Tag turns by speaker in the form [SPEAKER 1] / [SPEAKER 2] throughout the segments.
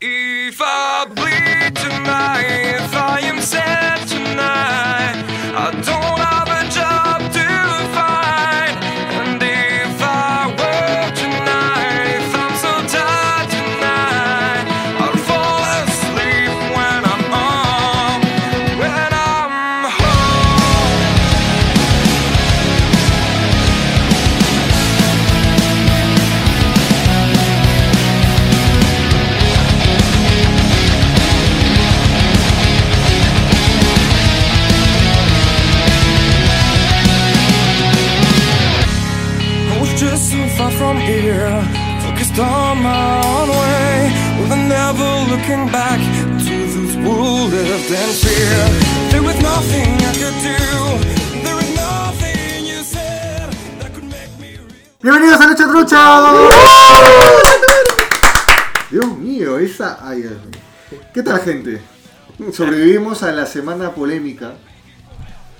[SPEAKER 1] If I bleed tonight, if I am sad tonight, I don't have a job to find. And if I work tonight, if I'm so tired tonight, I'll fall asleep when I'm home. When I'm home. I was just so far from here, focused on my own way, with a never looking back to those who lived in fear. There was nothing I could do. There was nothing you said that could make me real.
[SPEAKER 2] Bienvenidos a Noche Trucha. Dios mío, esa. ay, Dios mío. ¿Qué tal, gente? Sobrevivimos a la semana polémica.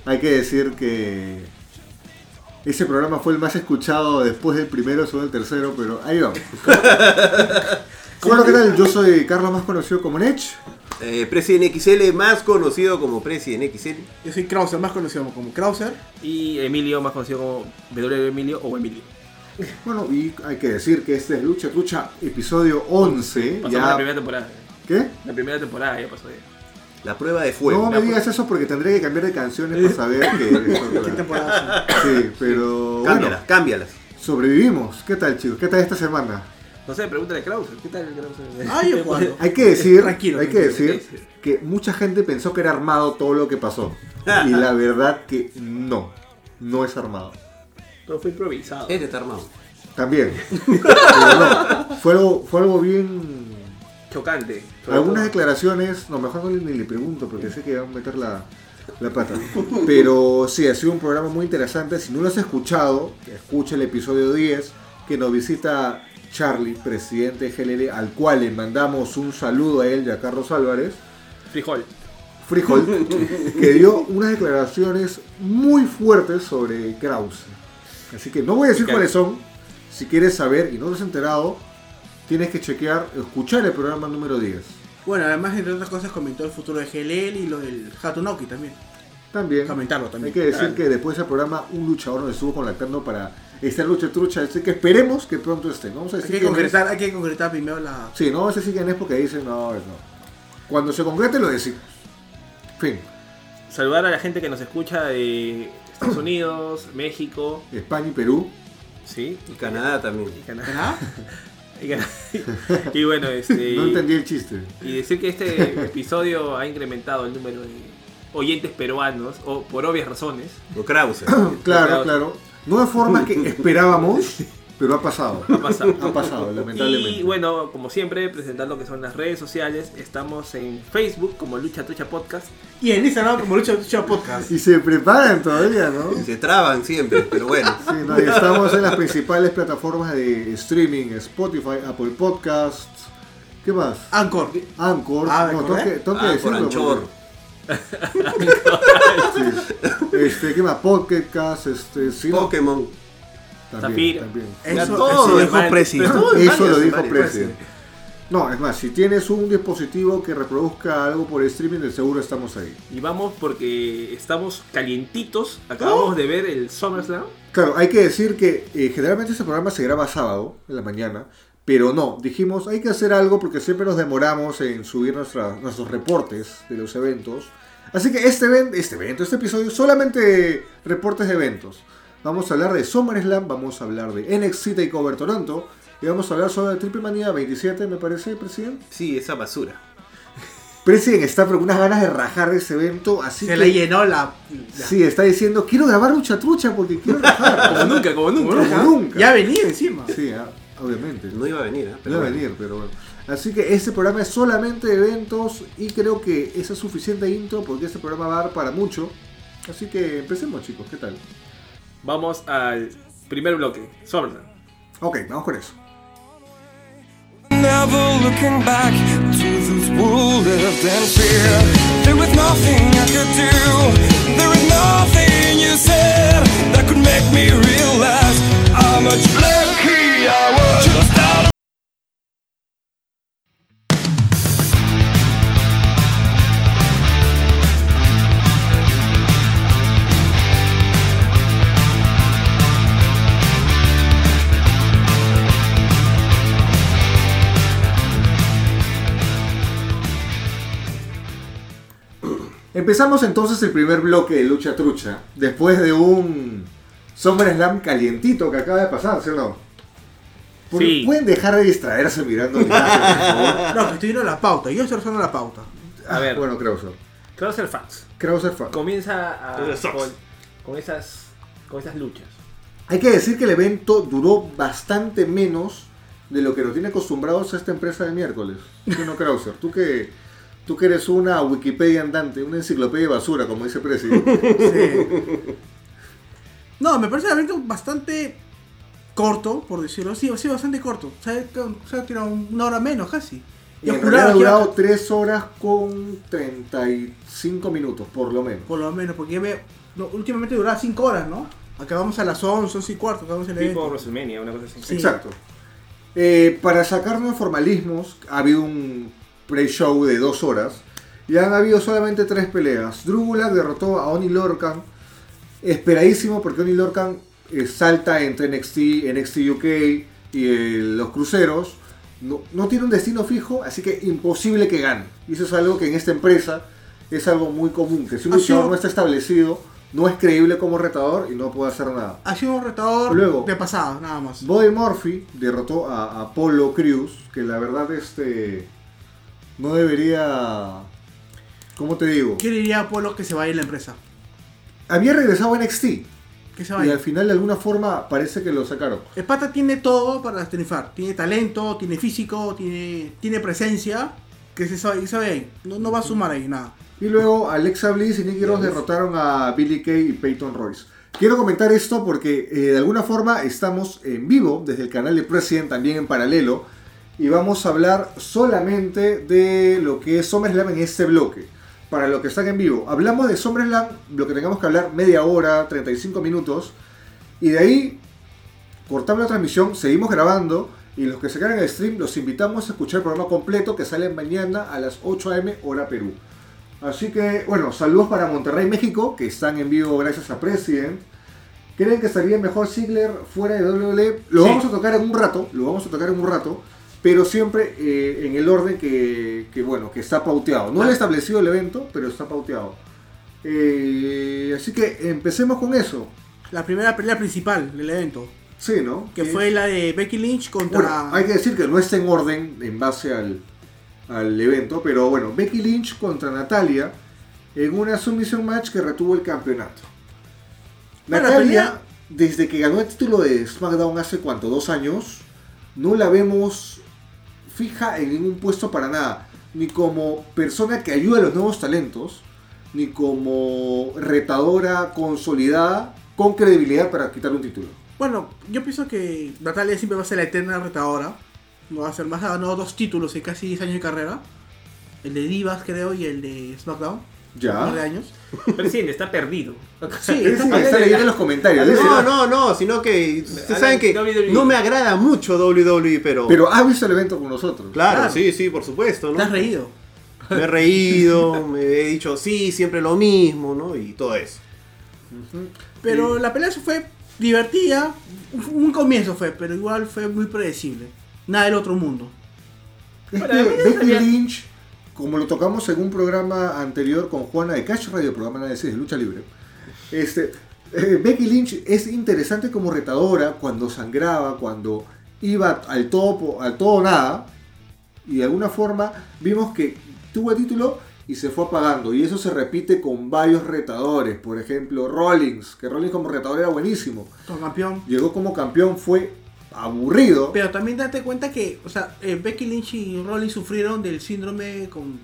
[SPEAKER 2] Hay que decir que ese programa fue el más escuchado después del primero, sobre el tercero, pero ahí vamos. Bueno, ¿qué tal? Yo soy Carlos, más conocido como Nech.
[SPEAKER 3] Eh, President XL, más conocido como President XL.
[SPEAKER 4] Yo soy Krauser, más conocido como Krauser.
[SPEAKER 5] Y Emilio, más conocido como W Emilio o Emilio.
[SPEAKER 2] Bueno, y hay que decir que este es Lucha Trucha, episodio 11.
[SPEAKER 5] Pasamos la
[SPEAKER 2] Ya...
[SPEAKER 5] primera temporada.
[SPEAKER 2] ¿Qué?
[SPEAKER 5] La primera temporada ya pasó ya.
[SPEAKER 3] La prueba de fuego.
[SPEAKER 2] no me digas eso porque tendré que cambiar de canciones para saber que...
[SPEAKER 4] ¿Qué temporada
[SPEAKER 2] Sí, pero bueno,
[SPEAKER 3] Cámbialas, cámbialas.
[SPEAKER 2] sobrevivimos. ¿Qué tal, chicos? ¿Qué tal esta semana?
[SPEAKER 5] No sé, pregúntale a Krauser. ¿Qué tal el Krauser?
[SPEAKER 4] Ah, yo jugando.
[SPEAKER 2] Hay que decir,
[SPEAKER 4] Tranquilo,
[SPEAKER 2] hay que
[SPEAKER 5] tranquilo.
[SPEAKER 2] decir que mucha gente pensó que era armado todo lo que pasó y la verdad que no, no es armado.
[SPEAKER 5] Todo fue improvisado.
[SPEAKER 2] Eh.
[SPEAKER 3] Este está armado.
[SPEAKER 2] También. Pero no, fue algo, fue algo bien
[SPEAKER 5] Chocante. sobre
[SPEAKER 2] Algunas
[SPEAKER 5] todo.
[SPEAKER 2] declaraciones, no, mejor no ni le pregunto porque sé que van a meter la, la pata. Pero sí, ha sido un programa muy interesante. Si no lo has escuchado, escucha el episodio 10 que nos visita Charlie, presidente de GLL, al cual le mandamos un saludo a él y a Carlos Álvarez.
[SPEAKER 5] Frijol.
[SPEAKER 2] Frijol, que dio unas declaraciones muy fuertes sobre Krause. Así que no voy a decir
[SPEAKER 5] Ok.
[SPEAKER 2] cuáles son. Si quieres saber y no te has enterado, tienes que chequear, escuchar el programa número 10.
[SPEAKER 4] Bueno, además, entre otras cosas, comentó el futuro de GLL y lo del Hatunoki también.
[SPEAKER 2] También.
[SPEAKER 4] Comentarlo también.
[SPEAKER 2] Hay que decir
[SPEAKER 4] Claro.
[SPEAKER 2] que después del programa un luchador nos estuvo contactando para esta lucha trucha, así que esperemos que pronto esté. No vamos a
[SPEAKER 4] Hay
[SPEAKER 2] decir
[SPEAKER 4] que
[SPEAKER 2] quién es.
[SPEAKER 4] concretar, hay que concretar primero la.
[SPEAKER 2] Sí, no vamos a decir quién es porque dicen no, es no. Cuando se concrete lo decimos. Fin.
[SPEAKER 5] Saludar a la gente que nos escucha de Estados Unidos, México,
[SPEAKER 2] España y Perú.
[SPEAKER 5] ¿sí?
[SPEAKER 3] Y Canadá también.
[SPEAKER 5] Y Canadá.
[SPEAKER 4] ¿Canadá?
[SPEAKER 5] Y, Canadá. Y bueno, este.
[SPEAKER 2] No entendí el chiste.
[SPEAKER 5] Y decir que este episodio ha incrementado el número de oyentes peruanos, o por obvias razones.
[SPEAKER 3] O Krauser.
[SPEAKER 2] Claro, claro. No de forma que esperábamos, pero ha pasado.
[SPEAKER 5] Ha pasado.
[SPEAKER 2] Ha pasado, lamentablemente.
[SPEAKER 5] Y bueno, como siempre, presentar lo que son las redes sociales. Estamos en Facebook como Lucha Trucha Podcast.
[SPEAKER 4] Y en Instagram, como Lucha Lucha Podcast.
[SPEAKER 2] Y se preparan todavía, ¿no?
[SPEAKER 3] Se traban siempre, pero bueno.
[SPEAKER 2] Sí, no, y estamos en las principales plataformas de streaming, Spotify, Apple Podcasts. ¿Qué más?
[SPEAKER 4] Anchor.
[SPEAKER 2] Anchor,
[SPEAKER 4] Ah,
[SPEAKER 2] no,
[SPEAKER 4] ¿Anchor,
[SPEAKER 2] tengo
[SPEAKER 4] eh?
[SPEAKER 2] que, tengo que
[SPEAKER 3] Ah, por
[SPEAKER 2] decirlo.
[SPEAKER 3] Anchor.
[SPEAKER 2] porque- Sí. Este, ¿qué más? Podcast, este, sí, no,
[SPEAKER 3] Pokémon.
[SPEAKER 2] también,
[SPEAKER 5] Zafiro.
[SPEAKER 2] también.
[SPEAKER 5] Ya
[SPEAKER 4] Eso,
[SPEAKER 3] todo
[SPEAKER 4] eso
[SPEAKER 3] lo
[SPEAKER 4] es
[SPEAKER 3] dejó
[SPEAKER 4] mal.
[SPEAKER 3] Presi.
[SPEAKER 4] Pero-
[SPEAKER 3] Todo
[SPEAKER 2] Eso
[SPEAKER 3] varios,
[SPEAKER 2] lo dijo
[SPEAKER 3] varios,
[SPEAKER 2] President.
[SPEAKER 3] varios.
[SPEAKER 2] No, es más, si tienes un dispositivo que reproduzca algo por streaming, de seguro estamos ahí.
[SPEAKER 5] Y vamos porque estamos calientitos. Acabamos de ver el SummerSlam.
[SPEAKER 2] Claro, hay que decir que eh, generalmente este programa se graba sábado, en la mañana, pero no, dijimos, hay que hacer algo porque siempre nos demoramos en subir nuestra- nuestros reportes de los eventos. Así que este, event- este evento, este episodio, solamente reportes de eventos. Vamos a hablar de SummerSlam, vamos a hablar de NXT Takeover Toronto y vamos a hablar sobre Triple Manía 27, me parece, presidente.
[SPEAKER 3] Sí, esa basura.
[SPEAKER 2] President está con unas ganas de rajar de ese evento, así
[SPEAKER 4] Se
[SPEAKER 2] que...
[SPEAKER 4] le llenó la. la-
[SPEAKER 2] Sí, está diciendo, quiero grabar lucha trucha porque quiero rajar.
[SPEAKER 5] Como nunca, como nunca.
[SPEAKER 2] Como nunca.
[SPEAKER 4] Ya venía encima.
[SPEAKER 2] Sí, ah, obviamente. No
[SPEAKER 3] No iba a venir, ¿eh?
[SPEAKER 2] iba a
[SPEAKER 3] bueno.
[SPEAKER 2] venir, pero bueno. Así que este programa es solamente de eventos y creo que esa es suficiente intro porque este programa va a dar para mucho. Así que empecemos chicos, ¿qué tal?
[SPEAKER 5] Vamos al primer bloque. SummerSlam.
[SPEAKER 2] Ok, vamos con eso.
[SPEAKER 1] Never looking back to those who lived in fear. There was nothing I could do. There was nothing you said that could make me realize how much lucky I was. Just out of
[SPEAKER 2] Empezamos entonces el primer bloque de Lucha Trucha. Después de un SummerSlam calientito que acaba de pasar, ¿sí o no? Por-
[SPEAKER 5] Sí.
[SPEAKER 2] ¿Pueden dejar de distraerse mirando? el gimnasio, por favor?
[SPEAKER 4] No, que estoy viendo la pauta. Yo estoy rozando la pauta.
[SPEAKER 5] A ver.
[SPEAKER 2] Bueno, Krauser.
[SPEAKER 5] Krauser Facts.
[SPEAKER 2] Krauser fan.
[SPEAKER 5] Comienza a-
[SPEAKER 6] Krauser Facts.
[SPEAKER 5] con, con esas, con esas luchas.
[SPEAKER 2] Hay que decir que el evento duró bastante menos de lo que nos tiene acostumbrados esta empresa de miércoles. ¿Sí o no, Krauser? Tú que, tú que eres una Wikipedia andante, una enciclopedia de basura, como dice Presi.
[SPEAKER 4] Sí. No, me parece el evento bastante corto, por decirlo así. Sí, bastante corto. O sea, que- o sea, tirado una hora menos casi.
[SPEAKER 2] Y
[SPEAKER 4] Yo
[SPEAKER 2] en realidad ha
[SPEAKER 4] juraba que iba a-
[SPEAKER 2] durado 3 horas con 35 minutos, por lo menos.
[SPEAKER 4] Por lo menos, porque ya veo- no, últimamente duraba 5 horas, ¿no? Acabamos a las 11, 11 y cuarto, acabamos el
[SPEAKER 5] Tipo
[SPEAKER 4] evento.
[SPEAKER 5] WrestleMania, una cosa así.
[SPEAKER 4] Sí.
[SPEAKER 2] Exacto. Eh, para sacarnos formalismos, ha habido un pre-show de dos horas y han habido solamente tres peleas. Drew Gulak derrotó a Oni Lorcan, esperadísimo porque Oni Lorcan eh, salta entre NXT, NXT UK y eh, los cruceros. No, no tiene un destino fijo, así que imposible que gane. Y eso es algo que en esta empresa es algo muy común, que si un
[SPEAKER 4] Ha sido-
[SPEAKER 2] luchador no está establecido, no es creíble como retador y no puede hacer nada.
[SPEAKER 4] Ha sido un retador
[SPEAKER 2] Luego.
[SPEAKER 4] de pasada, nada más.
[SPEAKER 2] Body Murphy derrotó a Apollo Crews, que la verdad este no debería... ¿Cómo te digo?
[SPEAKER 4] Yo le diría a Apolo que se vaya a la empresa.
[SPEAKER 2] Había regresado a NXT y
[SPEAKER 4] Que se
[SPEAKER 2] al
[SPEAKER 4] vaya.
[SPEAKER 2] final de alguna forma parece que lo sacaron.
[SPEAKER 4] El pata tiene todo para triunfar. Tiene talento, tiene físico, tiene, tiene presencia. Que se sabe, sabe ahí. No, no va a sumar ahí nada.
[SPEAKER 2] Y luego Alexa Bliss y Nicky Ross derrotaron a Billy Kay y Peyton Royce. Quiero comentar esto porque eh, de alguna forma estamos en vivo desde el canal de President también en paralelo y vamos a hablar solamente de lo que es SummerSlam en este bloque. Para los que están en vivo, hablamos de SummerSlam, lo que tengamos que hablar media hora, 35 minutos y de ahí cortamos la transmisión, seguimos grabando y los que se quedan en el stream los invitamos a escuchar el programa completo que sale mañana a las 8 am hora Perú. Así que, bueno, saludos para Monterrey, México, que están en vivo gracias a President. ¿Creen que estaría mejor Ziggler fuera de WWE? Lo
[SPEAKER 5] Sí.
[SPEAKER 2] vamos a tocar en un rato, lo vamos a tocar en un rato, pero siempre eh, en el orden que, que, bueno, que está pauteado. No le he establecido el evento, pero está pauteado. Eh, así que empecemos con eso.
[SPEAKER 4] La primera pelea principal del evento.
[SPEAKER 2] Sí, ¿no?
[SPEAKER 4] Que
[SPEAKER 2] Eh,
[SPEAKER 4] fue la de Becky Lynch contra.
[SPEAKER 2] Bueno, hay que decir que no está en orden en base al, al evento, pero bueno, Becky Lynch contra Natalia en una submission match que retuvo el campeonato.
[SPEAKER 4] Bueno, la
[SPEAKER 2] Natalia,
[SPEAKER 4] pelea-
[SPEAKER 2] desde que ganó el título de SmackDown hace cuánto, dos años, no la vemos fija en ningún puesto para nada, ni como persona que ayuda a los nuevos talentos, ni como retadora consolidada con credibilidad para quitar un título.
[SPEAKER 4] Bueno, yo pienso que Natalia siempre va a ser la eterna retadora. No va a ser más, ha ganado dos títulos en casi 10 años de carrera. El de Divas, creo, y el de SmackDown. Un par de
[SPEAKER 2] Ya.
[SPEAKER 4] años.
[SPEAKER 5] Presidente, está perdido.
[SPEAKER 4] Sí,
[SPEAKER 2] Sí,
[SPEAKER 4] está-
[SPEAKER 2] está leyendo los comentarios. dice,
[SPEAKER 3] No, no, no, sino que ustedes saben que
[SPEAKER 5] WWE.
[SPEAKER 3] no me agrada mucho WWE, pero...
[SPEAKER 2] Pero has visto el evento con nosotros.
[SPEAKER 3] claro,
[SPEAKER 4] Claro.
[SPEAKER 3] sí, sí, por supuesto, ¿no?
[SPEAKER 4] te has reído.
[SPEAKER 3] Me he reído, me he dicho sí, siempre lo mismo, ¿no? Y todo eso.
[SPEAKER 4] Pero la pelea se fue divertida. Un- Un comienzo fue, pero igual fue muy predecible. Nada del otro mundo.
[SPEAKER 2] Es
[SPEAKER 5] Bueno,
[SPEAKER 2] que
[SPEAKER 5] a mí me
[SPEAKER 2] Becky
[SPEAKER 5] gustaría-
[SPEAKER 2] Lynch, como lo tocamos en un programa anterior con Juana de Cash Radio, programa de análisis de lucha libre, este, eh, Becky Lynch es interesante como retadora cuando sangraba, cuando iba al topo, al todo o nada, y de alguna forma vimos que tuvo el título y se fue apagando. Y eso se repite con varios retadores, por ejemplo Rollins, que Rollins como retador era buenísimo.
[SPEAKER 4] Todo campeón.
[SPEAKER 2] Llegó como campeón, fue aburrido.
[SPEAKER 4] Pero también date cuenta que, o sea, eh, Becky Lynch y Rollins sufrieron del síndrome con.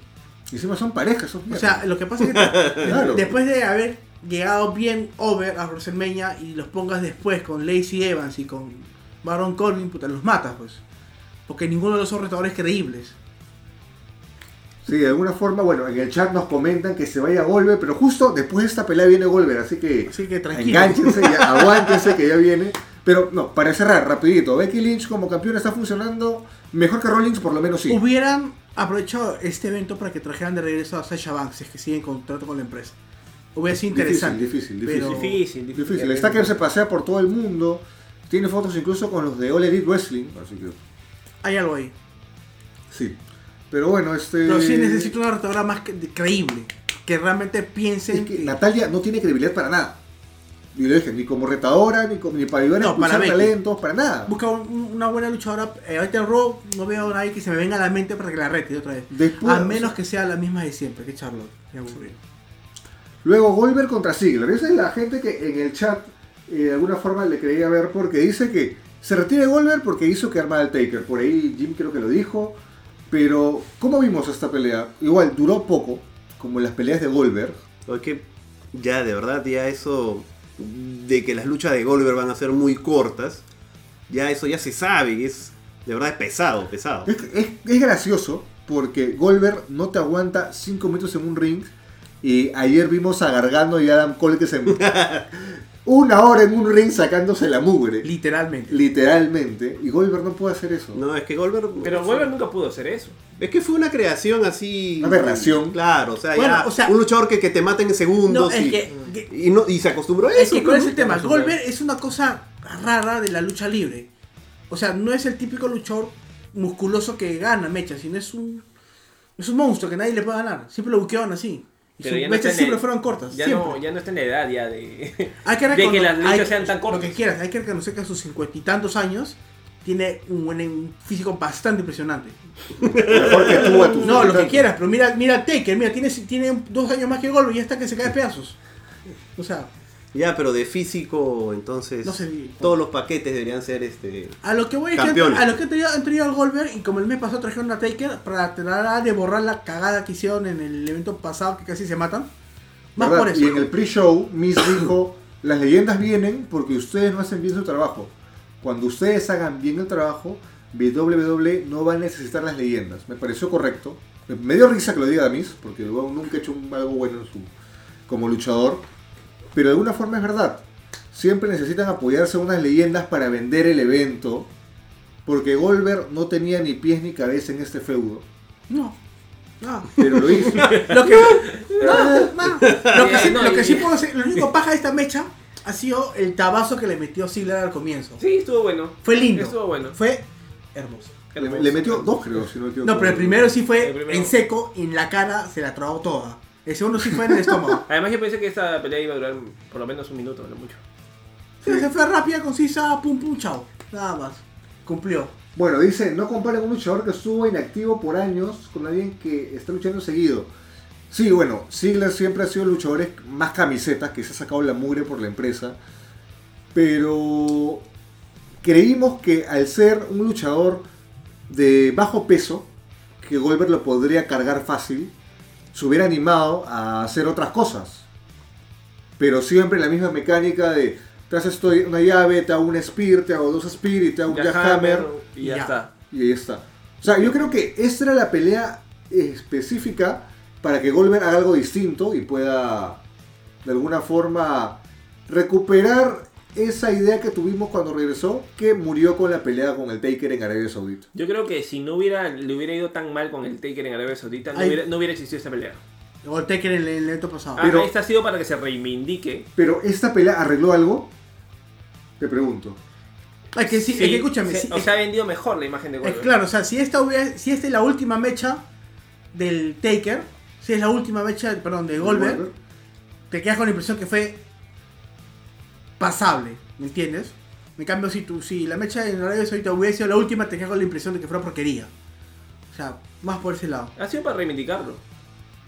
[SPEAKER 2] Y encima son parejas, son
[SPEAKER 4] O sea, lo que pasa es que
[SPEAKER 2] Claro.
[SPEAKER 4] después de haber llegado bien over a WrestleMania y los pongas después con Lacey Evans y con Baron Corbin, puta, los matas, pues. Porque ninguno de los dos retadores creíbles.
[SPEAKER 2] Sí, de alguna forma, bueno, en el chat nos comentan que se vaya Golver, pero justo después de esta pelea viene Golver, así que
[SPEAKER 4] Así que tranquilo.
[SPEAKER 2] enganchense, ya, aguántense que ya viene. Pero no, para cerrar, rapidito, Becky Lynch como campeona está funcionando mejor que Rollins, por lo menos sí.
[SPEAKER 4] Hubieran aprovechado este evento para que trajeran de regreso a Sasha Banks, si es que siguen contrato con la empresa. Hubiera sido
[SPEAKER 2] Difícil,
[SPEAKER 4] interesante.
[SPEAKER 2] difícil,
[SPEAKER 4] pero-
[SPEAKER 5] Difícil, difícil.
[SPEAKER 2] Difícil, está que se pasea por todo el mundo, tiene fotos incluso con los de All Elite Wrestling, así que
[SPEAKER 4] Hay algo ahí.
[SPEAKER 2] sí. Pero bueno, este.
[SPEAKER 4] Pero sí necesito una retadora más que- creíble. Que realmente piensen.
[SPEAKER 2] Es que Natalia no tiene credibilidad para nada. Y lo dije, ni como retadora, ni, como- ni para ayudar a
[SPEAKER 4] No, para
[SPEAKER 2] impulsar
[SPEAKER 4] Becky.
[SPEAKER 2] talentos, para nada.
[SPEAKER 4] Busca un- una buena luchadora. Eh, ahorita en Raw no veo a nadie que se me venga a la mente para que la rete otra vez.
[SPEAKER 2] Después-
[SPEAKER 4] a menos que sea la misma de siempre, que Charlotte. Qué aburrido.
[SPEAKER 2] Luego Goldberg contra Ziggler. Esa es la gente que en el chat eh, de alguna forma le creía ver porque dice que se retire Goldberg porque hizo que arma el Taker. Por ahí Jim creo que lo dijo. Pero, ¿cómo vimos esta pelea? Igual duró poco, como las peleas de Goldberg.
[SPEAKER 3] Es que ya de verdad, ya eso de que las luchas de Goldberg van a ser muy cortas, ya eso ya se sabe, y es de verdad es pesado, pesado.
[SPEAKER 2] Es, es- es gracioso porque Goldberg no te aguanta 5 minutos en un ring. Y ayer vimos a Gargano y Adam Cole que se. una hora en un ring sacándose la mugre.
[SPEAKER 4] Literalmente.
[SPEAKER 2] Literalmente. Y Goldberg no puede hacer eso.
[SPEAKER 3] No, es que Goldberg
[SPEAKER 5] Pero Goldberg nunca pudo hacer eso.
[SPEAKER 3] es que fue una creación así.
[SPEAKER 2] Una aberración.
[SPEAKER 3] Claro, o sea,
[SPEAKER 4] Bueno,
[SPEAKER 3] ya,
[SPEAKER 4] o sea-
[SPEAKER 3] un luchador que, que te mata en segundos.
[SPEAKER 4] No, es
[SPEAKER 3] y,
[SPEAKER 4] que- que-
[SPEAKER 3] y no, y se acostumbró a
[SPEAKER 4] Es
[SPEAKER 3] eso.
[SPEAKER 4] que
[SPEAKER 3] pues,
[SPEAKER 4] cuál es
[SPEAKER 3] ¿no?
[SPEAKER 4] el tema.
[SPEAKER 5] Claro,
[SPEAKER 4] Goldberg es una cosa rara de la lucha libre. O sea, no es el típico luchador musculoso que gana mecha, sino es un es un monstruo que nadie le puede ganar. Siempre lo buqueaban así. Y
[SPEAKER 5] Pero
[SPEAKER 4] sus
[SPEAKER 5] ya no está
[SPEAKER 4] mechas
[SPEAKER 5] en
[SPEAKER 4] siempre
[SPEAKER 5] el-
[SPEAKER 4] fueron cortas.
[SPEAKER 5] Ya
[SPEAKER 4] siempre.
[SPEAKER 5] no, ya no está en la edad ya de,
[SPEAKER 4] Hay que
[SPEAKER 5] de que
[SPEAKER 4] reconocer-
[SPEAKER 5] las
[SPEAKER 4] hay
[SPEAKER 5] luchas
[SPEAKER 4] que-
[SPEAKER 5] sean tan
[SPEAKER 4] Lo que
[SPEAKER 5] cortas.
[SPEAKER 4] quieras, hay que reconocer que a sus cincuenta y tantos años tiene un, buen- un físico bastante impresionante.
[SPEAKER 2] Mejor que tú a tus
[SPEAKER 4] No, lo que
[SPEAKER 2] visitantes.
[SPEAKER 4] quieras, pero mira, mira a Taker, mira, tiene, tiene dos años más que Goldberg y ya está que se cae a pedazos. O sea,
[SPEAKER 3] Ya, pero de físico, entonces.
[SPEAKER 4] No sé.
[SPEAKER 3] Todos los paquetes deberían ser este.
[SPEAKER 4] a lo que voy es
[SPEAKER 3] Campeones.
[SPEAKER 4] que a lo que han traído, han traído al Goldberg y como el mes pasado trajeron a Taker para tratar de borrar la cagada que hicieron en el evento pasado que casi se matan. Más
[SPEAKER 2] ¿Verdad?
[SPEAKER 4] por eso.
[SPEAKER 2] Y en el pre-show, Miss dijo, las leyendas vienen porque ustedes no hacen bien su trabajo. Cuando ustedes hagan bien el trabajo, WWE no va a necesitar las leyendas. Me pareció correcto. Me- Me dio risa que lo diga Miss, porque el huevón nunca ha hecho un- algo bueno en su, como luchador. Pero de alguna forma es verdad. Siempre necesitan apoyarse en unas leyendas para vender el evento. Porque Goldberg no tenía ni pies ni cabeza en este feudo.
[SPEAKER 4] No. No.
[SPEAKER 2] Pero lo hizo.
[SPEAKER 4] Lo que, no, no. Lo que sí,
[SPEAKER 5] No,
[SPEAKER 4] lo que
[SPEAKER 5] y-
[SPEAKER 4] sí puedo decir, lo único paja de esta mecha ha sido el tabazo que le metió Ziggler al comienzo.
[SPEAKER 5] Sí, estuvo bueno.
[SPEAKER 4] Fue lindo.
[SPEAKER 5] Estuvo bueno.
[SPEAKER 4] Fue hermoso.
[SPEAKER 2] le, le metió dos, creo, si no me equivoco.
[SPEAKER 4] No, pero el primero sí fue
[SPEAKER 5] El primero.
[SPEAKER 4] en seco, en la cara se la trabó toda. El segundo sí fue en el estómago.
[SPEAKER 5] Además yo pensé que esta pelea iba a durar por lo menos un minuto, no mucho.
[SPEAKER 4] Sí, Se fue rápida, concisa, pum pum, chao. Nada más. Cumplió.
[SPEAKER 2] Bueno, dice, no comparen un luchador que estuvo inactivo por años con alguien que está luchando seguido. Sí, bueno, Ziggler siempre ha sido luchadores más camisetas, que se ha sacado la mugre por la empresa. Pero creímos que al ser un luchador de bajo peso, que Goldberg lo podría cargar fácil, se hubiera animado a hacer otras cosas. Pero siempre la misma mecánica de, te haces to- una llave, te hago un spear, te hago dos spear y te hago un jackhammer.
[SPEAKER 5] y ya,
[SPEAKER 4] Ya.
[SPEAKER 5] está.
[SPEAKER 2] Y ahí está. O sea, yo creo que esta era la pelea específica para que Goldberg haga algo distinto y pueda, de alguna forma, recuperar esa idea que tuvimos cuando regresó, que murió con la pelea con el Taker en Arabia Saudita.
[SPEAKER 5] Yo creo que si no hubiera, le hubiera ido tan mal con el Taker en Arabia Saudita, no
[SPEAKER 4] Ay.
[SPEAKER 5] hubiera, no hubiera existido esta pelea.
[SPEAKER 4] O el Taker en el- en el evento pasado.
[SPEAKER 5] Ah,
[SPEAKER 2] Pero-
[SPEAKER 5] esta ha sido para que se reivindique.
[SPEAKER 2] Pero esta pelea arregló algo? Te pregunto.
[SPEAKER 4] Es que sí, es que escúchame.
[SPEAKER 5] se-
[SPEAKER 4] sí,
[SPEAKER 5] o
[SPEAKER 4] es-
[SPEAKER 5] sea, ha vendido mejor la imagen de
[SPEAKER 4] es
[SPEAKER 5] Goldberg.
[SPEAKER 4] claro, o sea, si esta, hubiera, si esta es la última mecha del Taker, si es la última mecha, perdón, de Goldberg, te quedas con la impresión que fue pasable, ¿me entiendes? En cambio, si, tú, si la mecha en Arabia Saudita hubiese sido la última, te quedas con la impresión de que fue una porquería. O sea, más por ese lado.
[SPEAKER 5] Ha sido para reivindicarlo.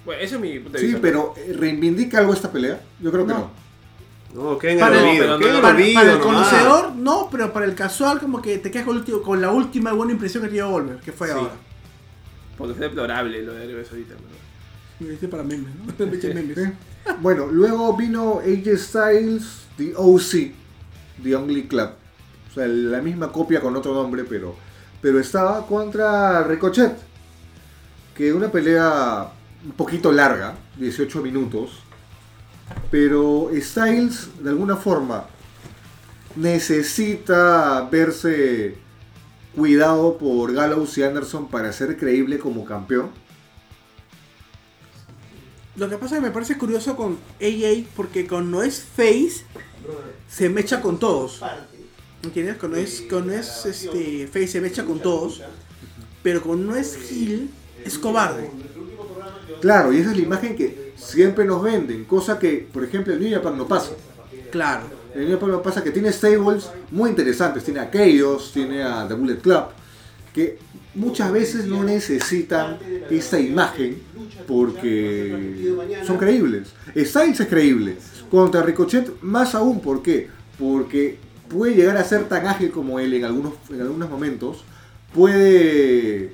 [SPEAKER 5] Bueno, eso es mi punto de
[SPEAKER 2] Sí,
[SPEAKER 5] vista.
[SPEAKER 2] pero ¿reivindica algo esta pelea? Yo creo que
[SPEAKER 4] No.
[SPEAKER 2] no.
[SPEAKER 3] No, qué en el
[SPEAKER 4] Para el-
[SPEAKER 3] olvido,
[SPEAKER 5] pero
[SPEAKER 3] qué en
[SPEAKER 5] no,
[SPEAKER 3] el
[SPEAKER 4] Para,
[SPEAKER 3] olvido
[SPEAKER 4] para el
[SPEAKER 3] nomás.
[SPEAKER 4] conocedor, no, pero para el casual, como que te quedas con, el último- con la última buena impresión que te dio Goldberg, que fue
[SPEAKER 5] Sí.
[SPEAKER 4] ahora.
[SPEAKER 5] Porque fue deplorable lo de Arabia Saudita. ¿no?
[SPEAKER 4] Me dice para memes, ¿no? Mecha de memes.
[SPEAKER 2] Sí. Eh, Bueno, luego vino AJ Styles, The OC, The Only Club. O sea, la misma copia con otro nombre, pero, pero estaba contra Ricochet. Que una pelea un poquito larga, 18 minutos. Pero Styles, de alguna forma, necesita verse cuidado por Gallows y Anderson para ser creíble como campeón.
[SPEAKER 4] Lo que pasa es que me parece curioso con AA, porque con no es face, se mecha con todos. ¿Entiendes? Con no es, con no es este, face, se mecha con todos. Pero con no es heel, es cobarde.
[SPEAKER 2] Claro, y esa es la imagen que siempre nos venden, cosa que, por ejemplo, en New Japan no pasa.
[SPEAKER 4] Claro.
[SPEAKER 2] En New Japan no pasa que tiene stables muy interesantes, tiene a Chaos, tiene a The Bullet Club, que muchas veces no necesitan esta imagen porque son creíbles. Styles es creíble, contra Ricochet más aún, ¿por qué? Porque puede llegar a ser tan ágil como él en algunos, en algunos momentos, puede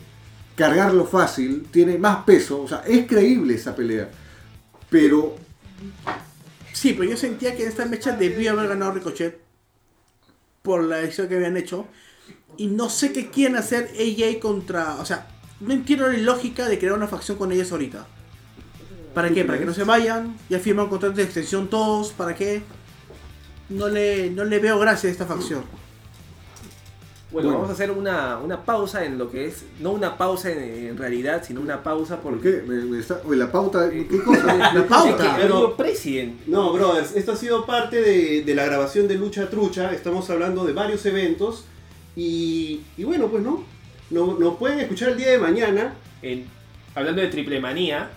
[SPEAKER 2] cargarlo fácil, tiene más peso, o sea, es creíble esa pelea, pero
[SPEAKER 4] Sí, pero yo sentía que en esta mecha debió haber ganado Ricochet por la decisión que habían hecho. Y no sé qué quieren hacer AJ contra. O sea, no entiendo la lógica de crear una facción con ellos ahorita. ¿Para qué? ¿Para que no se vayan? Ya firman contratos de extensión todos. ¿Para qué? No le, no le veo gracia a esta facción.
[SPEAKER 5] Bueno,
[SPEAKER 2] Bueno.
[SPEAKER 5] vamos a hacer una, una pausa en lo que es, no una pausa en, en realidad, sino una pausa
[SPEAKER 2] ¿por
[SPEAKER 5] porque...
[SPEAKER 2] qué? Me- me está- oye, la pauta, ¿qué cosa?
[SPEAKER 4] La
[SPEAKER 5] Es que
[SPEAKER 4] pauta.
[SPEAKER 5] ha
[SPEAKER 7] Pero-
[SPEAKER 5] habido President.
[SPEAKER 7] No, brothers, esto ha sido parte de, de la grabación de Lucha Trucha. Estamos hablando de varios eventos. Y, y bueno, pues no. No- Nos pueden escuchar el día de mañana.
[SPEAKER 5] En, hablando de triple manía,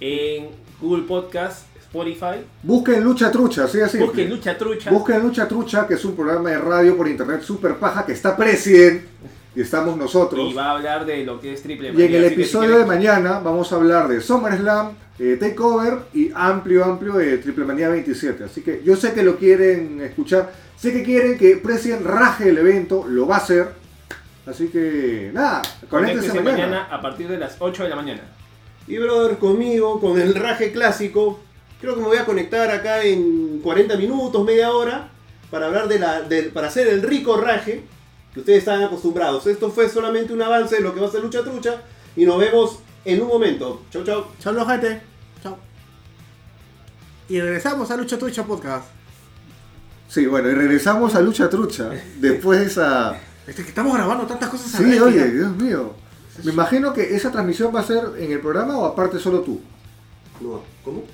[SPEAKER 5] en Google Podcast, Spotify,
[SPEAKER 2] Busquen Lucha Trucha, sí, así.
[SPEAKER 5] busquen Lucha Trucha.
[SPEAKER 2] Busquen Lucha Trucha, que es un programa de radio por internet super paja que está President y estamos nosotros.
[SPEAKER 5] Y va a hablar de lo que es triple
[SPEAKER 2] Y
[SPEAKER 5] manía.
[SPEAKER 2] en el
[SPEAKER 5] así que si
[SPEAKER 2] episodio de
[SPEAKER 5] quieren-
[SPEAKER 2] mañana vamos a hablar de SummerSlam, eh, Takeover y amplio, amplio de Triple Manía 27. Así que yo sé que lo quieren escuchar, sé que quieren que President raje el evento, lo va a hacer. Así que nada, conéctense
[SPEAKER 5] conéctense
[SPEAKER 2] mañana.
[SPEAKER 5] este mañana a partir de las 8 de la mañana.
[SPEAKER 7] Y brother, conmigo, con el raje clásico. Creo que me voy a conectar acá en 40 minutos, media hora. Para hablar de la. del- para hacer el rico raje. Que ustedes están acostumbrados. Esto fue solamente un avance de lo que va a ser Lucha Trucha. Y nos vemos en un momento. Chau, chau.
[SPEAKER 4] Chao, gente. Chao. Y regresamos a Lucha Twitch Podcast.
[SPEAKER 2] Sí, bueno, y regresamos a Lucha Trucha después de esa...
[SPEAKER 4] Este que estamos grabando tantas cosas a la
[SPEAKER 2] Sí,
[SPEAKER 4] vez,
[SPEAKER 2] oye,
[SPEAKER 4] ya.
[SPEAKER 2] Dios mío. Me imagino que esa transmisión va a ser en el programa o aparte solo tú.
[SPEAKER 7] No, ¿cómo?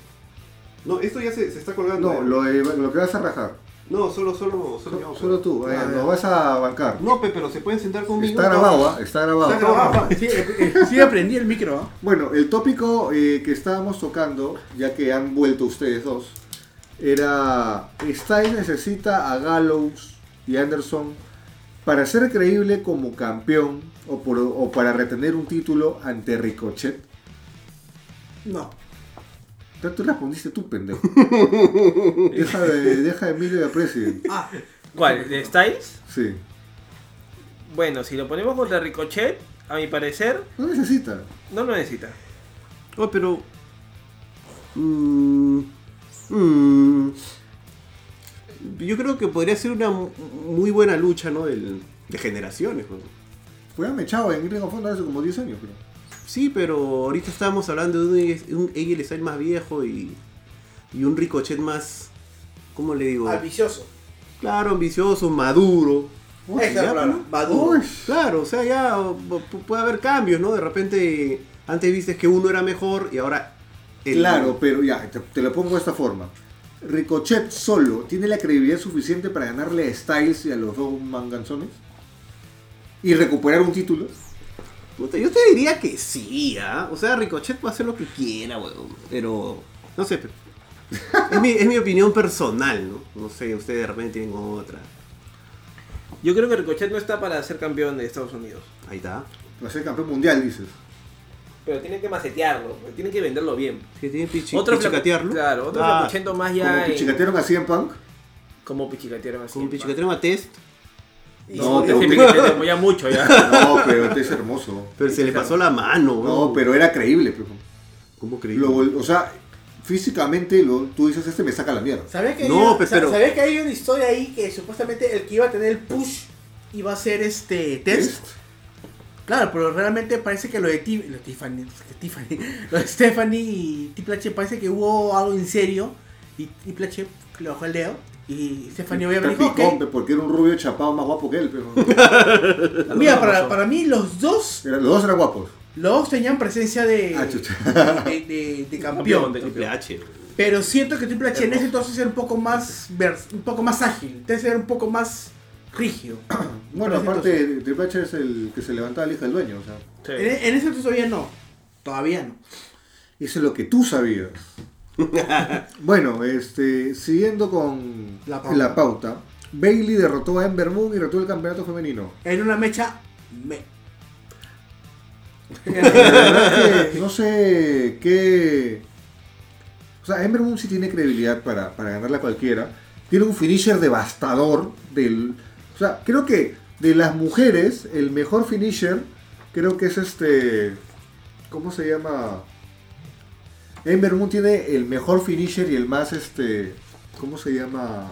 [SPEAKER 7] No, esto ya se, se está colgando.
[SPEAKER 2] No, lo, de- lo que vas a rajar.
[SPEAKER 7] No, solo, solo, solo, yo,
[SPEAKER 2] Solo tú, eh,
[SPEAKER 4] Ah, ya.
[SPEAKER 2] nos vas a bancar.
[SPEAKER 7] No, pe, pero se pueden sentar conmigo.
[SPEAKER 2] Está grabado, ¿ah? está grabado.
[SPEAKER 7] Está grabado.
[SPEAKER 4] Sí, eh, eh, sí aprendí el micro. ¿ah?
[SPEAKER 2] Bueno, el tópico eh, que estábamos tocando, ya que han vuelto ustedes dos, era Styles necesita a Gallows y Anderson para ser creíble como campeón o, por- o para retener un título ante Ricochet.
[SPEAKER 4] No.
[SPEAKER 2] Tú tú respondiste tú, pendejo. deja de, deja de Emilio de President.
[SPEAKER 4] Ah,
[SPEAKER 5] ¿Cuál? ¿De Styles?
[SPEAKER 2] Sí.
[SPEAKER 5] Bueno, si lo ponemos contra Ricochet, a mi parecer,
[SPEAKER 2] No necesita.
[SPEAKER 5] no lo necesita.
[SPEAKER 7] Oh, pero. Mm, mm, yo creo que podría ser una mu- muy buena lucha, ¿no? Del- de generaciones, pues.
[SPEAKER 2] Fue amechado en Ring of Honor hace como 10 años, creo.
[SPEAKER 7] Sí, pero ahorita estábamos hablando de un, un AJ Styles más viejo y, y un Ricochet más. ¿Cómo le
[SPEAKER 2] Ah,
[SPEAKER 7] digo?
[SPEAKER 4] ambicioso.
[SPEAKER 7] Claro, ambicioso, maduro.
[SPEAKER 4] Esa es la
[SPEAKER 7] Ya,
[SPEAKER 4] palabra,
[SPEAKER 7] ¿no? Uy,
[SPEAKER 4] maduro.
[SPEAKER 7] Claro, o sea, ya pu- pu- puede haber cambios, ¿no? De repente, antes viste que uno era mejor y ahora. el-
[SPEAKER 2] Claro, pero ya, te, te lo pongo de esta forma. Ricochet solo tiene la credibilidad suficiente para ganarle a Styles y a los dos manganzones y recuperar un título.
[SPEAKER 7] Puta, yo te diría que sí, ¿ah? O sea, Ricochet puede hacer lo que quiera, weón. Pero. No sé. pe- Es mi, es mi opinión personal, ¿no? No sé, ustedes de repente tienen otra.
[SPEAKER 5] Yo creo que Ricochet no está para ser campeón de Estados Unidos.
[SPEAKER 7] Ahí está.
[SPEAKER 2] Va a ser campeón mundial, dices.
[SPEAKER 5] Pero tienen que macetearlo, pues, tienen que venderlo bien.
[SPEAKER 7] Que tiene pichi,
[SPEAKER 5] otro flaco-
[SPEAKER 7] pichicatearlo.
[SPEAKER 5] Claro, otro
[SPEAKER 7] Ah,
[SPEAKER 5] flacuchento más ya.
[SPEAKER 2] Como
[SPEAKER 5] en-
[SPEAKER 2] pichicatearon a CM Punk.
[SPEAKER 5] como pichicatearon así.
[SPEAKER 7] Como pichicatearon a Test.
[SPEAKER 2] No,
[SPEAKER 5] No,
[SPEAKER 2] te-
[SPEAKER 5] te pichicatearon ya mucho ya.
[SPEAKER 2] No, pero este es hermoso.
[SPEAKER 7] Pero se le pasó la mano, weón.
[SPEAKER 2] No, pero era creíble. pero-
[SPEAKER 7] ¿Cómo creí?
[SPEAKER 2] Lo vol- o sea, físicamente lo, tú dices, este me saca la mierda.
[SPEAKER 4] ¿Sabes que,
[SPEAKER 7] No,
[SPEAKER 4] hay,
[SPEAKER 7] pe-
[SPEAKER 4] sa-
[SPEAKER 7] pero-
[SPEAKER 4] sabes que hay una historia ahí que supuestamente el que iba a tener el push iba a ser este test? Claro, pero realmente parece que lo de, Ti- lo de Tiffany, que Tiffany, lo de Stephanie y Triple H parece que hubo algo en serio y Triple H le bajó el dedo y Stephanie
[SPEAKER 2] Está
[SPEAKER 4] obviamente dijo,
[SPEAKER 2] picón,
[SPEAKER 4] "Ok".
[SPEAKER 2] pe, porque era un rubio chapado más guapo que él. pero-
[SPEAKER 4] Mira, para, para mí los dos,
[SPEAKER 2] Era- los dos eran guapos.
[SPEAKER 4] los dos tenían presencia de,
[SPEAKER 2] Ah, chucha.
[SPEAKER 4] de, de- de campeón.
[SPEAKER 5] de
[SPEAKER 7] Triple
[SPEAKER 5] campeón.
[SPEAKER 7] H. weón.
[SPEAKER 4] Pero siento que Triple H en ese entonces era un poco más vers- un poco más ágil, Tess era un poco más rígido.
[SPEAKER 2] Bueno,
[SPEAKER 4] Pero
[SPEAKER 2] aparte, Triple H es el que se levantaba la hija del dueño. O sea.
[SPEAKER 5] Sí.
[SPEAKER 4] En, en e, ese entonces todavía no. Todavía no.
[SPEAKER 2] Eso es lo que tú sabías. bueno, este, siguiendo con
[SPEAKER 4] La pauta.
[SPEAKER 2] Bailey derrotó a Ember Moon y retó el campeonato femenino.
[SPEAKER 4] En una mecha. Me...
[SPEAKER 2] La verdad es que no sé qué. O sea, Ember Moon sí tiene credibilidad para, para ganarla a cualquiera. Tiene un finisher devastador. Del, o sea, creo que de las mujeres, el mejor finisher creo que es este. ¿Cómo se llama? Ember Moon tiene el mejor finisher y el más este. ¿Cómo se llama?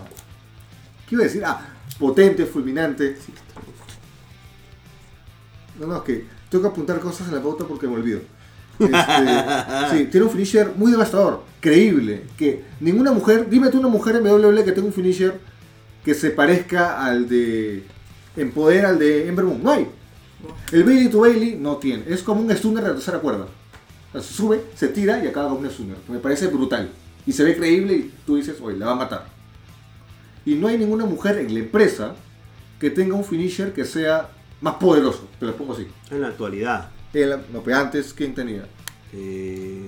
[SPEAKER 2] ¿Qué iba a decir? Ah, potente, fulminante. No, no, es que tengo que apuntar cosas en la pauta porque me olvido. Este, sí, tiene un finisher muy devastador, creíble. Que ninguna mujer, dime tú una mujer en WWE que tenga un finisher que se parezca al de. En poder al de Ember Moon. No hay. El Bailey to Bailey no tiene. Es como un stunner de la tercera cuerda. O sea, se sube, se tira y acaba con un stunner. Me parece brutal. Y se ve creíble y tú dices, oye, la va a matar. Y no hay ninguna mujer en la empresa que tenga un finisher que sea más poderoso. Te lo pongo así.
[SPEAKER 3] En la actualidad.
[SPEAKER 2] El- no, pero antes, ¿quién tenía?
[SPEAKER 3] Eh,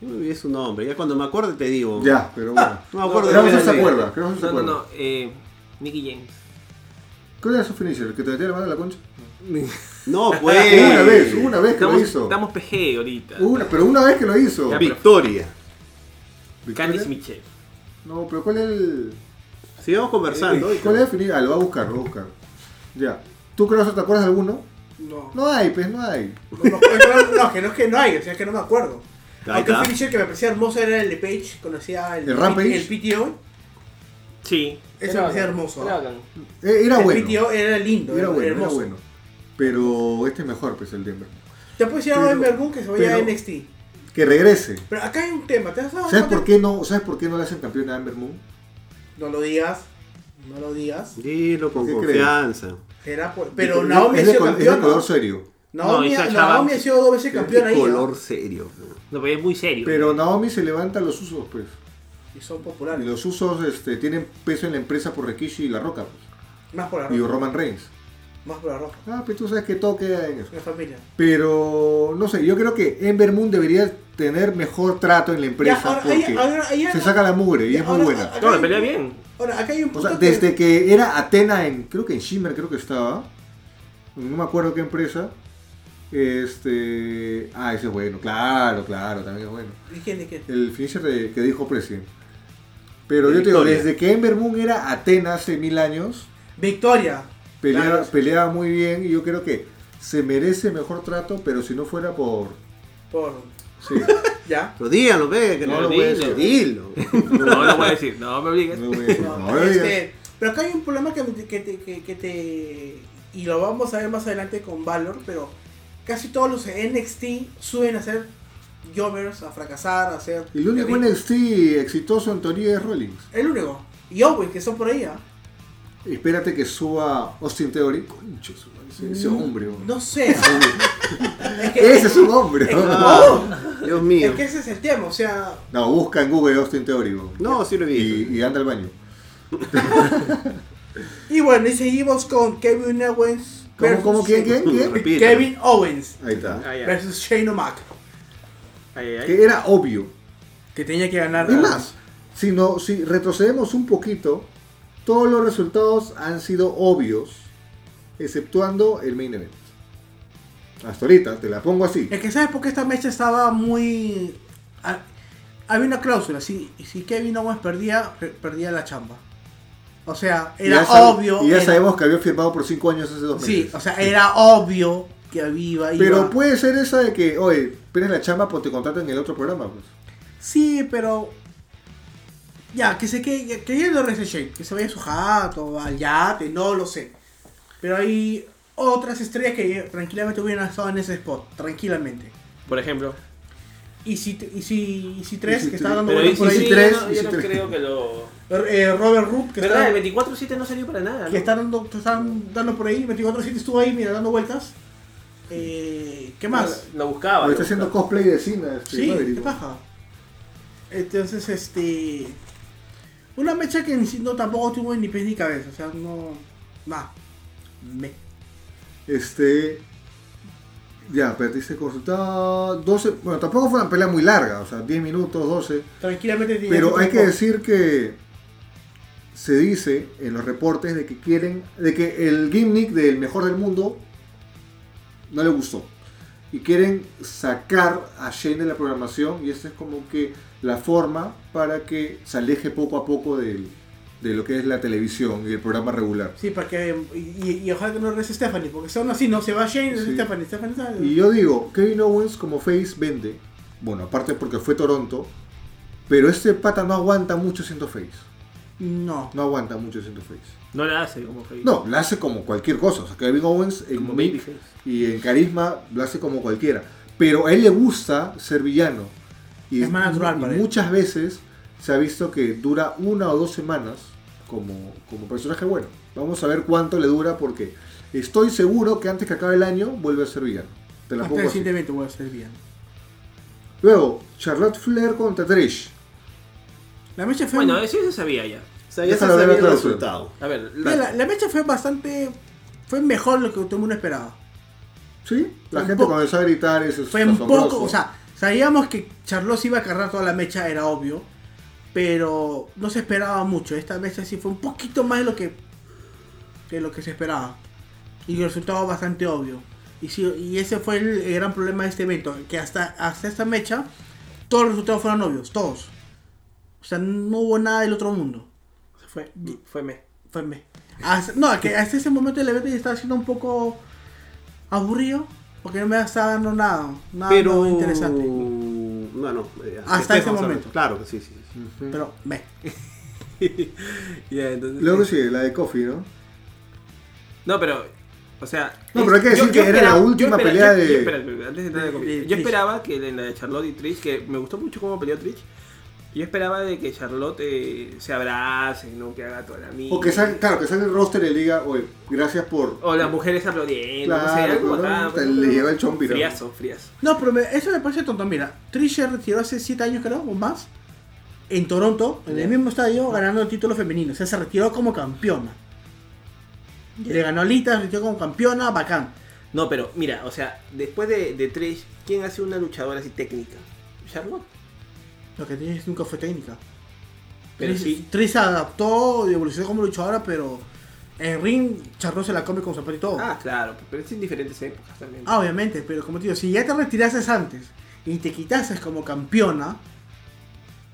[SPEAKER 3] yo me olvidé su nombre. Ya cuando me acuerde te digo.
[SPEAKER 2] Ya, pero bueno.
[SPEAKER 3] No me acuerdo.
[SPEAKER 2] Creo que Ah, no se
[SPEAKER 3] Espérate.
[SPEAKER 2] acuerda. Creo que no se
[SPEAKER 5] No, no,
[SPEAKER 2] acuerda.
[SPEAKER 5] no. Eh, Nicky James.
[SPEAKER 2] ¿Cuál era su finisher? ¿El que te metía la mano en la concha?
[SPEAKER 3] No,
[SPEAKER 2] Hubo
[SPEAKER 7] Eh,
[SPEAKER 3] pues.
[SPEAKER 2] una vez, hubo una vez que
[SPEAKER 5] Estamos,
[SPEAKER 2] lo hizo.
[SPEAKER 5] estamos PG ahorita.
[SPEAKER 2] Hubo una, pero una vez que lo hizo.
[SPEAKER 5] Ya, pero-
[SPEAKER 3] Victoria.
[SPEAKER 2] ¿Victoria?
[SPEAKER 5] Candice Michelle.
[SPEAKER 2] No, pero ¿cuál es el.
[SPEAKER 3] Sigamos conversando.
[SPEAKER 2] ¿Cuál es el finisher? Ah, lo va a buscar, lo va a buscar. Ya. ¿Tú crees que te acuerdas de alguno?
[SPEAKER 4] No.
[SPEAKER 2] No hay, pues no hay.
[SPEAKER 4] No, no, no, no, que no es que no hay, o sea, es que no me acuerdo.
[SPEAKER 3] Ahí
[SPEAKER 4] Aunque el
[SPEAKER 3] está.
[SPEAKER 4] finisher que me parecía hermoso era el de Page, conocía el,
[SPEAKER 2] ¿El Rampage?
[SPEAKER 4] el PTO.
[SPEAKER 5] Sí.
[SPEAKER 4] Ese me parecía hermoso.
[SPEAKER 5] Era
[SPEAKER 4] ¿ah?
[SPEAKER 5] bacán.
[SPEAKER 2] Eh, Era
[SPEAKER 4] el
[SPEAKER 2] bueno. Era
[SPEAKER 4] PTO era lindo, era,
[SPEAKER 2] bueno, era
[SPEAKER 4] hermoso.
[SPEAKER 2] bueno. Pero este es mejor, pues el de Denver.
[SPEAKER 4] Te puedes decir a
[SPEAKER 2] Pero-
[SPEAKER 4] Ember Moon que se vaya a
[SPEAKER 2] pero-
[SPEAKER 4] NXT.
[SPEAKER 2] Que regrese.
[SPEAKER 4] Pero acá hay un tema, ¿te has dado
[SPEAKER 2] ¿Sabes
[SPEAKER 4] cuenta?
[SPEAKER 2] por qué no, ¿sabes por qué no le hacen campeón a Amber Moon?
[SPEAKER 4] No lo digas, no lo digas.
[SPEAKER 3] Dilo con
[SPEAKER 2] ¿Qué
[SPEAKER 3] confianza.
[SPEAKER 4] Era por... Pero
[SPEAKER 2] Es-
[SPEAKER 4] Naomi
[SPEAKER 2] es
[SPEAKER 4] ha
[SPEAKER 2] de
[SPEAKER 4] sido
[SPEAKER 2] col- Es de
[SPEAKER 4] campeona.
[SPEAKER 2] color serio.
[SPEAKER 4] Naomi,
[SPEAKER 5] No, y Sasha
[SPEAKER 4] Naomi
[SPEAKER 5] Banks.
[SPEAKER 4] ha sido dos veces campeona
[SPEAKER 3] Qué
[SPEAKER 4] ahí. ¿ah?
[SPEAKER 3] color serio.
[SPEAKER 5] No, pero es muy serio.
[SPEAKER 2] Pero Naomi se levanta a los usos, pues.
[SPEAKER 4] Y son
[SPEAKER 2] Y
[SPEAKER 4] populares.
[SPEAKER 2] los usos este, tienen peso en la empresa por Rikishi y La Roca. pues.
[SPEAKER 4] Más por la
[SPEAKER 2] Y
[SPEAKER 4] roja.
[SPEAKER 2] Roman Reigns.
[SPEAKER 4] Más por la roja.
[SPEAKER 2] Ah, pero tú sabes que todo queda en eso.
[SPEAKER 4] Una familia.
[SPEAKER 2] Pero, no sé, yo creo que Ember Moon debería tener mejor trato en la empresa
[SPEAKER 4] Ya, ahora-
[SPEAKER 2] porque
[SPEAKER 4] ahí- ahora- ahí-
[SPEAKER 2] se saca la mugre y
[SPEAKER 4] ya,
[SPEAKER 2] es muy
[SPEAKER 4] ahora-
[SPEAKER 2] buena.
[SPEAKER 4] ahora-
[SPEAKER 5] No, la pelea bien.
[SPEAKER 4] Ahora, acá hay un
[SPEAKER 2] O
[SPEAKER 4] punto
[SPEAKER 2] sea,
[SPEAKER 4] que-
[SPEAKER 2] desde que era Atena en, creo que en Shimmer creo que estaba, no me acuerdo qué empresa, este, ah, ese es bueno, claro, claro, también es bueno.
[SPEAKER 4] ¿De quién? ¿De quién?
[SPEAKER 2] El finisher de- que dijo President. Pero
[SPEAKER 3] De
[SPEAKER 2] yo te digo,
[SPEAKER 3] Victoria.
[SPEAKER 2] desde que Ember Moon era Atena hace mil años,
[SPEAKER 4] Victoria.
[SPEAKER 2] peleaba,
[SPEAKER 4] Claro.
[SPEAKER 2] peleaba muy bien y yo creo que se merece mejor trato, pero si no fuera por...
[SPEAKER 4] Por...
[SPEAKER 2] Sí,
[SPEAKER 4] Ya.
[SPEAKER 3] Pero dígalo, ve. Que
[SPEAKER 2] no
[SPEAKER 5] Pero
[SPEAKER 2] lo voy a decir.
[SPEAKER 3] Dilo.
[SPEAKER 5] No lo voy a decir. No me obligues.
[SPEAKER 2] No lo voy a decir.
[SPEAKER 4] No,
[SPEAKER 2] No lo digas.
[SPEAKER 4] este, pero acá hay un problema que, me- que, te, que, que te- Y lo vamos a ver más adelante con Valor, pero casi todos los NXT suben a ser jobbers, a fracasar, a ser...
[SPEAKER 2] El único NXT exitoso en teoría es Rollins.
[SPEAKER 4] El único. Y Owen, que son por ahí, ¿ah?
[SPEAKER 2] Espérate que suba Austin Theory. Concho, su madre, ese, ese hombre. bro.
[SPEAKER 4] No sé. Es que-
[SPEAKER 2] Ese es un hombre.
[SPEAKER 4] es que-
[SPEAKER 2] bro.
[SPEAKER 3] Ah, Dios mío.
[SPEAKER 4] Es que ese es el tema, o sea...
[SPEAKER 2] No, busca en Google Austin Theory. bro.
[SPEAKER 3] No, sí lo he visto.
[SPEAKER 2] Y, y anda al baño.
[SPEAKER 4] Y bueno, y seguimos con Kevin Owens.
[SPEAKER 2] ¿Cómo, cómo, quién, quién, quién?
[SPEAKER 3] Repito.
[SPEAKER 4] Kevin Owens
[SPEAKER 2] Ahí está.
[SPEAKER 5] Ay, ay,
[SPEAKER 4] versus Shane O'Mac.
[SPEAKER 5] ay, ay.
[SPEAKER 2] Que era obvio.
[SPEAKER 4] Que tenía que ganar.
[SPEAKER 2] Es más, si, no, si retrocedemos un poquito, todos los resultados han sido obvios, exceptuando el main event. Hasta ahorita, te la pongo así.
[SPEAKER 4] Es que sabes por qué esta mecha estaba muy. ha- Había una cláusula, si, si Kevin Owens perdía, per- perdía la chamba. O sea,
[SPEAKER 2] Y
[SPEAKER 4] era
[SPEAKER 2] ya sab-
[SPEAKER 4] obvio.
[SPEAKER 2] Y ya
[SPEAKER 4] era-
[SPEAKER 2] sabemos que había firmado por 5 años hace dos meses.
[SPEAKER 4] Sí, o sea, era obvio que había. iba-
[SPEAKER 2] Pero puede ser esa de que, oye, pierdes la chamba porque te contratan en el otro programa. Pues.
[SPEAKER 4] Sí, pero. Ya, que se que, que ya lo regrese Shane, que se vaya a su jato, al yate, no lo sé. Pero hay otras estrellas que tranquilamente hubieran estado en ese spot, tranquilamente.
[SPEAKER 5] Por ejemplo.
[SPEAKER 4] Y si, y si, y si tres,
[SPEAKER 2] si
[SPEAKER 4] que
[SPEAKER 2] tres.
[SPEAKER 4] está dando
[SPEAKER 5] Pero
[SPEAKER 4] vueltas
[SPEAKER 5] ahí
[SPEAKER 2] bueno,
[SPEAKER 5] sí,
[SPEAKER 4] por ahí.
[SPEAKER 5] sí, yo
[SPEAKER 2] tres,
[SPEAKER 5] no- yo
[SPEAKER 2] sí,
[SPEAKER 5] no
[SPEAKER 2] tres.
[SPEAKER 5] creo que lo.
[SPEAKER 4] Eh, Robert Roop, que
[SPEAKER 5] ¿Verdad?
[SPEAKER 4] está,
[SPEAKER 5] El 24-7 no salió para nada. ¿no?
[SPEAKER 4] que está dando, que están dando por ahí, 24 7 estuvo ahí, mira, dando vueltas. Eh, ¿Qué más?
[SPEAKER 5] Lo buscaba.
[SPEAKER 2] Oye,
[SPEAKER 5] lo
[SPEAKER 2] está haciendo
[SPEAKER 5] buscaba.
[SPEAKER 2] cosplay de Cina. Este,
[SPEAKER 4] Sí,
[SPEAKER 2] Maverick,
[SPEAKER 4] qué
[SPEAKER 2] ¿no?
[SPEAKER 4] paja. Entonces, este. Una mecha que en sí no tampoco tuvo ni pies ni cabeza, o sea, no. Nada. Me.
[SPEAKER 2] Este, Ya, perdiste con... da- 12... Bueno, tampoco fue una pelea muy larga, o sea, 10 minutos, 12.
[SPEAKER 6] Tranquilamente tenía
[SPEAKER 2] Pero
[SPEAKER 6] otro
[SPEAKER 2] hay que
[SPEAKER 6] post.
[SPEAKER 2] decir que se dice en los reportes de que quieren, de que el gimmick del mejor del mundo no le gustó. Y quieren sacar a Shane de la programación y esa es como que la forma para que se aleje poco a poco del- de lo que es la televisión y el programa regular.
[SPEAKER 6] Sí, para que. Y, y- y ojalá que no regrese Stephanie, porque son así, no se va Shane, regresa
[SPEAKER 2] Sí.
[SPEAKER 6] Stephanie. Stephanie está-
[SPEAKER 2] Y yo digo, Kevin Owens como face vende, bueno, aparte porque fue Toronto, pero este pata no aguanta mucho siendo face.
[SPEAKER 4] No.
[SPEAKER 2] No aguanta mucho siendo face.
[SPEAKER 5] No la hace como Face.
[SPEAKER 2] No, la hace como cualquier cosa. O sea, Kevin Owens en
[SPEAKER 5] Como
[SPEAKER 2] mic
[SPEAKER 5] babyface.
[SPEAKER 2] y en carisma la hace como cualquiera. Pero a él le gusta ser villano. Y,
[SPEAKER 4] Es más natural
[SPEAKER 2] y
[SPEAKER 4] para él.
[SPEAKER 2] muchas veces se ha visto que dura una o dos semanas como, como personaje bueno. Vamos a ver cuánto le dura porque estoy seguro que antes que acabe el año vuelve a ser villano. Te la
[SPEAKER 4] Hasta
[SPEAKER 2] pongo
[SPEAKER 4] el
[SPEAKER 2] así.
[SPEAKER 4] siguiente evento voy a ser bien.
[SPEAKER 2] Luego, Charlotte Flair contra Trish.
[SPEAKER 4] La mecha fue.
[SPEAKER 5] Bueno, eso se sabía ya.
[SPEAKER 3] O sea, ya se
[SPEAKER 2] Déjalo ver
[SPEAKER 3] sabía el
[SPEAKER 2] otra vez.
[SPEAKER 3] resultado.
[SPEAKER 5] A ver,
[SPEAKER 4] Mira, la, la mecha fue bastante. Fue mejor lo que todo el mundo esperaba.
[SPEAKER 2] ¿Sí? La
[SPEAKER 4] Un
[SPEAKER 2] gente
[SPEAKER 4] poco-
[SPEAKER 2] comenzó a gritar. Eso es
[SPEAKER 4] Fue un
[SPEAKER 2] asombroso.
[SPEAKER 4] poco. O sea, sabíamos que Charlos iba a cargar toda la mecha, era obvio. Pero no se esperaba mucho. Esta mecha sí fue un poquito más de lo que. de lo que se esperaba. Y el resultado bastante obvio. Y, sí, y ese fue el, el gran problema de este evento. Que hasta, hasta esta mecha, todos los resultados fueron obvios. Todos. O sea, no hubo nada del otro mundo.
[SPEAKER 6] Fue, fue me.
[SPEAKER 4] Fue me- hasta- no, que hasta ese momento el evento ya estaba siendo un poco aburrido porque no me estaba dando nada, nada
[SPEAKER 2] Ah,
[SPEAKER 3] Pero.
[SPEAKER 4] interesante.
[SPEAKER 3] No, no. eh,
[SPEAKER 2] este
[SPEAKER 4] Hasta
[SPEAKER 3] después vamos
[SPEAKER 4] ese
[SPEAKER 3] a hablar.
[SPEAKER 4] momento.
[SPEAKER 3] Claro que sí, sí. sí.
[SPEAKER 2] Mm.
[SPEAKER 4] Pero me.
[SPEAKER 5] ya, entonces- eh,
[SPEAKER 2] Luego sí, la de Kofi, ¿no?
[SPEAKER 5] No, pero. O sea.
[SPEAKER 2] No, pero hay que decir que era la última
[SPEAKER 5] espera-
[SPEAKER 2] pelea
[SPEAKER 5] yo-
[SPEAKER 2] de-
[SPEAKER 5] yo- espera, espera, antes de entrar en la competencia,
[SPEAKER 4] de
[SPEAKER 5] Yo
[SPEAKER 4] Trish.
[SPEAKER 5] esperaba que en la de Charlotte y Trish, que me gustó mucho cómo peleó Trish. Yo esperaba de que Charlotte eh, se abrace, ¿no? Que haga toda la mía.
[SPEAKER 2] O que salga, claro, que salga el roster y le diga, oye, gracias por.
[SPEAKER 5] O las mujeres aplaudiendo, no sé,
[SPEAKER 2] Claro,
[SPEAKER 5] algo
[SPEAKER 2] ¿no?
[SPEAKER 5] acá.
[SPEAKER 2] Te-
[SPEAKER 5] pues,
[SPEAKER 2] le
[SPEAKER 5] no,
[SPEAKER 2] lleva el chompi, ¿no?
[SPEAKER 5] Friazo, friazo.
[SPEAKER 4] No, pero me- eso me parece tonto. Mira, Trish se retiró hace 7 años, creo, o más, en Toronto, en el mismo estadio, ganando el título femenino. O sea, se retiró como campeona. Le ganó a Lita, se retiró como campeona, bacán.
[SPEAKER 5] No, pero mira, o sea, después de, de Trish, ¿quién hace una luchadora así técnica? Charlotte.
[SPEAKER 4] Lo que Trish nunca fue técnica.
[SPEAKER 5] Pero
[SPEAKER 4] Trish,
[SPEAKER 5] sí.
[SPEAKER 4] Trish se adaptó y evolucionó como luchadora, pero en ring Charlo se la come con zapato y
[SPEAKER 2] Oh.
[SPEAKER 4] todo.
[SPEAKER 5] Ah, claro, pero es en diferentes épocas también.
[SPEAKER 4] Ah, obviamente, pero como te digo, si ya te retirases antes y te quitases como campeona,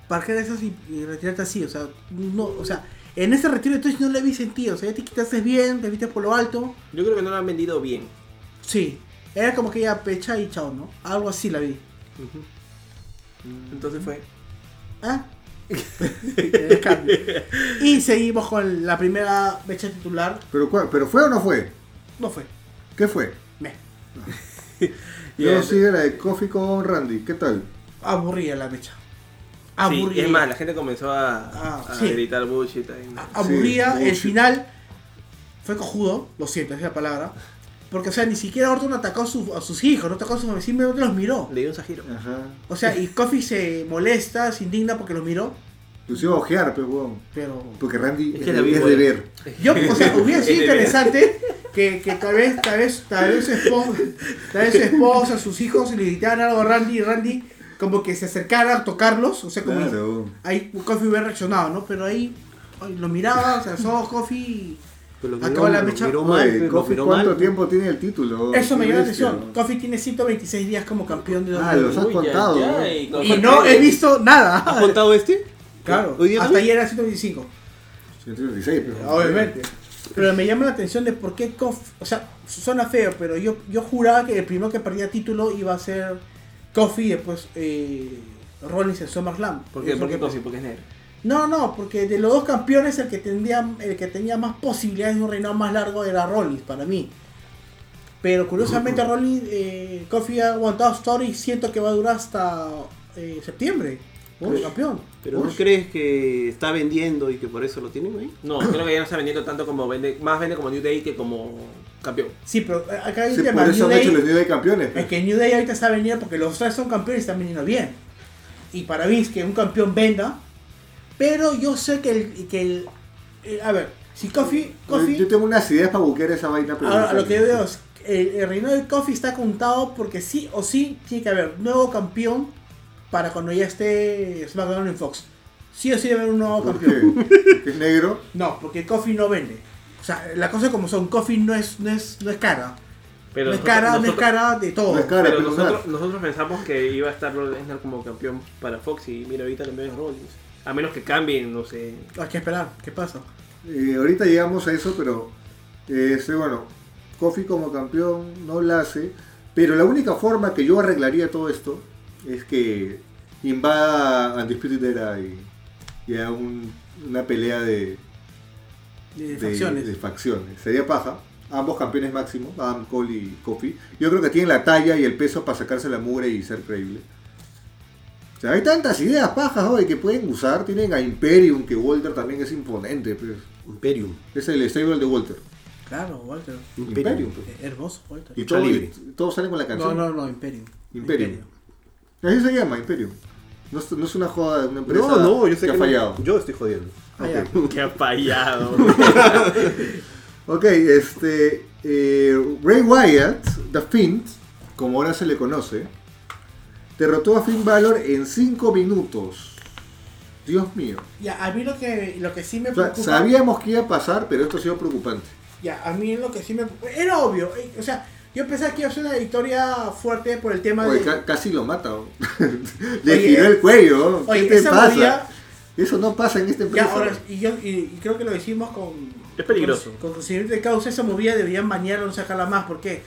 [SPEAKER 4] ¿para qué regresas y, y retirarte así? O sea, no, o sea, en ese retiro entonces no le vi sentido. O sea, ya te quitaste bien, te viste por lo alto.
[SPEAKER 5] Yo creo que no la han vendido bien.
[SPEAKER 4] Sí, era como que ya pecha y chao, ¿no? Algo así la vi.
[SPEAKER 5] Entonces fue.
[SPEAKER 4] ¿Ah? El cambio. y seguimos con la primera fecha titular.
[SPEAKER 2] Pero, cua- ¿Pero fue o no fue?
[SPEAKER 4] No fue.
[SPEAKER 2] ¿Qué fue?
[SPEAKER 4] Me.
[SPEAKER 2] Luego
[SPEAKER 5] Ya,
[SPEAKER 2] sigue la de Kofi con Randy, ¿qué tal?
[SPEAKER 4] Aburrida la fecha.
[SPEAKER 5] Sí,
[SPEAKER 4] Aburrida.
[SPEAKER 5] es más, la gente comenzó a,
[SPEAKER 4] Ah,
[SPEAKER 5] a
[SPEAKER 4] sí.
[SPEAKER 5] gritar bullshit ahí. ¿no?
[SPEAKER 4] aburrida.
[SPEAKER 2] Sí,
[SPEAKER 4] el
[SPEAKER 2] bullshit.
[SPEAKER 4] final fue cojudo, lo siento, esa es la palabra. Porque, o sea, ni siquiera Orton atacó a, sus- a sus hijos, no atacó a sus familia, simplemente los miró.
[SPEAKER 5] Le dio un sajiro.
[SPEAKER 2] Ajá.
[SPEAKER 4] O sea, y Kofi se molesta, se indigna porque los miró,
[SPEAKER 2] Los iba a ojear, pues, weón.
[SPEAKER 4] pero.
[SPEAKER 2] Porque Randy
[SPEAKER 5] Es
[SPEAKER 2] es,
[SPEAKER 5] que
[SPEAKER 2] de-
[SPEAKER 5] la vi,
[SPEAKER 2] es de
[SPEAKER 5] weón.
[SPEAKER 2] ver.
[SPEAKER 4] Yo, o sea, hubiera sido
[SPEAKER 5] Es de ver.
[SPEAKER 4] interesante que, que tal vez, tal vez, tal vez su esposa, tal vez su esposa, sus hijos le gritaran algo a Randy y Randy como que se acercara a tocarlos, o sea, como
[SPEAKER 2] Claro.
[SPEAKER 4] ahí Kofi hubiera reaccionado, ¿no? Pero ahí, ay, lo miraba, se alzó Kofi y
[SPEAKER 3] Pero lo
[SPEAKER 4] Acaba
[SPEAKER 3] miró-
[SPEAKER 4] la
[SPEAKER 3] lo
[SPEAKER 4] mecha.
[SPEAKER 3] miró mal,
[SPEAKER 2] Oye,
[SPEAKER 3] lo
[SPEAKER 2] Kofi,
[SPEAKER 3] miró
[SPEAKER 2] ¿cuánto
[SPEAKER 3] mal.
[SPEAKER 2] tiempo tiene el título?
[SPEAKER 4] Eso me
[SPEAKER 2] Qué
[SPEAKER 4] llama la
[SPEAKER 2] bestia,
[SPEAKER 4] atención.
[SPEAKER 2] ¿no?
[SPEAKER 4] Coffee tiene 126 días como campeón de
[SPEAKER 2] Ah, los
[SPEAKER 4] WWE.
[SPEAKER 2] has
[SPEAKER 5] Uy, ya,
[SPEAKER 2] contado.
[SPEAKER 5] ya,
[SPEAKER 2] ¿no?
[SPEAKER 5] y-
[SPEAKER 4] Y no he visto
[SPEAKER 3] ¿Has
[SPEAKER 4] nada.
[SPEAKER 3] contado este?
[SPEAKER 4] Claro,
[SPEAKER 3] Hoy día
[SPEAKER 4] hasta
[SPEAKER 3] también.
[SPEAKER 4] ayer era 125.
[SPEAKER 2] 136, pues, weón.
[SPEAKER 4] Obviamente. Pero me llama la atención de por qué Kofi. O sea, suena feo, pero yo, yo juraba que el primero que perdía título iba a ser Kofi y después eh, Rollins en SummerSlam.
[SPEAKER 5] ¿Por qué?
[SPEAKER 4] Eso
[SPEAKER 5] ¿Por qué
[SPEAKER 4] que-
[SPEAKER 5] Cosi? Porque es negro.
[SPEAKER 4] No, no, porque de los dos campeones el que tendría, el que tenía más posibilidades de un reinado más largo era Rollins para mí. Pero curiosamente Rollins, eh, Kofi ha aguantado Story y siento que va a durar hasta eh, septiembre. Como
[SPEAKER 2] Uy.
[SPEAKER 4] campeón.
[SPEAKER 3] ¿Pero no
[SPEAKER 2] Uy.
[SPEAKER 3] crees que está vendiendo y que por eso lo tienen ahí?
[SPEAKER 5] No, creo que ya no está vendiendo tanto como vende, más vende como New Day que como campeón.
[SPEAKER 4] Sí, pero eh, acá hay un
[SPEAKER 2] Sí,
[SPEAKER 4] tema.
[SPEAKER 2] por eso
[SPEAKER 4] New
[SPEAKER 2] han hecho
[SPEAKER 4] Day-
[SPEAKER 2] los New Day campeones. pues.
[SPEAKER 4] es que New Day ahorita está vendiendo porque los tres son campeones y están vendiendo bien. Y para mí es que un campeón venda. Pero yo sé que el. Que el- eh, a ver, Si Coffee,
[SPEAKER 2] Yo
[SPEAKER 4] Coffee
[SPEAKER 2] tengo unas ideas para buquear esa vaina, pero.
[SPEAKER 4] ahora, Ah, a lo que yo veo es que el, el reino del Coffee está contado porque sí o sí tiene que haber nuevo campeón para cuando ya esté SmackDown en Fox. Sí o sí debe haber un nuevo
[SPEAKER 2] ¿Por
[SPEAKER 4] campeón.
[SPEAKER 2] qué? ¿Que ¿Es negro?
[SPEAKER 4] No, porque Coffee no vende. O sea, las cosas como son, Coffee no es, no es, no es cara.
[SPEAKER 5] Pero
[SPEAKER 4] no es
[SPEAKER 5] nosotros-
[SPEAKER 4] cara, no es
[SPEAKER 5] nosotros-
[SPEAKER 4] cara de todo.
[SPEAKER 2] No es cara,
[SPEAKER 5] pero
[SPEAKER 2] pero nada.
[SPEAKER 5] nosotros, nosotros pensamos que iba a estar Brock Lesnar como campeón para Fox y mira ahorita también es Rollins. A menos que cambien, no sé.
[SPEAKER 4] Hay que esperar, ¿qué pasa?
[SPEAKER 2] Eh, ahorita llegamos a eso, pero eh, este, bueno, Kofi como campeón no la hace. Pero la única forma que yo arreglaría todo esto es que invada Undisputed Era y, y haga un- una pelea de,
[SPEAKER 4] De,
[SPEAKER 2] de-
[SPEAKER 4] facciones.
[SPEAKER 2] de facciones. Sería paja. Ambos campeones máximos, Adam Cole y Kofi. Yo creo que tienen la talla y el peso para sacarse la mugre y ser creíble. O sea, hay tantas ideas pajas hoy que pueden usar. Tienen a Imperium, que Walter también es imponente. pues.
[SPEAKER 7] Imperium.
[SPEAKER 2] Es el stable de Walter.
[SPEAKER 4] Claro, Walter.
[SPEAKER 7] Imperium.
[SPEAKER 2] pues.
[SPEAKER 4] Eh, Hermoso, Walter.
[SPEAKER 2] Y
[SPEAKER 7] Lucha
[SPEAKER 2] todo-
[SPEAKER 7] libre.
[SPEAKER 2] y todos salen con la
[SPEAKER 4] No,
[SPEAKER 2] canción.
[SPEAKER 4] no, no, Imperium.
[SPEAKER 2] Imperium. Así se llama, Imperium. No es, no es una joda de una empresa
[SPEAKER 7] No, no, yo sé
[SPEAKER 2] que,
[SPEAKER 7] que,
[SPEAKER 2] ha
[SPEAKER 7] no.
[SPEAKER 2] fallado.
[SPEAKER 7] Yo estoy jodiendo.
[SPEAKER 4] Ah, ya.
[SPEAKER 5] Que ha fallado.
[SPEAKER 2] Ok, este. eh, Ray Wyatt, The Fiend, como ahora se le conoce, derrotó a Finn Balor en 5 minutos. Dios mío.
[SPEAKER 4] Ya, a mí lo que, lo que sí me
[SPEAKER 2] O sea,
[SPEAKER 4] preocupa.
[SPEAKER 2] sabíamos que iba a pasar, pero esto ha sido preocupante.
[SPEAKER 4] Ya, a mí lo que sí me. Era obvio. eh, O sea, yo pensaba que iba a ser una victoria fuerte por el tema
[SPEAKER 2] Oye,
[SPEAKER 4] de.
[SPEAKER 2] ca- casi lo mata. ¿o? le
[SPEAKER 4] Oye,
[SPEAKER 2] giró el cuello. ¿Qué
[SPEAKER 4] oye,
[SPEAKER 2] te
[SPEAKER 4] esa
[SPEAKER 2] pasa?
[SPEAKER 4] movida-
[SPEAKER 2] Eso no pasa en esta
[SPEAKER 4] Ya,
[SPEAKER 2] empresa.
[SPEAKER 4] ahora, y, yo, y, y creo que lo hicimos con.
[SPEAKER 5] Es peligroso.
[SPEAKER 4] Con, con señor de causa, esa movida deberían banearla o no sacarla más. ¿Por qué?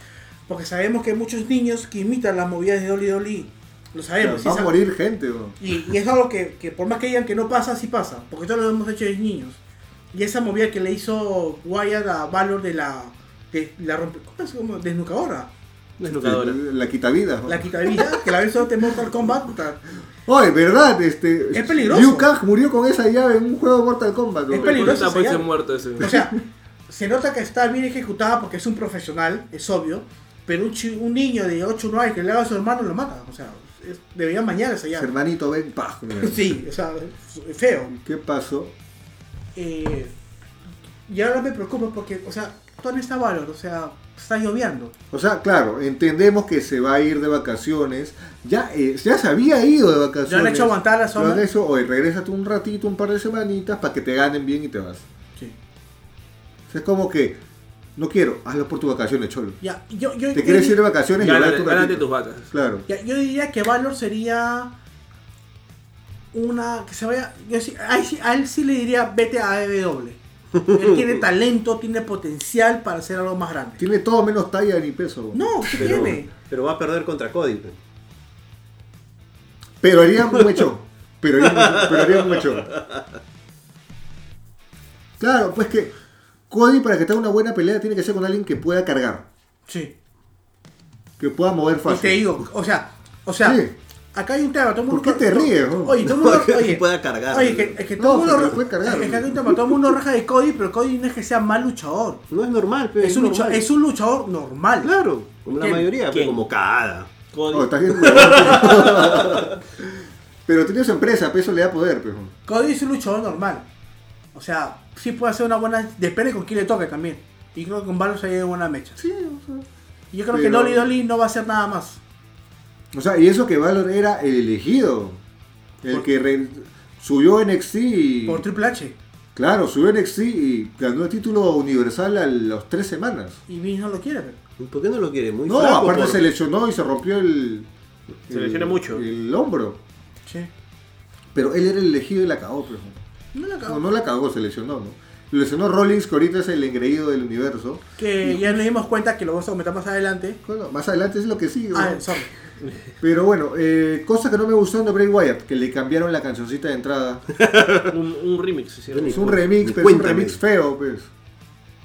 [SPEAKER 4] Porque sabemos que hay muchos niños que imitan las movidas de Dolly Dolly. Lo
[SPEAKER 2] O sea,
[SPEAKER 4] sabemos.
[SPEAKER 2] va
[SPEAKER 4] esa-
[SPEAKER 2] a morir gente. ¿o?
[SPEAKER 4] Y, y es algo que, que por más que digan que no pasa, sí pasa. Porque todos lo hemos hecho desde niños. Y esa movida que le hizo Wyatt a Valor de la. De, la rompe, ¿Cómo es? Como desnucadora.
[SPEAKER 5] Desnucadora.
[SPEAKER 2] La quita vida.
[SPEAKER 4] La quita vida, que la había usado en Mortal Kombat. puta.
[SPEAKER 2] Oye, verdad, este.
[SPEAKER 4] Es peligroso.
[SPEAKER 2] Liu Kang murió con esa llave en un juego de Mortal Kombat. ¿no?
[SPEAKER 4] Es peligroso
[SPEAKER 5] Puta, pues,
[SPEAKER 4] señal.
[SPEAKER 5] se ha muerto ese.
[SPEAKER 4] O sea, se nota que está bien ejecutada porque es un profesional, es obvio. Pero un, chi- un niño de 8 o 9 que le haga a su hermano lo mata. O sea, es- debería mañana esa llave.
[SPEAKER 2] Hermanito, ven, paj. mira.
[SPEAKER 4] Sí, o sea, es feo.
[SPEAKER 2] ¿Qué pasó?
[SPEAKER 4] Eh, y ahora me preocupa porque, o sea, Tony está valor, o sea, está lloviendo.
[SPEAKER 2] O sea, claro, entendemos que se va a ir de vacaciones. Ya, eh, ya se había ido de vacaciones.
[SPEAKER 4] Lo han hecho aguantar la sombra.
[SPEAKER 2] Lo han hecho, oye, regrésate un ratito, un par de semanitas, para que te ganen bien y te vas.
[SPEAKER 4] Sí.
[SPEAKER 2] O sea, es como que, no quiero, hazlo por tus vacaciones, cholo.
[SPEAKER 4] Ya, yo, yo,
[SPEAKER 2] Te
[SPEAKER 4] yo
[SPEAKER 2] quieres
[SPEAKER 4] di-
[SPEAKER 2] ir de vacaciones y
[SPEAKER 5] Gánate,
[SPEAKER 2] tu
[SPEAKER 5] gánate
[SPEAKER 2] ratito.
[SPEAKER 5] tus vacas.
[SPEAKER 2] Claro.
[SPEAKER 4] ya, yo diría que Valor sería una que se vaya. Yo sí, a, él, sí- a él sí le diría vete a AEW. Él tiene talento, tiene potencial para hacer algo más grande.
[SPEAKER 2] Tiene todo menos talla ni peso. güey.
[SPEAKER 4] No, ¿qué
[SPEAKER 7] Pero,
[SPEAKER 4] tiene?
[SPEAKER 7] pero va a perder contra Cody. pues. pe.
[SPEAKER 2] Pero haría un mechón. Pero haría un mechón. pero haría un mechón. Claro, pues que Cody para que tenga una buena pelea tiene que ser con alguien que pueda cargar,
[SPEAKER 4] Sí.
[SPEAKER 2] que pueda mover
[SPEAKER 4] Y
[SPEAKER 2] fácil.
[SPEAKER 4] te digo, o sea, o sea,
[SPEAKER 2] Sí.
[SPEAKER 4] acá hay un tema. todo el
[SPEAKER 2] ¿Por
[SPEAKER 4] mundo-
[SPEAKER 2] qué te ríes, no?
[SPEAKER 4] Oye, todo el mundo-
[SPEAKER 7] Que
[SPEAKER 4] oye,
[SPEAKER 7] pueda cargar.
[SPEAKER 4] Oye, que, es que
[SPEAKER 2] No,
[SPEAKER 4] todo el
[SPEAKER 2] pero
[SPEAKER 4] mundo
[SPEAKER 2] lo puede cargar.
[SPEAKER 4] es que hay un tema, todo el mundo raja de Cody, pero Cody no es que sea mal luchador.
[SPEAKER 7] No es normal, pe,
[SPEAKER 4] Es un, lucha-
[SPEAKER 7] normal.
[SPEAKER 4] es un luchador normal.
[SPEAKER 7] Claro, como la
[SPEAKER 5] ¿Quién?
[SPEAKER 7] mayoría, pe,
[SPEAKER 5] ¿Quién?
[SPEAKER 7] como cada.
[SPEAKER 5] Cody.
[SPEAKER 2] Oh, estás bien, huevón. Pero tiene su empresa, peso le da poder, pues. pero.
[SPEAKER 4] Cody es un luchador normal. O sea, sí puede hacer una buena. Depende con quién le toque también. Y creo que con Valor se lleva buena mecha.
[SPEAKER 2] Sí, o sea.
[SPEAKER 4] Y yo creo que
[SPEAKER 2] Pero-
[SPEAKER 4] Dolly Dolly no va a hacer nada más.
[SPEAKER 2] O sea, y eso que Valor era el elegido. El
[SPEAKER 4] Por-
[SPEAKER 2] que re- subió NXT y.
[SPEAKER 4] Por Triple H.
[SPEAKER 2] Claro, subió NXT y ganó el título universal a las tres semanas.
[SPEAKER 4] Y Vince no lo quiere, pero.
[SPEAKER 7] ¿Por qué no lo quiere? Muy
[SPEAKER 2] No,
[SPEAKER 7] flaco,
[SPEAKER 2] aparte
[SPEAKER 7] por-
[SPEAKER 2] se lesionó y se rompió el.
[SPEAKER 5] Se
[SPEAKER 2] el-
[SPEAKER 5] lesiona mucho.
[SPEAKER 2] El hombro.
[SPEAKER 4] Sí.
[SPEAKER 2] Pero él era el elegido y la cagó, pero.
[SPEAKER 4] No la acabó.
[SPEAKER 2] No, no la cagó, se lesionó, ¿no? Lo Lesionó Rollins, que ahorita es el engreído del universo.
[SPEAKER 4] Que ya nos dimos cuenta que lo vamos a comentar más adelante.
[SPEAKER 2] Bueno, más adelante es lo que sigue.
[SPEAKER 4] Ah,
[SPEAKER 2] ¿no?
[SPEAKER 4] sorry.
[SPEAKER 2] Pero bueno, eh, cosa que no me gustó de Bray Wyatt, que le cambiaron la cancioncita de entrada.
[SPEAKER 5] Un, un remix hicieron
[SPEAKER 2] Es un remix,
[SPEAKER 7] Ni
[SPEAKER 2] pero es un
[SPEAKER 7] cuéntame.
[SPEAKER 2] remix feo, pues.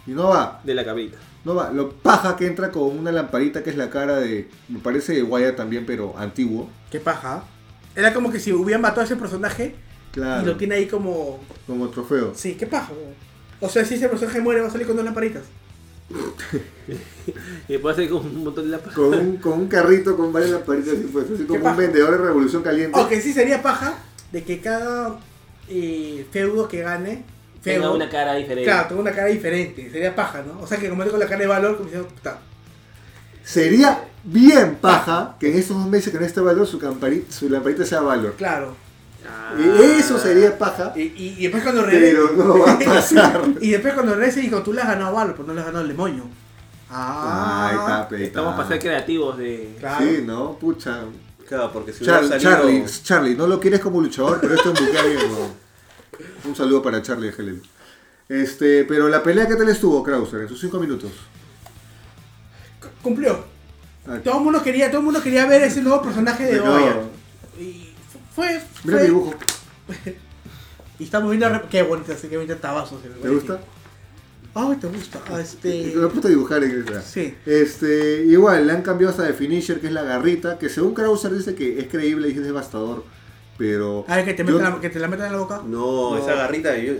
[SPEAKER 2] Y no va,
[SPEAKER 5] de la cabrita.
[SPEAKER 2] no va. Lo paja que entra con una lamparita que es la cara de. Me parece de Wyatt también, pero antiguo.
[SPEAKER 4] Qué paja. Era como que si hubieran matado a ese personaje y lo
[SPEAKER 2] Claro.
[SPEAKER 4] tiene ahí como
[SPEAKER 2] Como trofeo.
[SPEAKER 4] Sí, qué paja, weón. O sea, si ese personaje muere, va a salir con dos lamparitas.
[SPEAKER 5] Y después hacer con un montón de lámparas.
[SPEAKER 2] Con un, con un carrito con varias lamparitas y pues, así
[SPEAKER 4] ¿Qué
[SPEAKER 2] como un
[SPEAKER 4] pasa?
[SPEAKER 2] vendedor de Revolución Caliente.
[SPEAKER 4] Aunque sí sería paja de que cada eh, feudo que gane feo.
[SPEAKER 8] tenga una cara diferente.
[SPEAKER 4] Claro, tengo una cara diferente. Sería paja, ¿no? O sea que como tengo la cara de valor, como diciendo, puta.
[SPEAKER 2] Sería bien paja que en estos dos meses que no esté Valor su, campari- su lamparita sea Valor.
[SPEAKER 4] Claro.
[SPEAKER 2] Y eso sería paja,
[SPEAKER 4] Y, y, y después cuando regrese.
[SPEAKER 2] pero no va a pasar.
[SPEAKER 4] y después cuando regrese dijo, tú le has ganado a valor, pero no le has ganado el demonio. Ah,
[SPEAKER 2] Ay, papi, ahí está.
[SPEAKER 5] Estamos para ser creativos de.
[SPEAKER 4] Claro.
[SPEAKER 2] Sí, no, pucha.
[SPEAKER 7] Claro, porque si
[SPEAKER 2] Char-
[SPEAKER 7] hubiera salido...
[SPEAKER 2] Charlie, Charlie, no lo quieres como luchador, pero esto es un buque bien, weón. Un saludo para Charlie de Helen. Este, pero la pelea que tal estuvo, Krauser, en sus 5 minutos.
[SPEAKER 4] C- Cumplió.
[SPEAKER 2] Ah,
[SPEAKER 4] Todo el mundo quería, todo el mundo quería ver ese nuevo personaje de
[SPEAKER 2] no.
[SPEAKER 4] Goya. Y fue.
[SPEAKER 2] Mira el
[SPEAKER 4] fue-
[SPEAKER 2] dibujo,
[SPEAKER 4] Y estamos viendo. re- Qué bonita, así que bonita tabazo.
[SPEAKER 2] ¿te gusta?
[SPEAKER 4] Ay, te gusta. Ah, este.
[SPEAKER 2] Me he puesto a dibujar en esta.
[SPEAKER 4] Sí.
[SPEAKER 2] Este, igual, le han cambiado hasta de finisher, que es la garrita, que según Krauser dice que es creíble y es devastador, pero...
[SPEAKER 4] A ver, Ah, que te,
[SPEAKER 2] yo-
[SPEAKER 4] metan la- que te la metan en la boca.
[SPEAKER 7] No,
[SPEAKER 2] No.
[SPEAKER 7] esa garrita yo...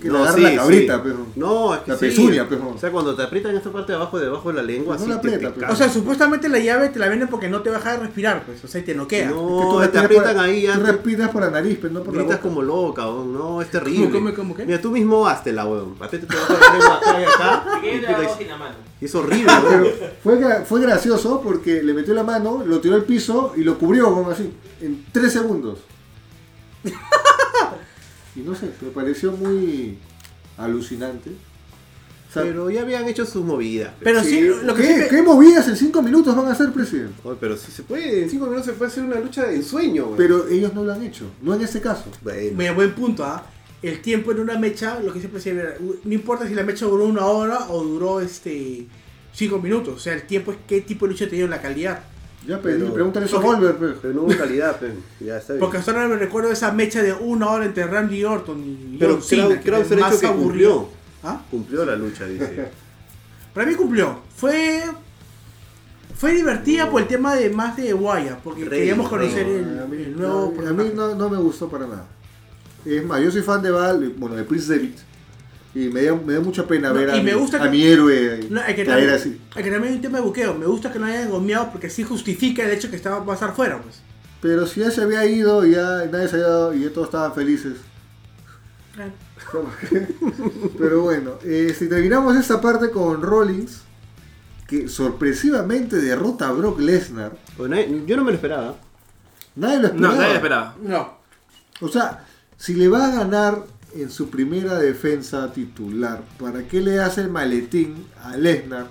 [SPEAKER 2] Que la agarra la cabrita, pero-
[SPEAKER 7] No, es que
[SPEAKER 2] La
[SPEAKER 7] sí.
[SPEAKER 2] pezuña, pero-
[SPEAKER 7] O sea, cuando te aprietan esta parte de abajo, debajo de la lengua,
[SPEAKER 2] No
[SPEAKER 7] así
[SPEAKER 2] la
[SPEAKER 7] te- te
[SPEAKER 2] aprieta, pero-
[SPEAKER 7] cagan.
[SPEAKER 4] O sea, supuestamente la llave te la venden porque no te va a dejar respirar, pues. O sea, y te noquea.
[SPEAKER 2] que tú
[SPEAKER 7] No, te
[SPEAKER 2] respiras
[SPEAKER 7] aprietan
[SPEAKER 2] por-
[SPEAKER 7] ahí
[SPEAKER 2] tú
[SPEAKER 7] ya. te-
[SPEAKER 2] respiras por la nariz, pero no por la
[SPEAKER 7] Gritas
[SPEAKER 2] boca.
[SPEAKER 7] como loca, weón. No, es terrible.
[SPEAKER 4] ¿Cómo, cómo, cómo, qué?
[SPEAKER 7] Mira, tú mismo la weón. Patete te va a poner la lengua acá y acá.
[SPEAKER 8] Que
[SPEAKER 7] y
[SPEAKER 8] quede la
[SPEAKER 7] puta,
[SPEAKER 8] voz
[SPEAKER 7] es-
[SPEAKER 8] en la mano.
[SPEAKER 7] Es horrible,
[SPEAKER 2] Pero
[SPEAKER 7] weón.
[SPEAKER 2] fue, gra- fue gracioso porque le metió la mano, lo tiró al piso y lo cubrió como así, en 3 segundos. Y no sé, me pareció muy alucinante. O sea,
[SPEAKER 7] Pero ya habían hecho sus movidas. pues. pe.
[SPEAKER 4] Pero sí, lo que
[SPEAKER 2] ¿qué,
[SPEAKER 4] sí me-
[SPEAKER 2] qué movidas en 5 minutos van a hacer, presidente?
[SPEAKER 7] Oye, pero si se puede, en 5 minutos se puede hacer una lucha de ensueño, weón.
[SPEAKER 2] Pero ellos no lo han hecho, no en este caso.
[SPEAKER 4] Mira, buen punto, ¿ah? El tiempo en una mecha, lo que siempre se ve, no importa si la mecha duró una hora o duró este cinco minutos, o sea, el tiempo es qué tipo de lucha te dio la calidad.
[SPEAKER 2] Ya, pero,
[SPEAKER 7] Pero-
[SPEAKER 2] pregúntale eso a Goldberg. pues.
[SPEAKER 7] Pero no hubo calidad, pe. Ya está bien.
[SPEAKER 4] Porque hasta ahora me recuerdo esa mecha de una hora entre Randy Orton y
[SPEAKER 7] Pero
[SPEAKER 4] John Cena,
[SPEAKER 7] Krau-
[SPEAKER 4] que
[SPEAKER 7] Krauser
[SPEAKER 4] fue
[SPEAKER 7] ha dicho
[SPEAKER 4] más
[SPEAKER 7] que
[SPEAKER 4] aburrido.
[SPEAKER 7] cumplió.
[SPEAKER 4] ¿Ah?
[SPEAKER 7] Cumplió la lucha, dice.
[SPEAKER 4] Para mí cumplió. Fue fue divertida por el tema de más de Guaya, porque
[SPEAKER 7] Rey,
[SPEAKER 4] queríamos
[SPEAKER 7] rey.
[SPEAKER 4] conocer el,
[SPEAKER 2] A mí,
[SPEAKER 4] el nuevo
[SPEAKER 2] no, a mí
[SPEAKER 4] personaje.
[SPEAKER 2] no, no me gustó para nada. Es más, yo soy fan de Val, bueno, de Prince David. Y me dio, me dio mucha pena
[SPEAKER 4] No,
[SPEAKER 2] ver a,
[SPEAKER 4] y me
[SPEAKER 2] mi,
[SPEAKER 4] gusta
[SPEAKER 2] a
[SPEAKER 4] que-
[SPEAKER 2] mi héroe
[SPEAKER 4] No, hay que,
[SPEAKER 2] caer
[SPEAKER 4] también,
[SPEAKER 2] así.
[SPEAKER 4] hay que también hay un tema de buqueo. Me gusta que no hayan gomeado porque sí justifica el hecho que estaba va a estar fuera, pues.
[SPEAKER 2] Pero si ya se había ido y ya nadie se había dado y ya todos estaban felices. Pero bueno, eh, si terminamos esta parte con Rollins, que sorpresivamente derrota a Brock Lesnar.
[SPEAKER 7] Bueno, eh, yo no me lo esperaba.
[SPEAKER 2] Nadie lo
[SPEAKER 5] No,
[SPEAKER 2] esperaba.
[SPEAKER 5] nadie esperaba.
[SPEAKER 4] No.
[SPEAKER 2] O sea, si le va a ganar en su primera defensa titular, ¿para qué le hace el maletín a Lesnar?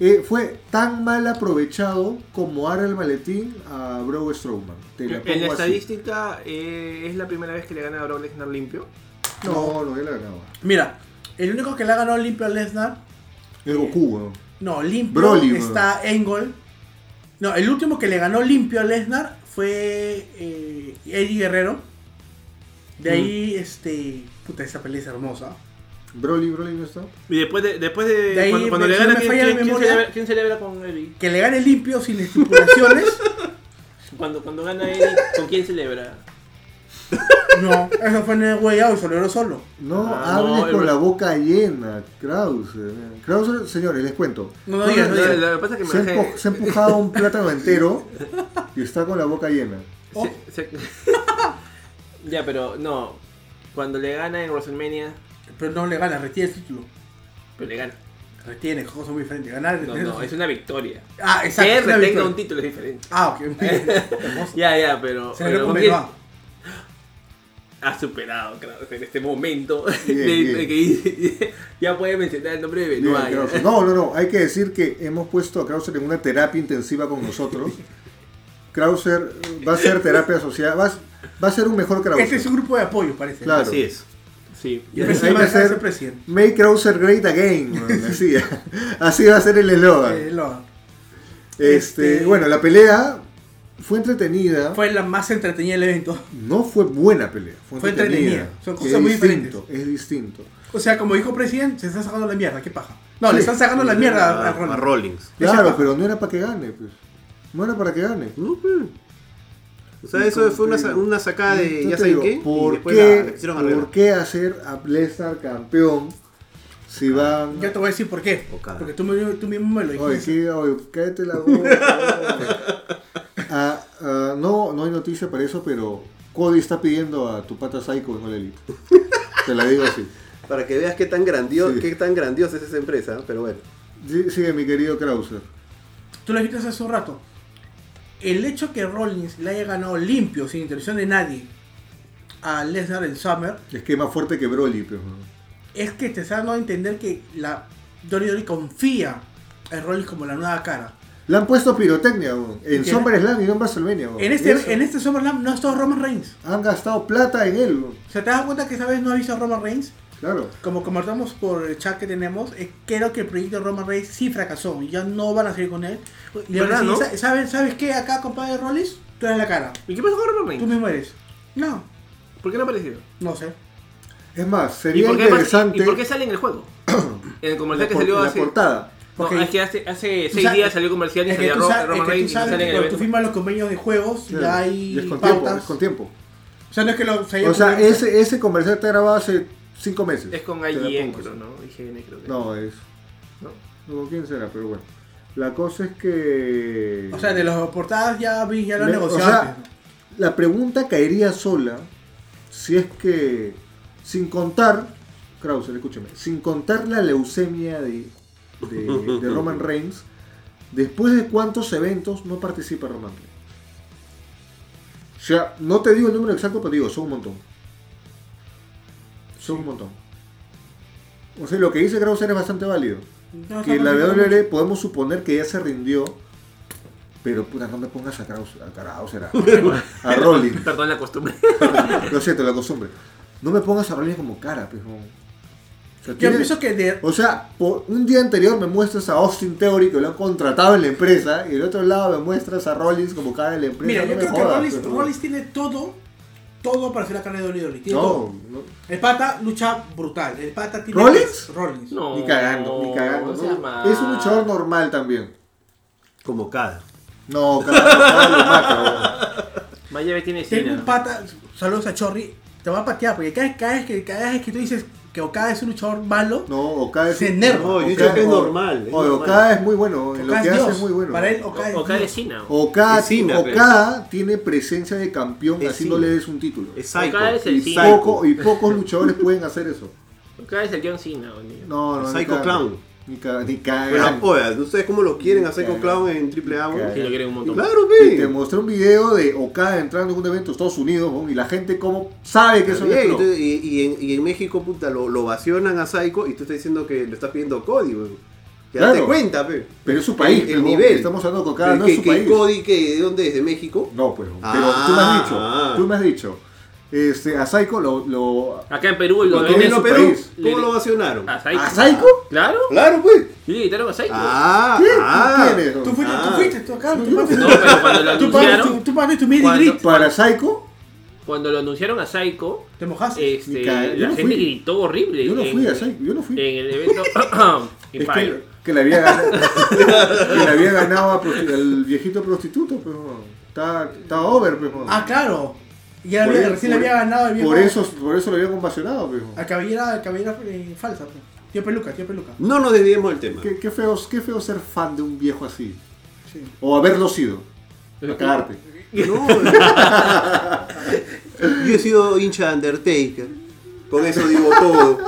[SPEAKER 2] Eh, fue tan mal aprovechado como hará el maletín a Bro Strowman. Te la
[SPEAKER 5] En la
[SPEAKER 2] pongo así.
[SPEAKER 5] estadística eh, es la primera vez que le gana a Brock Lesnar limpio.
[SPEAKER 2] No, no, él la ganaba.
[SPEAKER 4] Mira, el único que la ganó limpio a Lesnar,
[SPEAKER 2] El Goku, weón.
[SPEAKER 4] no, limpio
[SPEAKER 2] Broly,
[SPEAKER 4] está Engel. No, el último que le ganó limpio a Lesnar fue eh, Eddie Guerrero. De ahí,
[SPEAKER 2] Mm.
[SPEAKER 4] este. Puta, esa pelea es hermosa.
[SPEAKER 2] Broly, Broly no está.
[SPEAKER 5] Y después de, después de,
[SPEAKER 4] De ahí
[SPEAKER 5] cuando, cuando
[SPEAKER 4] me-
[SPEAKER 5] le
[SPEAKER 4] si no
[SPEAKER 5] gana,
[SPEAKER 4] me
[SPEAKER 5] ¿quién,
[SPEAKER 4] falla la
[SPEAKER 5] quién- quién
[SPEAKER 4] memoria.
[SPEAKER 5] celebra, quién celebra con Eddie?
[SPEAKER 4] Que le gane limpio sin estipulaciones.
[SPEAKER 5] Cuando, cuando gana Eddie, ¿con quién celebra?
[SPEAKER 4] no, eso fue en el Way Out, solo solo.
[SPEAKER 2] No,
[SPEAKER 5] Ah,
[SPEAKER 2] hables
[SPEAKER 5] no, el
[SPEAKER 2] con
[SPEAKER 5] Bro-
[SPEAKER 2] la boca llena, Krauser. Krauser, señores, les cuento.
[SPEAKER 4] No, no digas, no
[SPEAKER 5] Lo,
[SPEAKER 4] digas.
[SPEAKER 5] lo que pasa es que me
[SPEAKER 2] Se ha,
[SPEAKER 5] bajé-
[SPEAKER 2] empu- se ha empujado un plátano entero y está con la boca llena.
[SPEAKER 4] Oh.
[SPEAKER 5] se- ya, pero no. Cuando le gana en WrestleMania,
[SPEAKER 4] Pero no le gana, retiene el título.
[SPEAKER 5] pero le gana.
[SPEAKER 4] Retiene, cosas muy diferentes. Ganar,
[SPEAKER 5] No,
[SPEAKER 4] retener-
[SPEAKER 5] no, es una victoria.
[SPEAKER 4] Ah, exacto.
[SPEAKER 5] que
[SPEAKER 4] es una
[SPEAKER 5] retenga
[SPEAKER 4] victoria.
[SPEAKER 5] un título es diferente.
[SPEAKER 4] Ah, ok, muy bien. Hermoso.
[SPEAKER 5] Ya, ya, pero,
[SPEAKER 4] Se
[SPEAKER 5] pero
[SPEAKER 4] lo
[SPEAKER 5] ¿con
[SPEAKER 4] come,
[SPEAKER 5] quién?
[SPEAKER 4] va.
[SPEAKER 5] ha superado claro, en este momento
[SPEAKER 2] Bien,
[SPEAKER 5] de-
[SPEAKER 2] bien.
[SPEAKER 5] de que dice- ya puede mencionar el nombre de
[SPEAKER 2] Bien,
[SPEAKER 5] Benoit. ya.
[SPEAKER 2] Krauser. No, no, no. Hay que decir que hemos puesto a Krauser en una terapia intensiva con nosotros. Krauser eh, va a ser terapia asociada. Va, a- va a ser un mejor Krauser.
[SPEAKER 4] Este es un Este grupo de apoyo, parece.
[SPEAKER 2] Claro.
[SPEAKER 7] Así es.
[SPEAKER 5] Sí.
[SPEAKER 4] Y el
[SPEAKER 2] Hay
[SPEAKER 4] presidente
[SPEAKER 2] que
[SPEAKER 4] va a ser
[SPEAKER 2] ser-
[SPEAKER 4] presidente.
[SPEAKER 2] Make Krauser great again. man. Así, así va a ser el
[SPEAKER 4] Eh,
[SPEAKER 2] eslogan.
[SPEAKER 4] lo-
[SPEAKER 2] Este,
[SPEAKER 4] este-
[SPEAKER 2] Bueno, la pelea fue entretenida.
[SPEAKER 4] fue la más entretenida del evento.
[SPEAKER 2] No fue buena pelea. Fue,
[SPEAKER 4] Fue
[SPEAKER 2] entretenida.
[SPEAKER 4] entretenida. Son
[SPEAKER 2] Es
[SPEAKER 4] cosas muy
[SPEAKER 2] distinto, Es distinto.
[SPEAKER 4] O sea, como dijo presidente, se está sacando la mierda, qué paja. No,
[SPEAKER 2] Sí.
[SPEAKER 4] le están sacando la mierda a,
[SPEAKER 5] Ah,
[SPEAKER 4] a Ronda.
[SPEAKER 7] A Rollins.
[SPEAKER 4] Ese
[SPEAKER 2] Claro,
[SPEAKER 4] pa-
[SPEAKER 2] pero no era para que gane. Pues. No era para que gane.
[SPEAKER 7] No, pe. O sea,
[SPEAKER 2] Y
[SPEAKER 7] eso
[SPEAKER 2] como
[SPEAKER 7] fue una,
[SPEAKER 2] te
[SPEAKER 7] sa-
[SPEAKER 2] digo,
[SPEAKER 7] una sacada de.
[SPEAKER 2] Yo te
[SPEAKER 7] ya saben
[SPEAKER 2] digo,
[SPEAKER 7] qué. y
[SPEAKER 2] ¿Por,
[SPEAKER 7] después la- la
[SPEAKER 2] qué,
[SPEAKER 7] quisieron
[SPEAKER 2] por
[SPEAKER 7] arreglar.
[SPEAKER 2] qué hacer a Lesnar campeón si van...
[SPEAKER 4] Ah, Yo te voy a decir por qué.
[SPEAKER 5] Oh,
[SPEAKER 7] O cara.
[SPEAKER 4] Porque tú, me- tú mismo me lo
[SPEAKER 2] Oye,
[SPEAKER 4] dijiste.
[SPEAKER 2] sí, oye, cállate la boca. oye. Ah, ah, no, no hay noticia para eso, pero Cody está pidiendo a tu pata Psycho en All Elite. Te la digo así.
[SPEAKER 7] Para que veas qué tan, grandioso,
[SPEAKER 2] Sí.
[SPEAKER 7] qué tan grandiosa es esa empresa, pero bueno.
[SPEAKER 2] Sí, Sigue mi querido Krauser.
[SPEAKER 4] Tú lo dijiste hace un rato. El hecho que Rollins le haya ganado limpio, sin intervención de nadie, a Lesnar en Summer,
[SPEAKER 2] Es que es más fuerte que Broly, pero.
[SPEAKER 4] es que te está dando a entender que la Dory confía en Rollins como la nueva cara.
[SPEAKER 2] Le han puesto pirotecnia, weón. En
[SPEAKER 4] ¿Qué?
[SPEAKER 2] SummerSlam y no en WrestleMania, weón.
[SPEAKER 4] En
[SPEAKER 2] Y eso.
[SPEAKER 4] este, en este SummerSlam no ha estado Roman Reigns.
[SPEAKER 2] Han gastado plata en él, weón.
[SPEAKER 4] O sea, ¿te das cuenta que esta vez no ha visto a Roman Reigns?
[SPEAKER 2] Claro.
[SPEAKER 4] Como comentamos por el chat que tenemos, eh, creo que el proyecto de Roman Reigns sí fracasó. y Ya no van a seguir con él. Y le van a
[SPEAKER 5] ¿Verdad,
[SPEAKER 4] decir,
[SPEAKER 5] no?
[SPEAKER 4] "Sa- ¿sabes, ¿Sabes qué? Acá, compadre Rollins, tú eres la cara.
[SPEAKER 5] ¿Y qué pasó con Roman
[SPEAKER 4] Tú
[SPEAKER 5] Reigns?
[SPEAKER 4] mismo eres. No,
[SPEAKER 5] ¿Por qué no apareció?
[SPEAKER 4] no sé.
[SPEAKER 2] Es más,
[SPEAKER 5] ¿Y
[SPEAKER 2] sería
[SPEAKER 5] por, qué pas-
[SPEAKER 2] interesante.
[SPEAKER 5] ¿Y por qué sale en el juego? En el comercial
[SPEAKER 2] la,
[SPEAKER 5] que
[SPEAKER 2] por-
[SPEAKER 5] salió
[SPEAKER 2] la
[SPEAKER 5] hace.
[SPEAKER 2] portada.
[SPEAKER 5] No,
[SPEAKER 4] Ok.
[SPEAKER 5] es que hace, hace
[SPEAKER 4] Tú
[SPEAKER 5] seis
[SPEAKER 4] sabes-
[SPEAKER 5] días salió comercial y
[SPEAKER 4] Es que
[SPEAKER 5] salía
[SPEAKER 4] tú
[SPEAKER 5] Ro-
[SPEAKER 4] sabes- es
[SPEAKER 5] Roman
[SPEAKER 4] que tú
[SPEAKER 5] Reigns y no
[SPEAKER 4] sabes
[SPEAKER 5] sale
[SPEAKER 4] que
[SPEAKER 5] en el
[SPEAKER 4] cuando tú
[SPEAKER 5] evento.
[SPEAKER 4] firmas los convenios de juegos,
[SPEAKER 2] Claro.
[SPEAKER 4] ya hay
[SPEAKER 2] Y es con tiempo,
[SPEAKER 4] pautas.
[SPEAKER 2] es con tiempo.
[SPEAKER 4] O sea, no es que lo se haya
[SPEAKER 2] O sea,
[SPEAKER 4] ocurrido.
[SPEAKER 2] ese, ese comercial está grabado hace cinco meses.
[SPEAKER 5] Es con
[SPEAKER 2] Te la
[SPEAKER 5] IGN,
[SPEAKER 2] pongo
[SPEAKER 5] creo,
[SPEAKER 2] así.
[SPEAKER 5] ¿no? IGN, creo que.
[SPEAKER 2] No, es.
[SPEAKER 5] No.
[SPEAKER 2] No, quién será, pero bueno. La cosa es que.
[SPEAKER 4] O sea, de las portadas ya, vi- ya lo han
[SPEAKER 2] Le- o
[SPEAKER 4] negociado.
[SPEAKER 2] sea,
[SPEAKER 4] antes, ¿no?
[SPEAKER 2] La pregunta caería sola si es que, sin contar, Krauser, escúchame, sin contar la leucemia de, de- de Roman Reigns, después de cuántos eventos no participa Roman Reigns. O sea, no te digo el número exacto, pero te digo, son un montón. Son un montón. O sea, lo que dice Krauser es bastante válido.
[SPEAKER 4] No,
[SPEAKER 2] Que la E
[SPEAKER 4] estamos viendo
[SPEAKER 2] WWE
[SPEAKER 4] mucho.
[SPEAKER 2] podemos suponer que ya se rindió, pero puta, no me pongas a Krauser, a Krauser, a- a Rollins.
[SPEAKER 5] Perdón la costumbre.
[SPEAKER 2] Lo siento, la costumbre. No me pongas a Rollins como cara, pues. no. O sea,
[SPEAKER 4] Yo
[SPEAKER 2] tiene-
[SPEAKER 4] pienso que de,
[SPEAKER 2] o sea, por- un día anterior me muestras a Austin Theory que lo han contratado en la empresa y del otro lado me muestras a Rollins como cara de la empresa.
[SPEAKER 4] Mira,
[SPEAKER 2] no
[SPEAKER 4] yo
[SPEAKER 2] me
[SPEAKER 4] creo que
[SPEAKER 2] jodas,
[SPEAKER 4] Rollins,
[SPEAKER 2] pues, no.
[SPEAKER 4] Rollins tiene todo, todo para ser la carne de Dolly Dolly. Tiene
[SPEAKER 2] No,
[SPEAKER 4] todo.
[SPEAKER 2] no.
[SPEAKER 4] El pata lucha brutal. El pata tiene.
[SPEAKER 2] ¿Rollins?
[SPEAKER 4] Rollins.
[SPEAKER 5] No.
[SPEAKER 2] ni cagando, ni cagando.
[SPEAKER 5] no
[SPEAKER 2] ¿no?
[SPEAKER 5] sea mal.
[SPEAKER 2] es un luchador normal también.
[SPEAKER 7] Como cada.
[SPEAKER 2] No, cara, cara lo mata, weón.
[SPEAKER 5] Mayave tiene
[SPEAKER 4] Tengo
[SPEAKER 5] cine.
[SPEAKER 4] un pata. Saludos a Chorri. Te va a patear porque cada, cada vez, que, cada vez que tú dices que Okada es un luchador malo,
[SPEAKER 2] No, Okada es...
[SPEAKER 4] Se enerva.
[SPEAKER 2] No,
[SPEAKER 7] No, yo he
[SPEAKER 2] Okada-
[SPEAKER 7] dicho que es
[SPEAKER 2] o-
[SPEAKER 7] normal, es
[SPEAKER 2] o-
[SPEAKER 7] normal.
[SPEAKER 2] Okada es muy bueno. En lo
[SPEAKER 4] Okada
[SPEAKER 2] que
[SPEAKER 4] es
[SPEAKER 2] hace
[SPEAKER 4] Dios.
[SPEAKER 2] es muy bueno.
[SPEAKER 4] Para él, Okada es
[SPEAKER 5] O cae de
[SPEAKER 4] Dios.
[SPEAKER 5] Cina. O
[SPEAKER 2] Okada,
[SPEAKER 7] Es Cina, pues.
[SPEAKER 2] Okada tiene presencia de campeón
[SPEAKER 7] Es
[SPEAKER 2] así no
[SPEAKER 7] Cina.
[SPEAKER 2] le des un título.
[SPEAKER 7] Es
[SPEAKER 5] Cada vez
[SPEAKER 7] Psycho.
[SPEAKER 5] el
[SPEAKER 7] Y
[SPEAKER 5] sí.
[SPEAKER 7] Psycho.
[SPEAKER 2] Poco- y pocos luchadores pueden hacer eso.
[SPEAKER 5] cae es el John Cena. o ni-
[SPEAKER 2] No, no, ni
[SPEAKER 7] Psycho
[SPEAKER 2] cagando.
[SPEAKER 7] Clown.
[SPEAKER 2] Ni, ca- ni
[SPEAKER 7] Pero,
[SPEAKER 2] cagando.
[SPEAKER 7] oiga, ¿ustedes cómo lo quieren a Psycho
[SPEAKER 2] Ya.
[SPEAKER 7] Clown en Triple A? weón?
[SPEAKER 5] Si lo quieren un montón.
[SPEAKER 7] Claro,
[SPEAKER 2] Y Te
[SPEAKER 7] ve.
[SPEAKER 2] mostré un video de Okada entrando en un evento de Estados Unidos ¿no? y la gente como sabe que eso
[SPEAKER 7] Bien,
[SPEAKER 2] es
[SPEAKER 7] entonces, y, y en, y en México, puta, lo, lo vacionan a Psycho y tú estás diciendo que le estás pidiendo Cody, weón. Que
[SPEAKER 2] Claro.
[SPEAKER 7] date cuenta, pe.
[SPEAKER 2] Pero es su país,
[SPEAKER 7] El,
[SPEAKER 2] pero,
[SPEAKER 7] el nivel.
[SPEAKER 2] estamos hablando de Okada,
[SPEAKER 7] Pero
[SPEAKER 2] no
[SPEAKER 7] que,
[SPEAKER 2] es su
[SPEAKER 7] que
[SPEAKER 2] país.
[SPEAKER 7] Cody, que, ¿de dónde es? ¿De México?
[SPEAKER 2] No, pues, pero tú me has
[SPEAKER 7] Ah,
[SPEAKER 2] dicho,
[SPEAKER 7] ah.
[SPEAKER 2] tú me has dicho, este, a Psycho lo... lo
[SPEAKER 5] Acá en Perú lo
[SPEAKER 2] Lo
[SPEAKER 5] venden
[SPEAKER 2] tiene
[SPEAKER 5] en
[SPEAKER 7] Pero
[SPEAKER 5] su
[SPEAKER 2] su
[SPEAKER 7] Perú,
[SPEAKER 2] país.
[SPEAKER 5] Le-
[SPEAKER 7] ¿cómo lo vacionaron?
[SPEAKER 5] ¿A Psycho?
[SPEAKER 2] ¿A Psycho?
[SPEAKER 5] ¿Claro?
[SPEAKER 7] Claro, pues.
[SPEAKER 5] Yo le quitaron a Psycho.
[SPEAKER 7] Ah,
[SPEAKER 2] ¿Qué?
[SPEAKER 7] ah.
[SPEAKER 2] ¿Tú quién eres?
[SPEAKER 4] Tú fuiste,
[SPEAKER 7] Ah.
[SPEAKER 4] tú fuiste, tú acá, tú pagaste-
[SPEAKER 5] No, pero cuando lo
[SPEAKER 4] tú pagaste
[SPEAKER 5] anunciaron,
[SPEAKER 4] tu- tú pagaste tu meet and
[SPEAKER 5] Cuando-
[SPEAKER 4] greet.
[SPEAKER 2] Para Psycho,
[SPEAKER 5] cuando lo anunciaron a Psycho,
[SPEAKER 4] Te mojaste.
[SPEAKER 5] este,
[SPEAKER 2] Ni cae- yo
[SPEAKER 5] la
[SPEAKER 2] no
[SPEAKER 5] gente
[SPEAKER 2] fui.
[SPEAKER 5] gritó horrible.
[SPEAKER 2] yo no
[SPEAKER 5] en-
[SPEAKER 2] fui a Psycho, yo no fui.
[SPEAKER 5] En el evento
[SPEAKER 2] Es
[SPEAKER 5] Empire.
[SPEAKER 2] que, que le había ganado, que le había ganado a prosti- al viejito prostituto, pero está, está over, pero
[SPEAKER 4] Ah, claro. Ya
[SPEAKER 2] Por
[SPEAKER 4] había-
[SPEAKER 2] eso-
[SPEAKER 4] recién
[SPEAKER 2] por-
[SPEAKER 4] le había ganado el viejo. Ah.
[SPEAKER 2] por eso, por eso lo había pues, compasionado, pero
[SPEAKER 4] A cabellera, a cabellera eh, falsa. pues. Tío Peluca, tío Peluca.
[SPEAKER 7] No nos desviemos del tema.
[SPEAKER 2] Qué, qué feo, qué feo ser fan de un viejo así.
[SPEAKER 4] Sí.
[SPEAKER 2] O haberlo sido. A cagarte.
[SPEAKER 7] No. Yo he sido hincha de Undertaker. Con eso digo todo.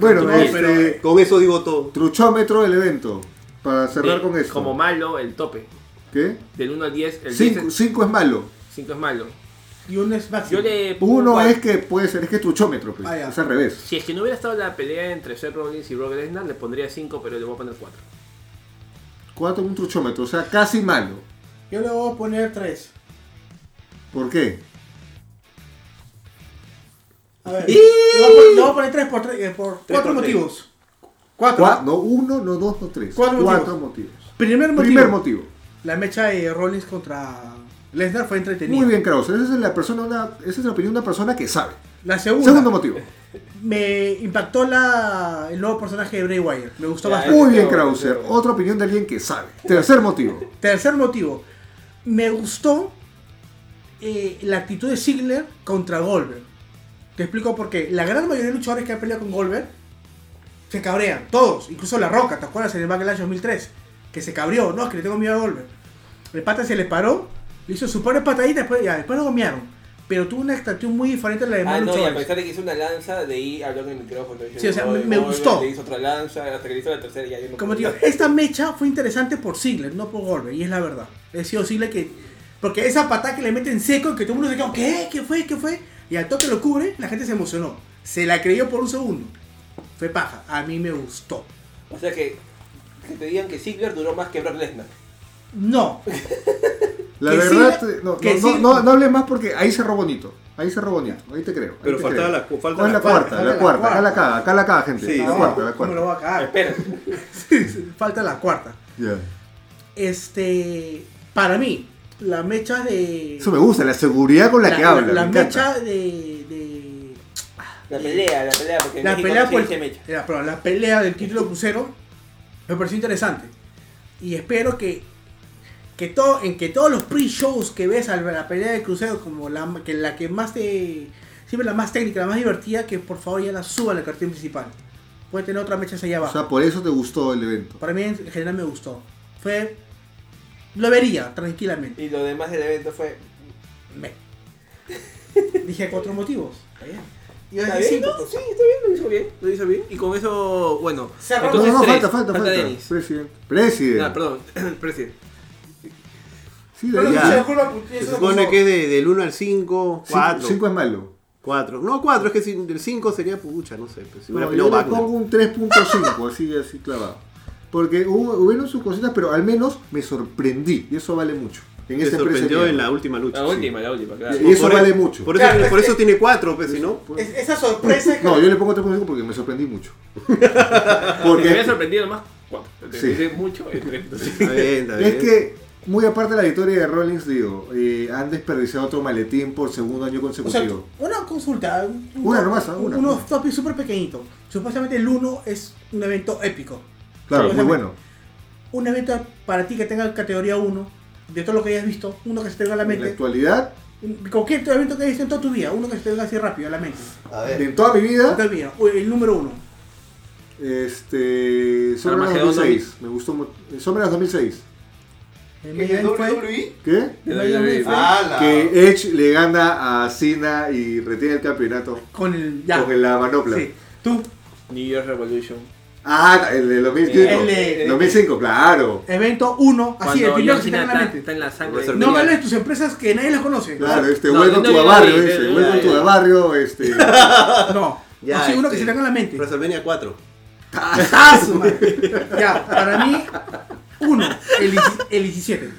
[SPEAKER 2] Bueno,
[SPEAKER 5] Bien.
[SPEAKER 2] este,
[SPEAKER 7] Eh, Con eso digo todo.
[SPEAKER 2] truchómetro del evento. Para cerrar
[SPEAKER 5] Eh,
[SPEAKER 2] con esto.
[SPEAKER 5] Como malo, el tope.
[SPEAKER 2] ¿Qué?
[SPEAKER 5] Del 1 al 10, el 5
[SPEAKER 2] Cinco, cinco es malo.
[SPEAKER 5] es malo.
[SPEAKER 4] Y un es máximo.
[SPEAKER 5] Yo le pongo
[SPEAKER 2] Uno
[SPEAKER 5] cuatro.
[SPEAKER 2] es que puede ser, es que es truchómetro, pues.
[SPEAKER 4] Ah, ya.
[SPEAKER 2] es al revés.
[SPEAKER 5] Si es que no hubiera estado la pelea entre Seth Rollins y Brock Lesnar, le pondría 5, pero le voy a poner 4.
[SPEAKER 2] Cuatro un truchómetro, o sea, casi malo.
[SPEAKER 4] Yo le voy a poner tres.
[SPEAKER 2] ¿Por qué?
[SPEAKER 4] A ver. Le voy a pon- le voy a poner tres por, tres, eh, por
[SPEAKER 7] Tres
[SPEAKER 4] cuatro
[SPEAKER 7] por tres.
[SPEAKER 4] motivos. Cuatro.
[SPEAKER 2] Cua- Ah, no uno, no dos, no tres.
[SPEAKER 4] Cuatro
[SPEAKER 2] motivos.
[SPEAKER 4] Primer motivo.
[SPEAKER 2] Primer motivo.
[SPEAKER 4] La mecha de Rollins contra Lesnar fue entretenida.
[SPEAKER 2] Muy bien, Krauser. Esa es la persona, una- esa es la opinión de una persona que sabe.
[SPEAKER 4] La segunda.
[SPEAKER 2] Segundo motivo.
[SPEAKER 4] Me impactó la, el nuevo personaje de Bray Wyatt. Me gustó
[SPEAKER 5] Ya,
[SPEAKER 4] bastante.
[SPEAKER 2] Muy bien,
[SPEAKER 5] Tercero,
[SPEAKER 2] Krauser.
[SPEAKER 5] tercero.
[SPEAKER 2] Otra opinión de alguien que sabe. Tercer motivo.
[SPEAKER 4] Tercer motivo. Me gustó eh, la actitud de Ziggler contra Goldberg. Te explico por qué. La gran mayoría de luchadores que han peleado con Goldberg se cabrean. Todos. Incluso La Roca, ¿te acuerdas? En el Backlash 2003. Que se cabreó. No, es que le tengo miedo a Goldberg. El pata se le paró. Le hizo su pobre patadita. Después, ya, después lo gomearon. pero tuvo una actitud muy diferente a la de
[SPEAKER 9] Ah,
[SPEAKER 4] demás
[SPEAKER 9] no, y a
[SPEAKER 4] luchadores.
[SPEAKER 9] pesar de que hizo una lanza, de ahí habló con el micrófono. diciendo,
[SPEAKER 4] Sí, o sea, me-
[SPEAKER 9] "Voy,
[SPEAKER 4] me
[SPEAKER 9] voy",
[SPEAKER 4] gustó.
[SPEAKER 9] Le hizo otra lanza, hasta que le hizo la tercera y ya yo no
[SPEAKER 4] Como te
[SPEAKER 9] pude
[SPEAKER 4] digo,
[SPEAKER 9] ver.
[SPEAKER 4] esta mecha fue interesante por Ziggler, no por Goldberg, y es la verdad. He sido Ziggler que. Porque esa patada que le meten seco, que todo el mundo se quedó, ¿qué? ¿Qué fue? ¿Qué fue? Y al toque lo cubre, la gente se emocionó. Se la creyó por un segundo. Fue paja. A mí me gustó.
[SPEAKER 9] O sea que, que te digan que Ziggler duró más que Brock Lesnar.
[SPEAKER 4] No,
[SPEAKER 2] La
[SPEAKER 4] Que
[SPEAKER 2] verdad,
[SPEAKER 4] sí,
[SPEAKER 2] eh, no,
[SPEAKER 4] que
[SPEAKER 2] no,
[SPEAKER 4] sí.
[SPEAKER 2] no, no, no hables más porque ahí cerró bonito. Ahí cerró bonito. Ahí te creo. ahí
[SPEAKER 7] Pero
[SPEAKER 2] te
[SPEAKER 7] faltaba
[SPEAKER 2] creo.
[SPEAKER 7] la, cu- falta
[SPEAKER 2] ¿Cuál es la cuarta? La cuarta. Acá la caga, acá la caga, gente.
[SPEAKER 7] Sí,
[SPEAKER 2] la
[SPEAKER 7] sí.
[SPEAKER 2] cuarta, la
[SPEAKER 4] no me
[SPEAKER 2] cuarta.
[SPEAKER 4] lo voy a cagar.
[SPEAKER 9] Espera.
[SPEAKER 4] Falta la cuarta.
[SPEAKER 2] Ya.
[SPEAKER 4] Este. Para mí, la mecha de.
[SPEAKER 2] Eso me gusta, la seguridad con la, que habla.
[SPEAKER 4] La,
[SPEAKER 2] me encanta.
[SPEAKER 4] mecha de. de-
[SPEAKER 9] La pelea, la pelea, porque en
[SPEAKER 4] la
[SPEAKER 9] México
[SPEAKER 4] pelea
[SPEAKER 9] no se
[SPEAKER 4] por-
[SPEAKER 9] dice mecha.
[SPEAKER 4] era, perdón, la pelea del título crucero me pareció interesante y espero que que todo en que todos los pre-shows que ves al ver la pelea del crucero como la que la que más te siempre la más técnica la más divertida que por favor ya la suba al cartel principal puede tener otra mecha allá
[SPEAKER 2] O
[SPEAKER 4] abajo
[SPEAKER 2] sea, por eso te gustó el evento.
[SPEAKER 4] para mí en general me gustó fue lo vería tranquilamente
[SPEAKER 9] Y lo demás del evento fue.
[SPEAKER 4] Me. dije cuatro motivos Está bien. Yo
[SPEAKER 9] ¿Está
[SPEAKER 4] dije
[SPEAKER 9] bien?
[SPEAKER 4] cinco,
[SPEAKER 9] No,
[SPEAKER 4] pues.
[SPEAKER 9] sí, está bien.
[SPEAKER 5] Lo hizo bien, lo hizo bien. Y con eso, bueno.
[SPEAKER 4] Cerramos.
[SPEAKER 5] entonces
[SPEAKER 2] no, no,
[SPEAKER 5] tres.
[SPEAKER 2] falta, falta, falta.
[SPEAKER 5] Dennis.
[SPEAKER 2] President. President.
[SPEAKER 5] Ah, perdón, presidente.
[SPEAKER 2] Sí,
[SPEAKER 10] Pero
[SPEAKER 2] ya.
[SPEAKER 10] no se ocurra,
[SPEAKER 4] pues,
[SPEAKER 10] porque
[SPEAKER 7] Se
[SPEAKER 10] eso
[SPEAKER 7] supone
[SPEAKER 10] pasó.
[SPEAKER 7] que es de- del 1 al 5,
[SPEAKER 2] Cinco-
[SPEAKER 7] 4.
[SPEAKER 2] Cinco es malo.
[SPEAKER 7] 4. No, 4, es que si- del 5 sería pucha, no sé. Pues, si hubiera
[SPEAKER 2] No,
[SPEAKER 7] peleado
[SPEAKER 2] yo le
[SPEAKER 7] Wagner.
[SPEAKER 2] pongo un 3.5, así, así clavado. Porque hubo, hubieron sus cositas, pero al menos me sorprendí. Y eso vale mucho. En
[SPEAKER 7] Me
[SPEAKER 2] esta empresa
[SPEAKER 7] sorprendió
[SPEAKER 2] mierda.
[SPEAKER 7] en la última lucha.
[SPEAKER 9] La
[SPEAKER 7] sí.
[SPEAKER 9] última, la última, claro.
[SPEAKER 2] Y eso
[SPEAKER 7] Por
[SPEAKER 2] vale
[SPEAKER 7] e-
[SPEAKER 2] mucho.
[SPEAKER 7] Por eso,
[SPEAKER 10] Claro, es
[SPEAKER 7] por
[SPEAKER 10] que-
[SPEAKER 7] eso tiene 4, pues si no.
[SPEAKER 10] Es- esa sorpresa que-
[SPEAKER 2] No, yo le pongo 3.5 porque me sorprendí mucho.
[SPEAKER 5] Me había
[SPEAKER 2] Porque
[SPEAKER 5] sorprendido más. Bueno, te
[SPEAKER 2] Sí.
[SPEAKER 5] dice mucho. el tres.
[SPEAKER 7] Está bien, está bien.
[SPEAKER 2] es que, muy aparte de la victoria de Rollins, digo, eh, han desperdiciado otro maletín por segundo año
[SPEAKER 4] O sea,
[SPEAKER 2] consecutivo.
[SPEAKER 4] una consulta. un-
[SPEAKER 2] Una nomás, ¿ah?
[SPEAKER 4] un-
[SPEAKER 2] Una.
[SPEAKER 4] Unos topics súper pequeñitos. Supuestamente el 1 es un evento épico.
[SPEAKER 2] claro,
[SPEAKER 4] o sea,
[SPEAKER 2] muy bueno.
[SPEAKER 4] Un evento para ti que tenga categoría 1, de todo lo que hayas visto, uno que se te venga a la
[SPEAKER 2] En la
[SPEAKER 4] mente.
[SPEAKER 2] actualidad,
[SPEAKER 4] Un- Cualquier evento que hayas visto en toda tu vida, uno que se te venga así rápido a la mente.
[SPEAKER 11] A ver.
[SPEAKER 2] en toda mi
[SPEAKER 4] No te
[SPEAKER 2] vida,
[SPEAKER 4] olvides, o el número 1.
[SPEAKER 2] este. Sombra
[SPEAKER 5] Armagedón
[SPEAKER 2] 2006. Me gustó mucho. Sombra 2006.
[SPEAKER 4] El
[SPEAKER 11] ¿Qué es
[SPEAKER 4] Maiden fue-
[SPEAKER 11] WWE?
[SPEAKER 2] ¿Qué?
[SPEAKER 4] el Maiden
[SPEAKER 5] WWE.
[SPEAKER 4] fue
[SPEAKER 11] Ah, la.
[SPEAKER 2] Que Edge le gana a Cena y retiene el campeonato
[SPEAKER 4] Con el. Ya.
[SPEAKER 2] con la manopla.
[SPEAKER 4] Sí. Tú,
[SPEAKER 5] New Year's Revolution.
[SPEAKER 2] Ah, el de 2005.
[SPEAKER 4] El de-
[SPEAKER 2] 2005, claro.
[SPEAKER 4] evento 1, así, Ah, el
[SPEAKER 5] Cuando
[SPEAKER 4] primero
[SPEAKER 5] John
[SPEAKER 4] que se te
[SPEAKER 5] Cena
[SPEAKER 4] venga a la
[SPEAKER 5] está,
[SPEAKER 4] mente.
[SPEAKER 5] está en la sangre.
[SPEAKER 7] No
[SPEAKER 4] No me hables de tus empresas que nadie las conoce.
[SPEAKER 2] Claro, este,
[SPEAKER 5] No,
[SPEAKER 2] vuelvo
[SPEAKER 5] no,
[SPEAKER 2] a
[SPEAKER 5] no,
[SPEAKER 2] tu
[SPEAKER 5] no,
[SPEAKER 2] barrio,
[SPEAKER 5] no,
[SPEAKER 2] ese,
[SPEAKER 5] no,
[SPEAKER 2] vuelvo a
[SPEAKER 5] no,
[SPEAKER 2] tu
[SPEAKER 5] no.
[SPEAKER 2] barrio, este.
[SPEAKER 4] No.
[SPEAKER 7] Ya,
[SPEAKER 4] así, uno que
[SPEAKER 7] este,
[SPEAKER 4] se te venga a la mente.
[SPEAKER 7] WrestleMania 4.
[SPEAKER 4] ¡Ah, su madre! Ya, para mí, uno, el, 17, el 17.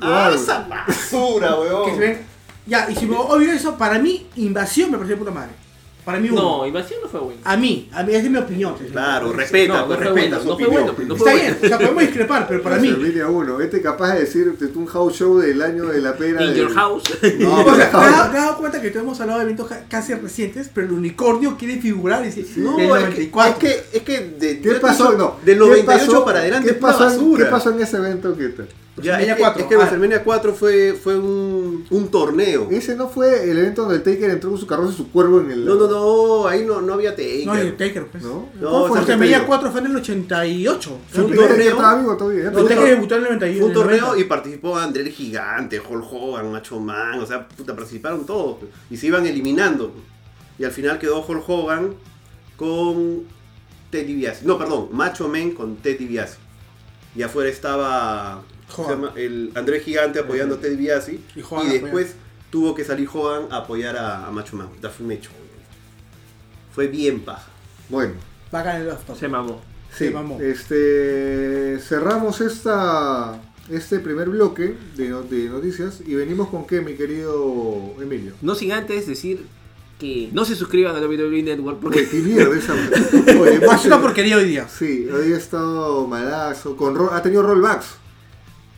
[SPEAKER 2] claro.
[SPEAKER 11] basura,
[SPEAKER 4] Que se
[SPEAKER 11] weón.
[SPEAKER 4] ven- Ya, y si me obvio eso, para mí, invasión me pareció de puta madre. Para mí, uno.
[SPEAKER 5] No, Invasión no fue bueno.
[SPEAKER 4] A mí, a mí, esa es mi opinión. señor.
[SPEAKER 7] Claro, respeta,
[SPEAKER 5] no,
[SPEAKER 7] pues
[SPEAKER 5] no fue
[SPEAKER 7] respeta. su
[SPEAKER 5] bueno, no fue
[SPEAKER 7] opinión.
[SPEAKER 5] bueno, pero no fue
[SPEAKER 4] Está
[SPEAKER 5] bueno.
[SPEAKER 4] bien, o sea, podemos discrepar, pero para mí.
[SPEAKER 2] Familia uno, este capaz de decir este, un house show del año de la pera.
[SPEAKER 5] In
[SPEAKER 2] de-
[SPEAKER 5] Your House.
[SPEAKER 2] No,
[SPEAKER 4] O sea, ah,
[SPEAKER 2] pero-
[SPEAKER 4] ¿te has dado- te has dado cuenta que todos hemos hablado de eventos ca- casi recientes, pero el unicornio quiere figurar y dice,
[SPEAKER 7] No,
[SPEAKER 4] del
[SPEAKER 7] es que,
[SPEAKER 4] 94.
[SPEAKER 7] es que, es que de,
[SPEAKER 2] ¿Qué pasó? No.
[SPEAKER 7] del
[SPEAKER 2] ¿qué
[SPEAKER 7] 98
[SPEAKER 2] pasó?
[SPEAKER 7] para adelante
[SPEAKER 2] ¿Qué
[SPEAKER 7] es pura
[SPEAKER 2] pasó, en,
[SPEAKER 7] basura.
[SPEAKER 2] ¿Qué pasó en ese evento que tal?
[SPEAKER 7] Ya, es,
[SPEAKER 4] WrestleMania
[SPEAKER 7] que-
[SPEAKER 4] 4,
[SPEAKER 7] es que
[SPEAKER 4] ah.
[SPEAKER 7] WrestleMania 4 fue, fue un, un torneo.
[SPEAKER 2] Ese no fue el evento donde el Taker entró con su carroza y su cuervo en el.
[SPEAKER 7] No, no, no, ahí no, no había Taker.
[SPEAKER 4] No, el Taker, pues.
[SPEAKER 2] ¿No? ¿Cuál fue
[SPEAKER 7] No,
[SPEAKER 2] el que te
[SPEAKER 4] WrestleMania
[SPEAKER 2] digo?
[SPEAKER 4] 4 fue en el 88.
[SPEAKER 2] Yo pensé
[SPEAKER 7] un
[SPEAKER 2] que
[SPEAKER 7] torneo.
[SPEAKER 2] estaba vivo todavía,
[SPEAKER 4] El
[SPEAKER 2] pero-
[SPEAKER 4] Taker debutó en el 91.
[SPEAKER 7] Fue un
[SPEAKER 4] en el
[SPEAKER 7] torneo
[SPEAKER 4] 90.
[SPEAKER 7] y participó André el Gigante, Hulk Hogan, Macho Man, o sea, puta, participaron todos pues, y se iban eliminando. pues. Y al final quedó Hulk Hogan con Ted DiBiase. No, perdón, Macho Man con Ted DiBiase. Y afuera estaba ¿cómo se
[SPEAKER 4] Hogan.
[SPEAKER 7] llama? el André el Gigante apoyando a Ted DiBiase
[SPEAKER 4] Y
[SPEAKER 7] y,
[SPEAKER 4] Hogan
[SPEAKER 7] después tuvo que salir Hogan a apoyar a, a Macho Man. Puta, Fue un hecho. Fue bien paja.
[SPEAKER 2] Bueno.
[SPEAKER 4] Bacán el laptop.
[SPEAKER 5] Se mamó.
[SPEAKER 2] Sí,
[SPEAKER 4] Sí, vamos.
[SPEAKER 2] Este, cerramos esta, este primer bloque de, no- de noticias y venimos con qué, mi querido Emilio.
[SPEAKER 5] No sin antes decir que no se suscriban a WWE E Network porque
[SPEAKER 2] Oye, qué mierda esa. Oye,
[SPEAKER 4] Es una
[SPEAKER 2] Bachelor-
[SPEAKER 4] porquería hoy día.
[SPEAKER 2] Sí, hoy ha estado malazo. Con ro- ha tenido rollbacks.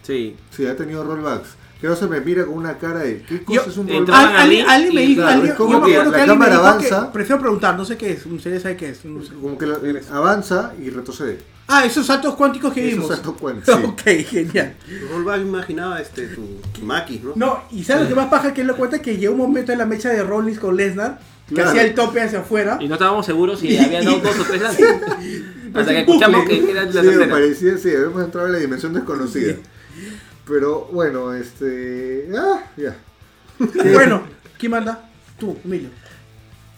[SPEAKER 5] sí.
[SPEAKER 2] Sí, ha tenido rollbacks. Que no se me mira con una cara de. ¿Qué cosa
[SPEAKER 4] Yo-
[SPEAKER 2] es un
[SPEAKER 5] entra-
[SPEAKER 2] rollback?
[SPEAKER 5] Van
[SPEAKER 4] Al-
[SPEAKER 5] a
[SPEAKER 4] alguien,
[SPEAKER 5] Lynch
[SPEAKER 4] alguien me
[SPEAKER 5] y
[SPEAKER 4] dijo,
[SPEAKER 5] claro,
[SPEAKER 4] alguien-
[SPEAKER 2] es como
[SPEAKER 4] yo me
[SPEAKER 2] que
[SPEAKER 4] acuerdo
[SPEAKER 2] la
[SPEAKER 4] que alguien me
[SPEAKER 2] cámara
[SPEAKER 4] dijo que-
[SPEAKER 2] avanza.
[SPEAKER 4] prefiero preguntar, no sé qué es, ustedes saben qué es. no sé.
[SPEAKER 2] Como que la- avanza y retrocede.
[SPEAKER 4] Ah, esos saltos cuánticos que
[SPEAKER 2] Eso
[SPEAKER 4] vimos.
[SPEAKER 2] se cuenta. Sí.
[SPEAKER 4] Ok, genial.
[SPEAKER 7] Rollback imaginaba este, tu, tu Maquis, ¿no?
[SPEAKER 4] No, y sabes lo que más paja que él lo cuenta que llegó un momento en la mecha de Rollins con Lesnar que
[SPEAKER 2] Claro.
[SPEAKER 4] hacía el tope hacia afuera.
[SPEAKER 5] Y no estábamos seguros si habían dado dos o tres lances. Hasta que escuchamos que era la
[SPEAKER 2] Sí, me
[SPEAKER 5] tercera.
[SPEAKER 2] parecía, sí, habíamos entrado en la dimensión desconocida. Pero bueno, este. Ah, ya.
[SPEAKER 4] Bueno, ¿Quién manda? Tú, Emilio.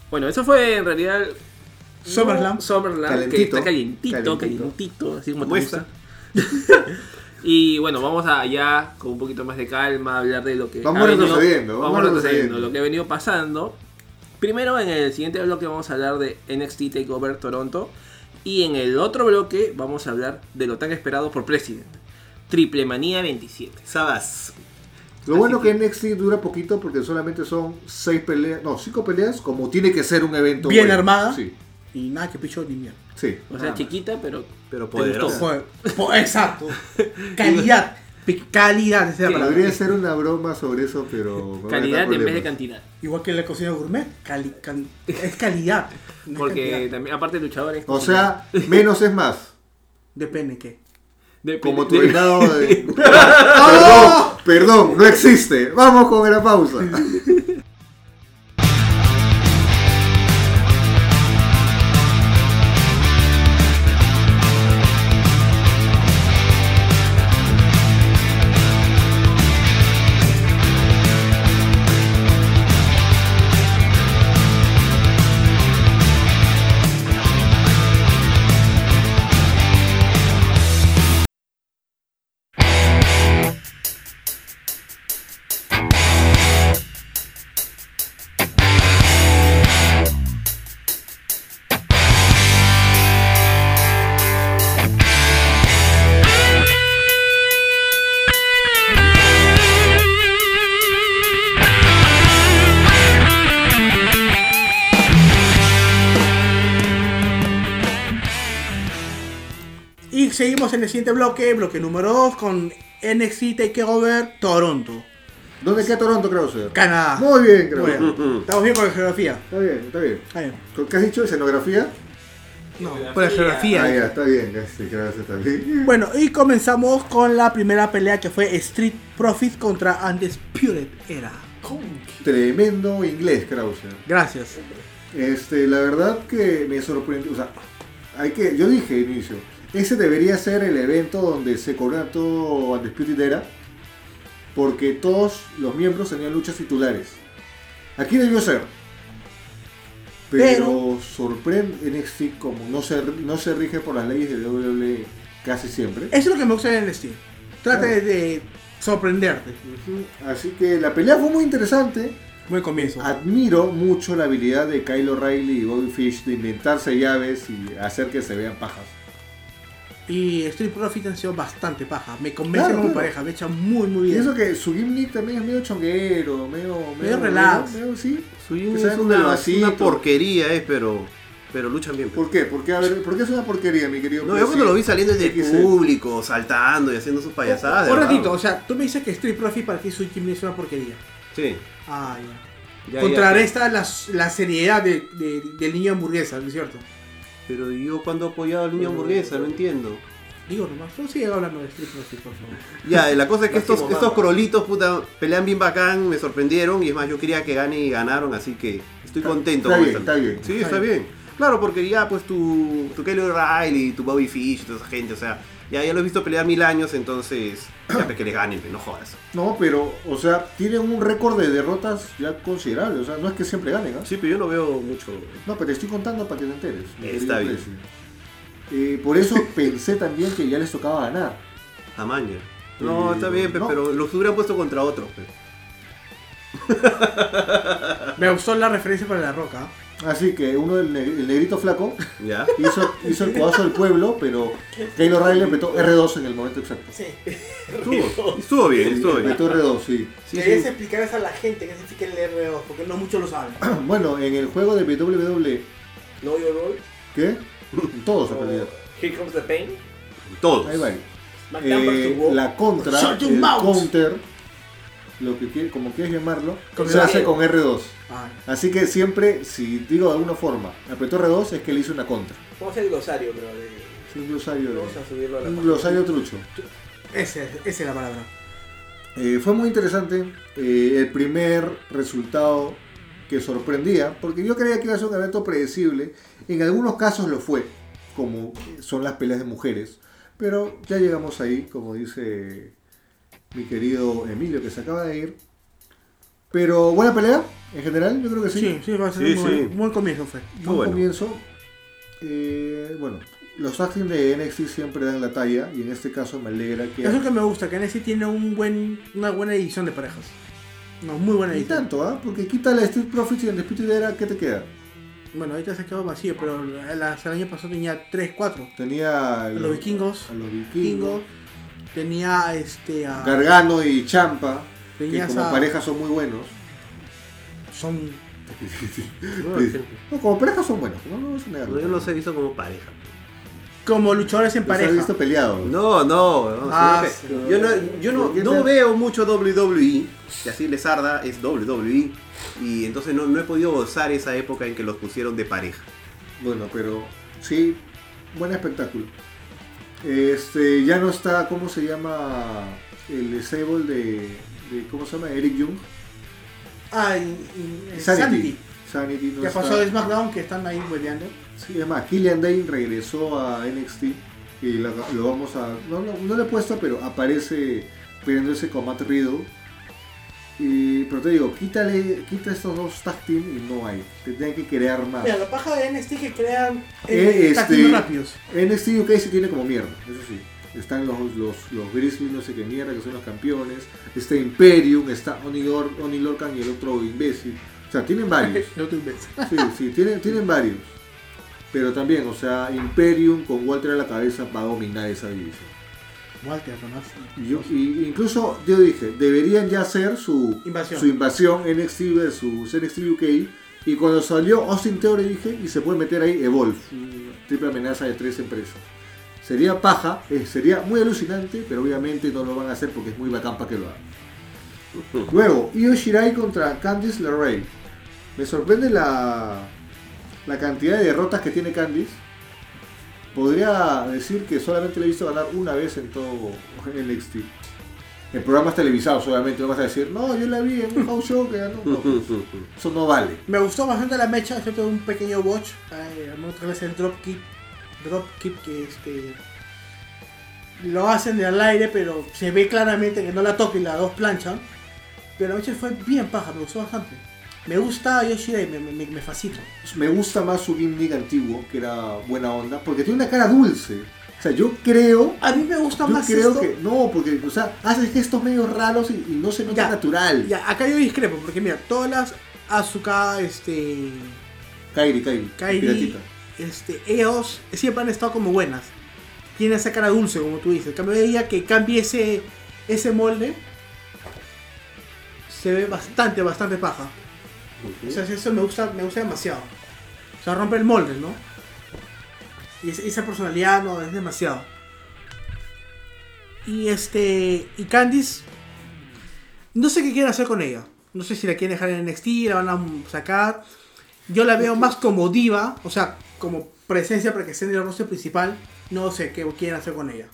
[SPEAKER 5] Bueno, eso fue en realidad. el-
[SPEAKER 4] SummerSlam.
[SPEAKER 5] SummerSlam, que
[SPEAKER 2] Calentito.
[SPEAKER 5] está
[SPEAKER 2] Calientito.
[SPEAKER 5] calientito, calientito, así como te
[SPEAKER 7] Muestra.
[SPEAKER 5] gusta. y bueno, vamos a ya con un poquito más de calma a hablar de lo que.
[SPEAKER 2] Vamos
[SPEAKER 5] ha venido-
[SPEAKER 2] retrocediendo,
[SPEAKER 5] vamos
[SPEAKER 2] vamos
[SPEAKER 5] retrocediendo,
[SPEAKER 2] retrocediendo.
[SPEAKER 5] lo que ha venido pasando. Primero, en el siguiente bloque vamos a hablar de NXT Takeover Toronto. Y en el otro bloque vamos a hablar de lo tan esperado por President. Triple Manía 27.
[SPEAKER 7] Sabas.
[SPEAKER 2] Lo bueno que NXT dura poquito porque solamente son seis peleas, no, cinco peleas, como tiene que ser un evento.
[SPEAKER 4] Bien
[SPEAKER 2] bueno.
[SPEAKER 4] armada.
[SPEAKER 2] Sí,
[SPEAKER 4] Y nada, que picho ni mierda.
[SPEAKER 2] sí.
[SPEAKER 5] O sea,
[SPEAKER 7] Ah.
[SPEAKER 5] chiquita, pero.
[SPEAKER 7] Pero
[SPEAKER 5] te gustó.
[SPEAKER 7] poderosa.
[SPEAKER 4] Fue- fue- Exacto. Calidad. Pe- Calidad, esa es la palabra.
[SPEAKER 2] Podría ser una broma sobre eso, pero. me van a
[SPEAKER 5] Calidad
[SPEAKER 2] dar
[SPEAKER 5] en vez de
[SPEAKER 2] problemas.
[SPEAKER 5] cantidad.
[SPEAKER 4] Igual que la cocina gourmet. cali- cali- es calidad. no es
[SPEAKER 5] Porque
[SPEAKER 4] cantidad.
[SPEAKER 5] también, aparte de luchadores.
[SPEAKER 2] O sea, menos es más.
[SPEAKER 4] Depende qué.
[SPEAKER 5] de-
[SPEAKER 2] Como
[SPEAKER 5] de-
[SPEAKER 2] tu
[SPEAKER 5] de-
[SPEAKER 2] reinado de. perdón, perdón, no existe. Vamos con la pausa.
[SPEAKER 4] Y seguimos en el siguiente bloque, bloque número 2, con NXT Takeover Toronto,
[SPEAKER 2] ¿Dónde queda Toronto, Krauser?
[SPEAKER 4] Canadá.
[SPEAKER 2] Muy bien, Krauser.
[SPEAKER 4] Bueno, Estamos bien con la geografía.
[SPEAKER 2] Está bien, está bien.
[SPEAKER 4] Está bien.
[SPEAKER 2] ¿Qué has dicho? ¿Escenografía?
[SPEAKER 4] No, con la geografía.
[SPEAKER 2] Ah, ya, está bien, ya, sí, gracias también.
[SPEAKER 4] Bueno, y comenzamos con la primera pelea que fue Street Profits contra Undisputed Era.
[SPEAKER 2] Tremendo inglés, Krauser.
[SPEAKER 4] Gracias.
[SPEAKER 2] Este, la verdad que me sorprendió. O sea, hay que, yo dije al inicio, ese debería ser el evento donde se corona todo Undisputed Era, porque todos los miembros tenían luchas titulares. Aquí debió ser. Pero, sorprende NXT como no se, no se rige por las leyes de WWE casi siempre.
[SPEAKER 4] Eso es lo que me gusta de NXT. Trata de, de sorprenderte.
[SPEAKER 2] Así que la pelea fue muy interesante.
[SPEAKER 4] Buen comienzo.
[SPEAKER 2] Admiro mucho la habilidad de Kyle O'Reilly y Bobby Fish de inventarse llaves y hacer que se vean pajas.
[SPEAKER 4] Y Street Profits han sido bastante paja. Me convence
[SPEAKER 2] Claro,
[SPEAKER 4] como
[SPEAKER 2] claro.
[SPEAKER 4] pareja, me echa muy, muy
[SPEAKER 2] Y
[SPEAKER 4] bien.
[SPEAKER 2] eso que su gimmick también es medio chonguero, medio... Medio,
[SPEAKER 4] relax.
[SPEAKER 2] medio- medio- sí.
[SPEAKER 7] Soy
[SPEAKER 2] Que
[SPEAKER 7] un,
[SPEAKER 2] saben
[SPEAKER 7] es
[SPEAKER 2] con
[SPEAKER 7] una,
[SPEAKER 2] el
[SPEAKER 7] es una
[SPEAKER 2] vasito.
[SPEAKER 7] porquería, eh, pero, pero luchan bien.
[SPEAKER 2] ¿Por qué? ¿Por qué, a ver, ¿por qué es una porquería, mi querido?
[SPEAKER 7] No, yo cuando lo vi saliendo desde
[SPEAKER 2] Sí,
[SPEAKER 7] el
[SPEAKER 2] sí.
[SPEAKER 7] público, saltando y haciendo sus payasadas. de
[SPEAKER 4] Un
[SPEAKER 7] verdad.
[SPEAKER 4] ratito, o sea, tú me dices que Street Profits para ti su gimnasio es una porquería.
[SPEAKER 7] Sí.
[SPEAKER 4] Ah, ya.
[SPEAKER 5] Ya,
[SPEAKER 4] Contrarresta la, la seriedad de- de- del niño hamburguesa, ¿no es cierto?
[SPEAKER 7] Pero yo cuando apoyaba al niño hamburguesa, no entiendo.
[SPEAKER 4] Digo nomás, tú sigue hablando de Street Profits, por favor.
[SPEAKER 7] Ya, la cosa es que estos,
[SPEAKER 9] Máximo
[SPEAKER 7] estos
[SPEAKER 9] Bamba.
[SPEAKER 7] crolitos, puta, pelean bien bacán, me sorprendieron y es más, yo quería que gane y ganaron, así que estoy contento
[SPEAKER 2] está
[SPEAKER 7] con
[SPEAKER 2] bien,
[SPEAKER 7] esta
[SPEAKER 2] está
[SPEAKER 7] lucha.
[SPEAKER 2] bien,
[SPEAKER 7] Sí,
[SPEAKER 4] está
[SPEAKER 7] está bien. Claro, porque ya pues tu, tu Kelly O'Reilly, tu Bobby Fish, toda esa gente, o sea, ya, ya lo he visto pelear mil años, entonces ya pues que le ganen, pues, no jodas.
[SPEAKER 2] No, pero, o sea, tienen un récord de derrotas ya considerable. O sea, no es que siempre ganen, ¿ah?
[SPEAKER 7] Sí, pero yo no veo mucho.
[SPEAKER 2] No, pero te estoy contando para que te enteres. mi
[SPEAKER 7] Está
[SPEAKER 2] querido
[SPEAKER 7] bien.
[SPEAKER 2] Presi. Eh, por eso pensé también que ya les tocaba ganar.
[SPEAKER 7] Tamaño. No,
[SPEAKER 2] Eh,
[SPEAKER 7] está bien, pe,
[SPEAKER 2] no.
[SPEAKER 7] pero los hubieran puesto contra otros. pues, pe.
[SPEAKER 4] Me gustó la referencia para la roca.
[SPEAKER 2] Así que uno, el, ne- el negrito flaco,
[SPEAKER 7] ¿Ya?
[SPEAKER 2] hizo, hizo el codazo del pueblo, pero Taylor Riley apretó R2 en el momento exacto.
[SPEAKER 7] Estuvo, estuvo bien, estuvo bien.
[SPEAKER 2] Apretó R2, sí.
[SPEAKER 7] Sí,
[SPEAKER 6] Deberías
[SPEAKER 7] sí.
[SPEAKER 6] explicarles a la gente que significa el R2, porque no muchos lo saben.
[SPEAKER 2] Bueno, en el juego de WWE,
[SPEAKER 9] Know Your Role.
[SPEAKER 2] ¿qué? Todos en realidad.
[SPEAKER 9] o Here Comes the Pain.
[SPEAKER 7] Todos.
[SPEAKER 2] Ahí va.
[SPEAKER 9] SmackDown vs.
[SPEAKER 2] Eh,
[SPEAKER 9] Raw.
[SPEAKER 2] la contra,
[SPEAKER 4] Shut your
[SPEAKER 2] el
[SPEAKER 4] mouth.
[SPEAKER 2] counter, lo que quiere- como quieras llamarlo,
[SPEAKER 4] Con
[SPEAKER 2] se
[SPEAKER 4] el
[SPEAKER 2] hace
[SPEAKER 9] dedo.
[SPEAKER 2] con R2.
[SPEAKER 4] Ah,
[SPEAKER 2] Así que siempre, si digo de alguna forma, apretó R2 es que le hizo una contra.
[SPEAKER 9] Vamos a hacer el glosario, pero de-
[SPEAKER 2] Es un glosario, de-
[SPEAKER 9] Vamos a subirlo a la
[SPEAKER 2] un
[SPEAKER 9] página.
[SPEAKER 2] glosario trucho.
[SPEAKER 4] esa, es- esa es la palabra.
[SPEAKER 2] Eh, fue muy interesante eh, el primer resultado que sorprendía, porque yo creía que iba a ser un evento predecible. En algunos casos lo fue, como son las peleas de mujeres. Pero ya llegamos ahí, como dice mi querido Emilio, que se acaba de ir. Pero buena pelea, en general, yo creo que sí.
[SPEAKER 4] Sí, sí, va a ser
[SPEAKER 7] Sí,
[SPEAKER 4] un buen,
[SPEAKER 7] sí.
[SPEAKER 4] un buen comienzo fue.
[SPEAKER 2] Buen
[SPEAKER 7] bueno.
[SPEAKER 2] comienzo. Eh, bueno, los acting de NXT siempre dan la talla y en este caso me alegra que...
[SPEAKER 4] Eso que me gusta, que NXT tiene un buen, una buena edición de parejas. No, muy buena
[SPEAKER 2] Ni
[SPEAKER 4] edición.
[SPEAKER 2] tanto, ¿ah? Porque quita la Street Profits y en Disputed Era, ¿qué te queda?
[SPEAKER 4] Bueno, ahorita se quedó vacío, pero las- el año pasado tenía 3, 4.
[SPEAKER 2] Tenía...
[SPEAKER 4] A
[SPEAKER 2] el-
[SPEAKER 4] los vikingos.
[SPEAKER 2] A los
[SPEAKER 4] Vikingos.
[SPEAKER 2] vikingos.
[SPEAKER 4] Tenía este a.
[SPEAKER 2] Gargano y Champa, que
[SPEAKER 4] Tenías
[SPEAKER 2] como
[SPEAKER 4] a-
[SPEAKER 2] pareja son muy buenos.
[SPEAKER 4] Son.
[SPEAKER 2] Pues, No, como pareja son buenos, no, no vamos a negarlo.
[SPEAKER 7] Yo los he visto como pareja.
[SPEAKER 4] Como luchadores en
[SPEAKER 2] Los he
[SPEAKER 4] pareja.
[SPEAKER 2] visto peleados.
[SPEAKER 7] No, no. no,
[SPEAKER 4] Ah,
[SPEAKER 7] sí, no. yo no, yo no, no veo mucho WWE, que así les arda, es WWE. Y entonces no, no he podido gozar esa época en que los pusieron de pareja.
[SPEAKER 2] Bueno, pero sí, buen espectáculo. Este, ya no está, ¿cómo se llama? El disable de, de- ¿cómo se llama? Eric Jung.
[SPEAKER 4] Ah, y- y-
[SPEAKER 2] Sanity.
[SPEAKER 4] Santi.
[SPEAKER 2] Sanity no
[SPEAKER 4] Ya
[SPEAKER 2] está.
[SPEAKER 4] pasó de SmackDown que están ahí hueleando.
[SPEAKER 2] Sí, es más, Killian Dane regresó a NXT y la- lo vamos a... No, no, no le he puesto, pero aparece peleándose con Matt Riddle. Y, pero te digo, quítale, quita estos dos tag team y no hay. Tendrían que crear más.
[SPEAKER 4] Mira, la paja de NXT que crean
[SPEAKER 2] Ah. Eh,
[SPEAKER 4] eh,
[SPEAKER 2] este-
[SPEAKER 4] táctiles rápidos.
[SPEAKER 2] NXT UK se tiene como mierda, eso sí. Están los, los, los Grizzlies, no sé qué mierda, que son los campeones. Está Imperium, está Onilor, Onilorcan y el otro imbécil. O sea, tienen varios.
[SPEAKER 4] No te inventes.
[SPEAKER 2] Sí, sí, tienen, tienen varios. Pero también, o sea, Imperium con Walter a la cabeza va a dominar esa división.
[SPEAKER 4] Walter, nomás.
[SPEAKER 2] Y yo- y- incluso yo dije, deberían ya hacer su
[SPEAKER 4] Invasión.
[SPEAKER 2] su invasión NXT versus NXT UK. Y cuando salió Austin Theory dije, y se puede meter ahí Evolve, una triple amenaza de tres empresas. Sería paja, eh, sería muy alucinante, pero obviamente no lo van a hacer porque es muy bacán para que lo hagan. Luego, Io Shirai contra Candice LeRae. Me sorprende la, la cantidad de derrotas que tiene Candice. Podría decir que solamente le he visto ganar una vez en todo NXT. En programas televisados solamente, no vas a decir, no, yo la vi en un house show que ganó. No, eso no vale.
[SPEAKER 4] Me gustó bastante la mecha, excepto un pequeño botch. eh, Algunas veces el dropkick. Dropkick que este. Lo hacen de al aire, pero se ve claramente que no la toca y la dos planchan. Pero la mecha fue bien paja, me gustó bastante. Me gusta Yoshida y me, me, me fascina.
[SPEAKER 2] Me gusta más su gimmick antiguo, que era buena onda, porque tiene una cara dulce. O sea, yo creo.
[SPEAKER 4] A mí me gusta
[SPEAKER 2] Yo
[SPEAKER 4] más
[SPEAKER 2] creo
[SPEAKER 4] esto.
[SPEAKER 2] que. No, porque, o sea, hace gestos medio raros y, y no se nota
[SPEAKER 4] Ya,
[SPEAKER 2] natural.
[SPEAKER 4] Ya, acá yo discrepo, porque mira, todas las Azuka, este.
[SPEAKER 2] Kairi, Kairi.
[SPEAKER 4] Kairi,
[SPEAKER 2] piratita.
[SPEAKER 4] este, ellos siempre han estado como buenas. Tiene esa cara dulce, como tú dices. En cambio, ella que cambie ese, ese molde, se ve bastante, bastante paja. O sea, eso me gusta, me gusta demasiado. O sea, rompe el molde, ¿no? Y es- esa personalidad, no, es demasiado. Y este, y Candice, no sé qué quieren hacer con ella. No sé si la quieren dejar en NXT, la van a sacar. Yo la veo más como diva, o sea, como presencia para que esté en el roster principal. No sé qué quieren hacer con ella.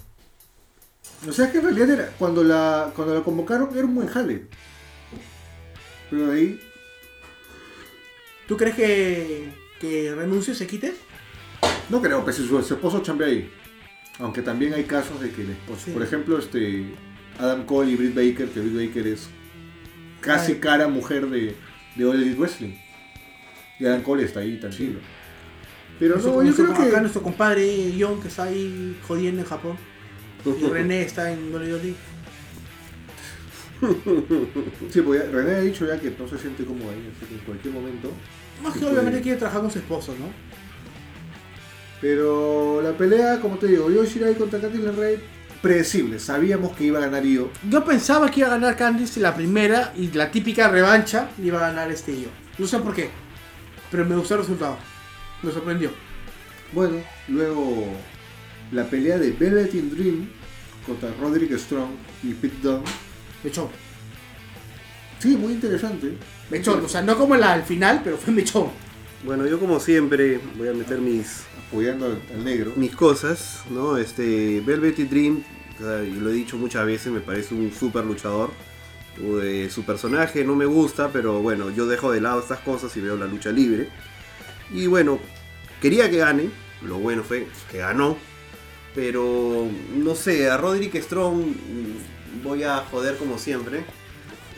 [SPEAKER 2] O sea, que en realidad era, cuando la, cuando la convocaron era un buen jale. Pero de ahí.
[SPEAKER 4] ¿Tú crees que, que renuncie, se quite?
[SPEAKER 2] No creo, pues si su, su esposo chambea ahí. Aunque también hay casos de que el esposo.
[SPEAKER 4] Sí.
[SPEAKER 2] Por ejemplo, este Adam Cole y Britt Baker, que Britt Baker es casi
[SPEAKER 4] Ay.
[SPEAKER 2] cara mujer de, de All Elite Wrestling. Y Adam Cole está ahí tranquilo. Pero
[SPEAKER 4] Nuestro-
[SPEAKER 2] no, yo
[SPEAKER 4] nuestro-
[SPEAKER 2] creo que.
[SPEAKER 4] Acá nuestro compadre John, que está ahí jodiendo en Japón. Y René está en E. WWE.
[SPEAKER 2] Sí, porque René ha dicho ya que no se siente cómodo ahí, así que en cualquier momento.
[SPEAKER 4] Más
[SPEAKER 2] Sí,
[SPEAKER 4] que obviamente
[SPEAKER 2] puede.
[SPEAKER 4] quiere trabajar con su esposo, ¿no?
[SPEAKER 2] Pero la pelea, como te digo, yo Shirai contra Candice LeRae, predecible. Sabíamos que iba a ganar Io.
[SPEAKER 4] Yo pensaba que iba a ganar Candice la primera y la típica revancha le iba a ganar este yo. No sé por qué, pero me gustó el resultado. Me sorprendió.
[SPEAKER 2] Bueno, luego la pelea de Velvet in Dream contra Roderick Strong y Pete Dunne.
[SPEAKER 4] Mechón.
[SPEAKER 2] Sí, muy interesante.
[SPEAKER 4] Mechón. O sea, no como la al final, pero fue mechón.
[SPEAKER 7] Bueno, yo como siempre voy a meter mis,
[SPEAKER 2] Apoyando al, al negro.
[SPEAKER 7] mis cosas, ¿no? Este, Velvety Dream, o sea, yo lo he dicho muchas veces, me parece un super luchador. Eh, su personaje no me gusta, pero bueno, yo dejo de lado estas cosas y veo la lucha libre. Y bueno, quería que gane, lo bueno fue que ganó, pero no sé, a Roderick Strong mm, voy a joder como siempre.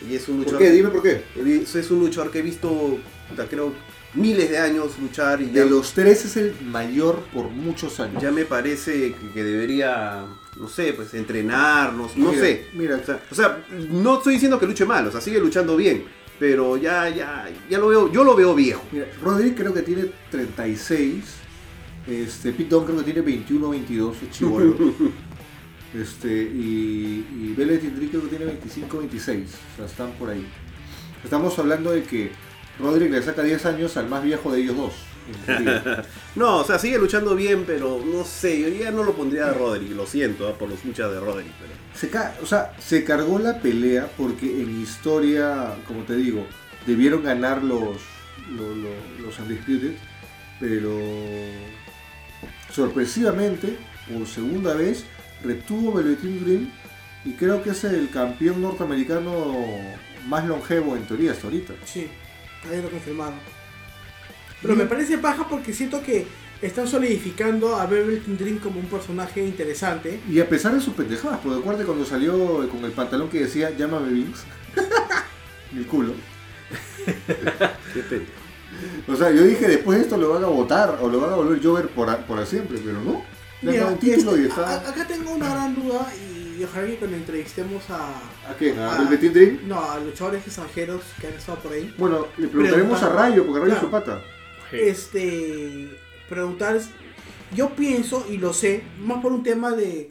[SPEAKER 7] Y es un
[SPEAKER 2] ¿Por
[SPEAKER 7] luchador.
[SPEAKER 2] qué? Dime por qué.
[SPEAKER 7] Es un luchador que he visto, puta, creo, miles de años luchar y ya,
[SPEAKER 2] De los tres es el mayor por muchos años.
[SPEAKER 7] ya me parece que, que debería, no sé, pues entrenarnos, no
[SPEAKER 2] Mira,
[SPEAKER 7] sé.
[SPEAKER 2] Mira,
[SPEAKER 7] O sea, o sea, no estoy diciendo que luche mal, o sea, sigue luchando bien, pero ya, ya, ya lo veo, yo lo veo viejo.
[SPEAKER 2] mira, Roderick creo que tiene 36. Este, Pete Dunne creo que tiene 21 22, es chivolo. este, y, y Velvet Drake creo que tiene 25 26. O sea, están por ahí. Estamos hablando de que Roderick le saca 10 años al más viejo de ellos dos. en teoría.
[SPEAKER 7] No, o sea, sigue luchando bien, pero no sé, yo ya no lo pondría a Roderick, lo siento ah, por los luchas de Roderick, pero...
[SPEAKER 2] se ca- o sea, se cargó la pelea porque en historia, como te digo, debieron ganar los, los, los- los Undisputed, pero sorpresivamente, por segunda vez, retuvo Velveteen Dream y creo que es el campeón norteamericano más longevo en teoría hasta ahorita.
[SPEAKER 4] Sí, ahí lo confirmaron. Pero me parece baja porque siento que están solidificando a Velvet Dream como un personaje interesante.
[SPEAKER 2] Y a pesar de sus pendejadas, porque acuérdate cuando salió con el pantalón que decía llámame Vince, el culo.
[SPEAKER 7] Depende.
[SPEAKER 2] O sea, yo dije, después de esto lo van a votar o lo van a volver Jover por, a- para siempre, pero no. Le han
[SPEAKER 4] Mira,
[SPEAKER 2] dado un título y
[SPEAKER 4] este- a-
[SPEAKER 2] está...
[SPEAKER 4] a- acá tengo una gran duda y ojalá que cuando entrevistemos a,
[SPEAKER 2] ¿A qué? ¿A
[SPEAKER 4] Ah.
[SPEAKER 2] Velveteen Dream?
[SPEAKER 4] no, a luchadores extranjeros que han estado por ahí,
[SPEAKER 2] Bueno, le preguntaremos
[SPEAKER 4] Pregunta.
[SPEAKER 2] a Rayo, porque Rayo es
[SPEAKER 4] Claro.
[SPEAKER 2] su pata.
[SPEAKER 4] este preguntar yo pienso y lo sé más por un tema de,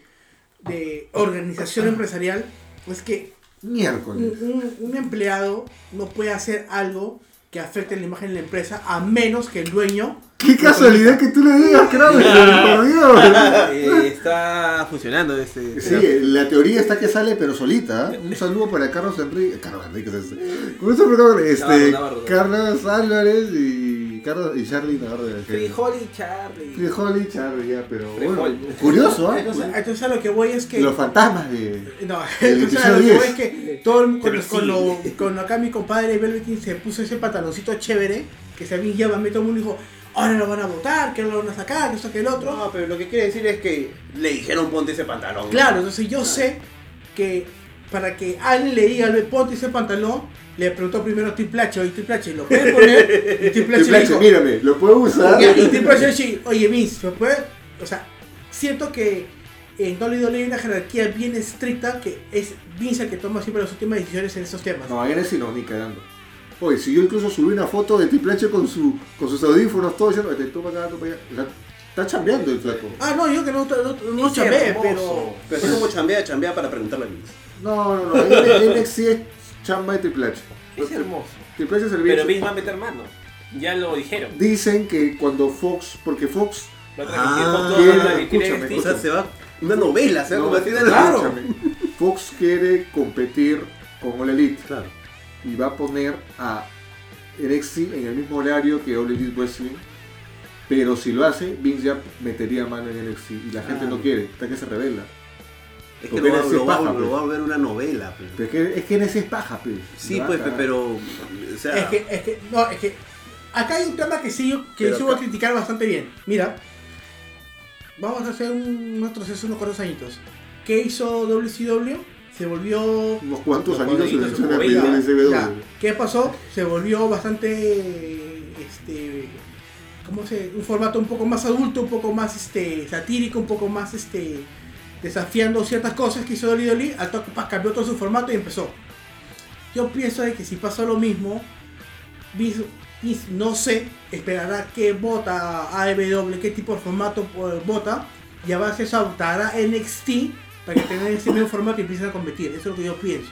[SPEAKER 4] de organización empresarial es que un,
[SPEAKER 2] Miércoles.
[SPEAKER 4] un- un empleado no puede hacer algo que afecte la imagen de la empresa a menos que el dueño
[SPEAKER 2] ¡Qué casualidad que tú le digas, Kramer! ¡Por Dios!
[SPEAKER 9] Eh, está funcionando este.
[SPEAKER 2] Sí, la teoría está que sale, pero solita. ¿eh? Un saludo para Carlos Enrique. Carlos Enrique es ese. Con eso, por favor, este,
[SPEAKER 9] Navarro, Navarro.
[SPEAKER 2] Carlos Álvarez y, Carlos, y Charlie Navarro de la Gente.
[SPEAKER 9] Frijol y Charlie.
[SPEAKER 2] Frijol y Charlie, ya, pero bueno.
[SPEAKER 9] Frijol.
[SPEAKER 2] Curioso, ¿ah?
[SPEAKER 4] entonces, entonces a lo que voy es que
[SPEAKER 2] Los fantasmas de...
[SPEAKER 4] No,
[SPEAKER 2] El
[SPEAKER 4] entonces a lo que
[SPEAKER 2] episodio
[SPEAKER 4] voy
[SPEAKER 2] 10.
[SPEAKER 4] es que todo el, con,
[SPEAKER 7] Pero sí.
[SPEAKER 4] con lo, con acá mi compadre Velveteen se puso ese pantaloncito chévere que se había me todo el mundo dijo, ahora lo van a votar, que ahora lo van a sacar, que esto, que el otro.
[SPEAKER 7] No, pero lo que quiere decir es que le dijeron ponte ese pantalón.
[SPEAKER 4] Claro, entonces yo sé que para que alguien le diga, le ponte ese pantalón, le preguntó primero a Triple H, oye Triple H, ¿lo puedes poner? Y Triple H
[SPEAKER 2] Triple
[SPEAKER 4] le
[SPEAKER 2] H,
[SPEAKER 4] dijo,
[SPEAKER 2] mírame, lo puedo usar.
[SPEAKER 4] Ya, y Triple H, sí, oye Vince, ¿lo puedes? O sea, siento que en WWE hay una jerarquía bien estricta que es Vince el que toma siempre las últimas decisiones en esos temas.
[SPEAKER 2] No, eres sino ni cagando. Oye, si yo incluso subí una foto de Triple H con, su, con sus audífonos, todo diciendo, este, toma acá, toma allá. O sea, está chambeando el flaco.
[SPEAKER 4] Ah, no, yo que no, no, no
[SPEAKER 9] Ese
[SPEAKER 4] chambeé,
[SPEAKER 9] hermoso.
[SPEAKER 4] pero.
[SPEAKER 7] Pero es como chambea, chambea para preguntarle a mí.
[SPEAKER 2] No, no, no. el NXT es chamba de Triple H.
[SPEAKER 9] Es hermoso.
[SPEAKER 2] Triple H es el
[SPEAKER 9] Pero
[SPEAKER 2] bicho.
[SPEAKER 9] Vince va a meter mano. Ya lo dijeron.
[SPEAKER 2] Dicen que cuando Fox, porque Fox.
[SPEAKER 9] Va a transmitir
[SPEAKER 7] Ah,
[SPEAKER 9] con todo el
[SPEAKER 2] bien,
[SPEAKER 9] transmitir
[SPEAKER 2] escúchame,
[SPEAKER 7] O
[SPEAKER 9] NXT.
[SPEAKER 7] sea, se va una novela, se va a
[SPEAKER 2] no,
[SPEAKER 7] convertir en
[SPEAKER 2] escúchame, Fox quiere competir con All Elite
[SPEAKER 7] Claro.
[SPEAKER 2] y va a poner a NXT en el mismo horario que All Elite Wrestling. Pero si lo hace, Vince ya metería mano en NXT y la gente
[SPEAKER 7] Ah.
[SPEAKER 2] no quiere, hasta que se revela.
[SPEAKER 7] Es que
[SPEAKER 2] Porque
[SPEAKER 7] lo va,
[SPEAKER 2] eres
[SPEAKER 7] lo va-
[SPEAKER 2] paja,
[SPEAKER 7] lo
[SPEAKER 2] pues.
[SPEAKER 7] va a volver una novela. pues.
[SPEAKER 2] Pero es que, es que en ese es paja, pe.
[SPEAKER 7] Sí,
[SPEAKER 2] Va,
[SPEAKER 7] pues,
[SPEAKER 2] cara.
[SPEAKER 7] pero. O sea,
[SPEAKER 4] Es que, es que, no, es que. Acá hay un tema que sí, yo- que
[SPEAKER 7] Pero
[SPEAKER 4] sí voy a
[SPEAKER 7] acá-
[SPEAKER 4] criticar bastante bien. Mira, vamos a hacer un retroceso unos cuantos añitos. ¿Qué hizo WCW? Se volvió.
[SPEAKER 2] Unos cuantos
[SPEAKER 9] Los
[SPEAKER 2] años se le echan
[SPEAKER 9] cuadritos,
[SPEAKER 2] a
[SPEAKER 9] su
[SPEAKER 2] pedir
[SPEAKER 9] cobija,
[SPEAKER 2] en ese
[SPEAKER 4] Ya,
[SPEAKER 2] video.
[SPEAKER 4] ¿Qué pasó? Se volvió bastante. Este. ¿Cómo se.? Un formato un poco más adulto, un poco más este, satírico, un poco más este. Desafiando ciertas cosas que hizo Dolly Dolly. Al toque pa, cambió todo su formato y empezó. Yo pienso de que si pasa lo mismo. Vince- Vince, no sé, esperará que vota AEW, qué tipo de formato eh, vota. Y a base de eso adoptará NXT para que tengan ese mismo formato y empiecen a competir. Eso es lo que yo pienso.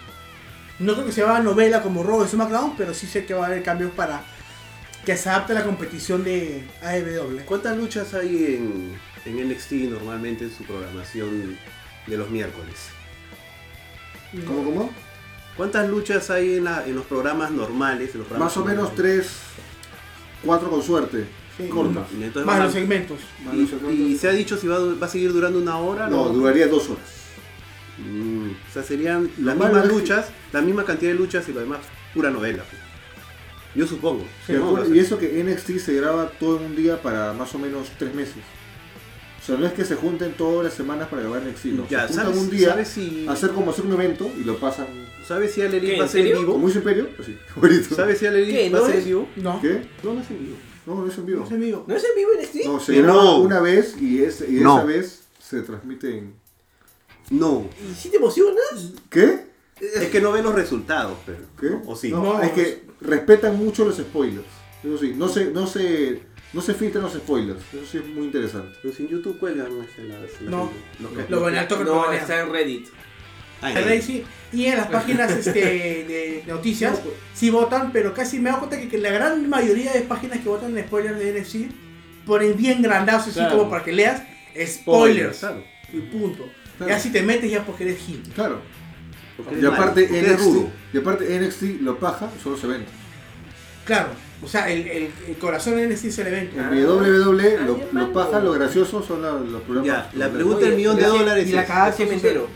[SPEAKER 4] No creo que se va a novela como Raw de SmackDown, pero sí sé que va a haber cambios para que se adapte a la competición de AEW.
[SPEAKER 7] ¿Cuántas luchas hay en, en NXT normalmente en su programación de los miércoles?
[SPEAKER 2] ¿Cómo, cómo?
[SPEAKER 7] ¿Cuántas luchas hay en, la- en los programas normales? en los programas
[SPEAKER 2] Más o menos
[SPEAKER 7] normales?
[SPEAKER 2] tres, cuatro con suerte.
[SPEAKER 4] Sí.
[SPEAKER 2] Corta.
[SPEAKER 7] Y Mm, entonces
[SPEAKER 4] Más
[SPEAKER 7] van-
[SPEAKER 4] los segmentos.
[SPEAKER 7] y- y, se ha dicho si va, a- va a seguir durando una hora.
[SPEAKER 2] No, duraría dos horas.
[SPEAKER 7] Mm, o sea, serían las
[SPEAKER 2] malo
[SPEAKER 7] mismas
[SPEAKER 2] es que-
[SPEAKER 7] luchas, la misma cantidad de luchas y lo demás, pura novela. pues. Yo supongo.
[SPEAKER 2] Y
[SPEAKER 7] Supongo que
[SPEAKER 2] acuer-
[SPEAKER 7] va a
[SPEAKER 2] y
[SPEAKER 7] ser.
[SPEAKER 2] eso que NXT se graba todo en un día para más o menos tres meses. O sea, no es que se junten todas las semanas para grabar Next Season.
[SPEAKER 7] Ya,
[SPEAKER 2] se juntan
[SPEAKER 7] ¿sabes-
[SPEAKER 2] un día,
[SPEAKER 7] sabes si-
[SPEAKER 2] hacer como hacer un evento y lo pasan.
[SPEAKER 7] ¿Sabes si Alerín
[SPEAKER 5] ¿Qué,
[SPEAKER 7] va a
[SPEAKER 5] en
[SPEAKER 7] ser en
[SPEAKER 5] serio?
[SPEAKER 7] vivo?
[SPEAKER 2] Como es Imperio, así, bonito.
[SPEAKER 7] ¿Sabes si
[SPEAKER 5] ¿Qué,
[SPEAKER 7] Alerín va
[SPEAKER 5] no
[SPEAKER 7] a ser en
[SPEAKER 5] es?
[SPEAKER 7] vivo?
[SPEAKER 4] No,
[SPEAKER 2] ¿Qué?
[SPEAKER 7] No, no es en vivo.
[SPEAKER 2] No, no es en vivo.
[SPEAKER 4] no es amigo.
[SPEAKER 5] ¿No es en vivo en Steam?
[SPEAKER 2] No, se
[SPEAKER 7] Que
[SPEAKER 2] graba
[SPEAKER 7] no.
[SPEAKER 2] una vez y, es, y
[SPEAKER 7] No.
[SPEAKER 2] esa vez se transmite en.
[SPEAKER 7] No.
[SPEAKER 5] ¿Y si te emocionas?
[SPEAKER 2] ¿Qué?
[SPEAKER 7] Es que no ve los resultados, pero.
[SPEAKER 2] ¿Qué?
[SPEAKER 7] ¿O sí?
[SPEAKER 2] No, es que respetan mucho los spoilers. Eso sí, no se, no se, no se filtran los spoilers. Eso sí es muy interesante.
[SPEAKER 7] Pero sin YouTube cuelgan no sé, la- la-
[SPEAKER 4] No.
[SPEAKER 7] los que-
[SPEAKER 4] Lo van tocar
[SPEAKER 5] No, está en Reddit.
[SPEAKER 7] Ay,
[SPEAKER 4] En Reddit sí. Y en las páginas este, de noticias
[SPEAKER 7] pues.
[SPEAKER 4] sí votan, pero casi me doy cuenta que, que la gran mayoría de páginas que votan en spoilers de NFC ponen bien grandados así
[SPEAKER 7] Claro.
[SPEAKER 4] como para que leas
[SPEAKER 7] spoilers,
[SPEAKER 4] spoilers.
[SPEAKER 7] claro.
[SPEAKER 4] Y punto.
[SPEAKER 2] Claro.
[SPEAKER 4] Ya si te metes ya porque eres gil.
[SPEAKER 2] Claro.
[SPEAKER 7] Porque
[SPEAKER 2] Y
[SPEAKER 7] eres
[SPEAKER 2] aparte,
[SPEAKER 7] malo, porque eres
[SPEAKER 2] NXT,
[SPEAKER 7] rudo.
[SPEAKER 2] y aparte NXT lo paja solo se vende.
[SPEAKER 7] Ah.
[SPEAKER 4] Claro. O sea, el, el- el corazón de NFC es el evento.
[SPEAKER 2] En WWE lo, lo paja, lo gracioso son la- los
[SPEAKER 7] Ya,
[SPEAKER 2] programas.
[SPEAKER 7] la pregunta del
[SPEAKER 5] Oye,
[SPEAKER 7] millón de
[SPEAKER 5] la-
[SPEAKER 7] dólares
[SPEAKER 5] Y la
[SPEAKER 7] es-
[SPEAKER 5] cagada que me entero.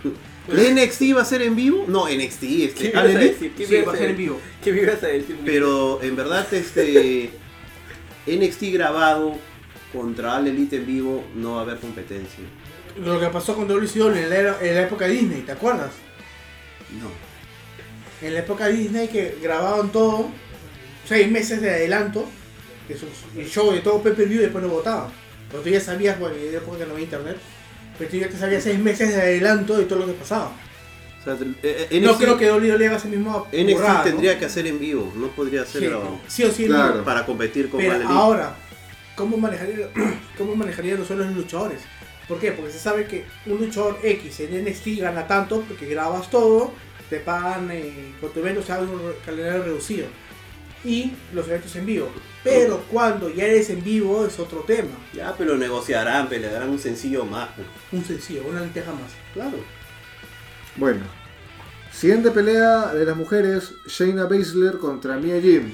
[SPEAKER 7] ¿NXT va a ser en vivo? No, NXT,
[SPEAKER 5] ¿Qué
[SPEAKER 7] este,
[SPEAKER 5] me ibas a
[SPEAKER 7] Alerín.
[SPEAKER 5] decir? ¿Qué me
[SPEAKER 4] Sí,
[SPEAKER 5] ibas
[SPEAKER 4] va a ser en vivo.
[SPEAKER 5] ¿Qué me ibas a decir?
[SPEAKER 7] Pero en verdad, este NXT grabado contra All Elite en vivo no va a haber competencia.
[SPEAKER 4] Lo que pasó con WCW en la, era- en la época Disney, ¿te acuerdas?
[SPEAKER 7] No.
[SPEAKER 4] En la época Disney que grababan todo, seis meses de adelanto, de sus- el show de todo pay-per-view y después lo votaban. Pero tú ya sabías, bueno, y después que no había internet, pero tú ya te sabías seis meses de adelanto de todo lo que pasaba.
[SPEAKER 7] O sea, eh, eh,
[SPEAKER 4] no
[SPEAKER 7] NXT
[SPEAKER 4] creo que WWE haga ese mismo
[SPEAKER 7] NXT
[SPEAKER 4] burrada, ¿no?
[SPEAKER 7] tendría que hacer en vivo, no podría ser
[SPEAKER 4] sí,
[SPEAKER 7] grabado.
[SPEAKER 4] sí o sí.
[SPEAKER 2] Claro.
[SPEAKER 4] no.
[SPEAKER 7] Para competir con All
[SPEAKER 4] Pero
[SPEAKER 7] Elite.
[SPEAKER 4] ahora, ¿cómo manejaría, ¿cómo manejaría los sueldos de los luchadores? ¿Por qué? Porque se sabe que un luchador X en NXT gana tanto porque grabas todo, te pagan eh, por tu evento, o sea, un re- calendario reducido. Y los eventos en vivo. Pero cuando ya eres en vivo es otro tema.
[SPEAKER 7] Ya, pero negociarán, pero le darán un sencillo más. pues.
[SPEAKER 4] Un sencillo, una lenteja más.
[SPEAKER 7] Claro.
[SPEAKER 2] Bueno. Siguiente pelea de las mujeres, Shayna Baszler contra Mia Jim.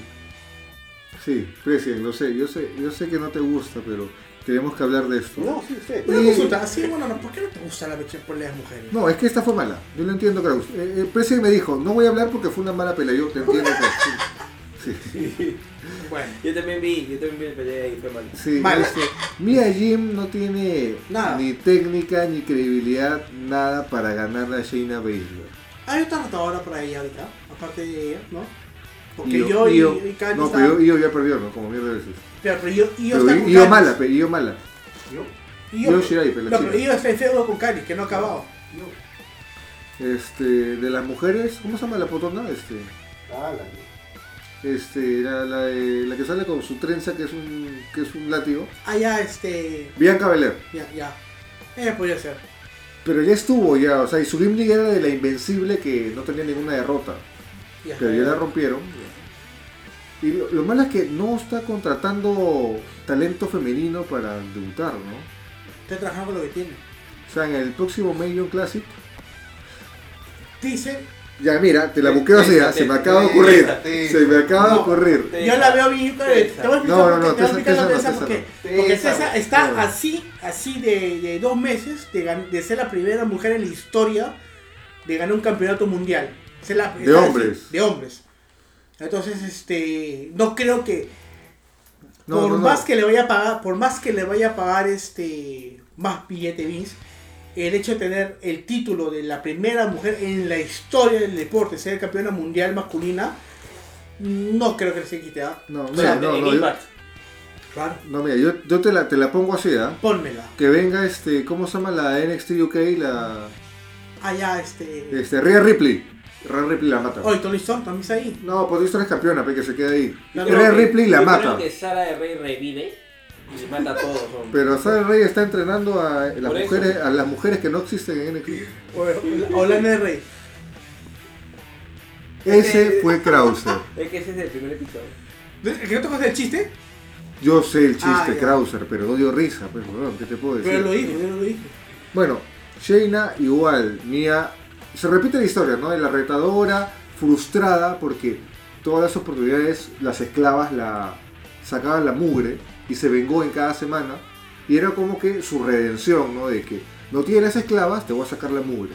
[SPEAKER 2] Sí, President, lo sé, yo sé, yo sé que no te gusta, pero tenemos que hablar de esto.
[SPEAKER 7] No, sí, sí.
[SPEAKER 4] Una
[SPEAKER 2] Y-
[SPEAKER 4] consulta, así bueno, no, ¿por qué no te gusta la pelea por las mujeres?
[SPEAKER 2] No, es que esta fue mala. Yo lo entiendo, Kraus. Eh, eh, President me dijo, no voy a hablar porque fue una mala pelea. Yo te entiendo, Kraus. Sí.
[SPEAKER 4] Bueno,
[SPEAKER 5] Yo también vi, yo también vi la pelea y fue mal.
[SPEAKER 2] Sí,
[SPEAKER 4] Mala.
[SPEAKER 2] este, Mia Jim no tiene
[SPEAKER 4] Nada.
[SPEAKER 2] ni técnica ni credibilidad, nada para ganarle a Shayna Baszler.
[SPEAKER 4] hay otra rotadora para ella ahorita, aparte de ella, ¿no? Porque
[SPEAKER 2] Io-
[SPEAKER 4] yo,
[SPEAKER 2] Io-
[SPEAKER 4] y, y Candy
[SPEAKER 2] No,
[SPEAKER 4] estaban-
[SPEAKER 2] pero yo ya perdió, ¿no? Como mierda de veces.
[SPEAKER 4] Pero, pero yo, yo
[SPEAKER 2] Pero
[SPEAKER 4] está con
[SPEAKER 2] yo
[SPEAKER 4] Candice.
[SPEAKER 2] mala, pero yo mala.
[SPEAKER 4] Y yo,
[SPEAKER 2] Yo Shirai, pero la
[SPEAKER 4] no,
[SPEAKER 2] chica.
[SPEAKER 4] pero yo estoy feudo con Cari, que no ha acabado.
[SPEAKER 2] Este, de las mujeres, ¿cómo se llama la potona? Este, este, la, la, de- la que sale con su trenza que es un, que es un látigo.
[SPEAKER 4] Ah, ya, este.
[SPEAKER 2] Bianca Belair.
[SPEAKER 4] Ya, ya. Ella podría ser.
[SPEAKER 2] Pero ya estuvo ya, o sea, y su gimmick era de la invencible que no tenía ninguna derrota.
[SPEAKER 4] Ya.
[SPEAKER 2] Pero ya la rompieron. Y lo, lo malo es que no está contratando talento femenino para debutar, ¿no?
[SPEAKER 4] Está trabajando con lo que tiene.
[SPEAKER 2] O sea, en el próximo Million Classic.
[SPEAKER 4] Dice,
[SPEAKER 2] Ya, mira, te la buqueo así, ¿ah? se me acaba de ocurrir. Se me acaba de
[SPEAKER 4] No.
[SPEAKER 2] ocurrir.
[SPEAKER 4] yo la veo bien. pero Te voy a explicar
[SPEAKER 2] No, no, no,
[SPEAKER 4] por qué- te voy a
[SPEAKER 2] Tessa-
[SPEAKER 4] explicar
[SPEAKER 2] Tessa no,
[SPEAKER 4] la Tessa
[SPEAKER 2] Tessa
[SPEAKER 4] por qué.
[SPEAKER 2] no.
[SPEAKER 4] Porque
[SPEAKER 9] Tessa,
[SPEAKER 4] Tessa está
[SPEAKER 2] no.
[SPEAKER 4] así, así de, de dos meses de, gan- de ser la primera mujer en la historia de ganar un campeonato mundial. Ser la-
[SPEAKER 2] De
[SPEAKER 4] está así,
[SPEAKER 2] hombres.
[SPEAKER 4] de hombres. Entonces, este. No creo que.
[SPEAKER 2] No,
[SPEAKER 4] por
[SPEAKER 2] no, no.
[SPEAKER 4] más que le vaya a pagar, por más que le vaya a pagar este más billete Vince, el hecho de tener el título de la primera mujer en la historia del deporte, ser campeona mundial masculina, no creo que se quite. ¿ah?
[SPEAKER 2] No,
[SPEAKER 5] O
[SPEAKER 2] mira,
[SPEAKER 5] sea,
[SPEAKER 2] no,
[SPEAKER 5] en
[SPEAKER 2] no, yo,
[SPEAKER 5] Impact.
[SPEAKER 4] Claro.
[SPEAKER 2] no, mira, yo, yo te, la, te la pongo así, ¿ah?
[SPEAKER 4] Pónmela.
[SPEAKER 2] Que venga este, ¿cómo se llama la NXT UK? La,
[SPEAKER 4] Allá este.
[SPEAKER 2] este, Rhea Ripley. Ria Ripley la mata.
[SPEAKER 4] Hoy Tony Storm también está ahí.
[SPEAKER 2] No, pues esto es campeona, pe, que se queda ahí.
[SPEAKER 5] Yo
[SPEAKER 2] Rhea
[SPEAKER 5] creo que-
[SPEAKER 2] Ripley la
[SPEAKER 5] yo
[SPEAKER 2] mata.
[SPEAKER 5] Creo que Sara de Rey revive y le mata a todos. hombre.
[SPEAKER 2] Pero Sara Rey está entrenando a las,
[SPEAKER 5] Por eso.
[SPEAKER 2] mujeres, a las mujeres que no existen en NXT.
[SPEAKER 4] O, o Lana del Rey.
[SPEAKER 2] Ese fue Krauser.
[SPEAKER 5] Es que ese es el primer episodio.
[SPEAKER 4] ¿Qué no te acuerdas del chiste?
[SPEAKER 2] Yo sé el chiste
[SPEAKER 4] Ah, ya.
[SPEAKER 2] Krauser, pero no dio risa, pues, weón, ¿qué te puedo decir?
[SPEAKER 4] Pero lo dijo, yo lo dije.
[SPEAKER 2] Bueno, Shayna igual, Mia. Se repite la historia, ¿no? De la retadora, frustrada, porque todas las oportunidades las esclavas la sacaban la mugre y se vengó en cada semana. Y era como que su redención, ¿no? De que no tienes esclavas, te voy a sacar la mugre.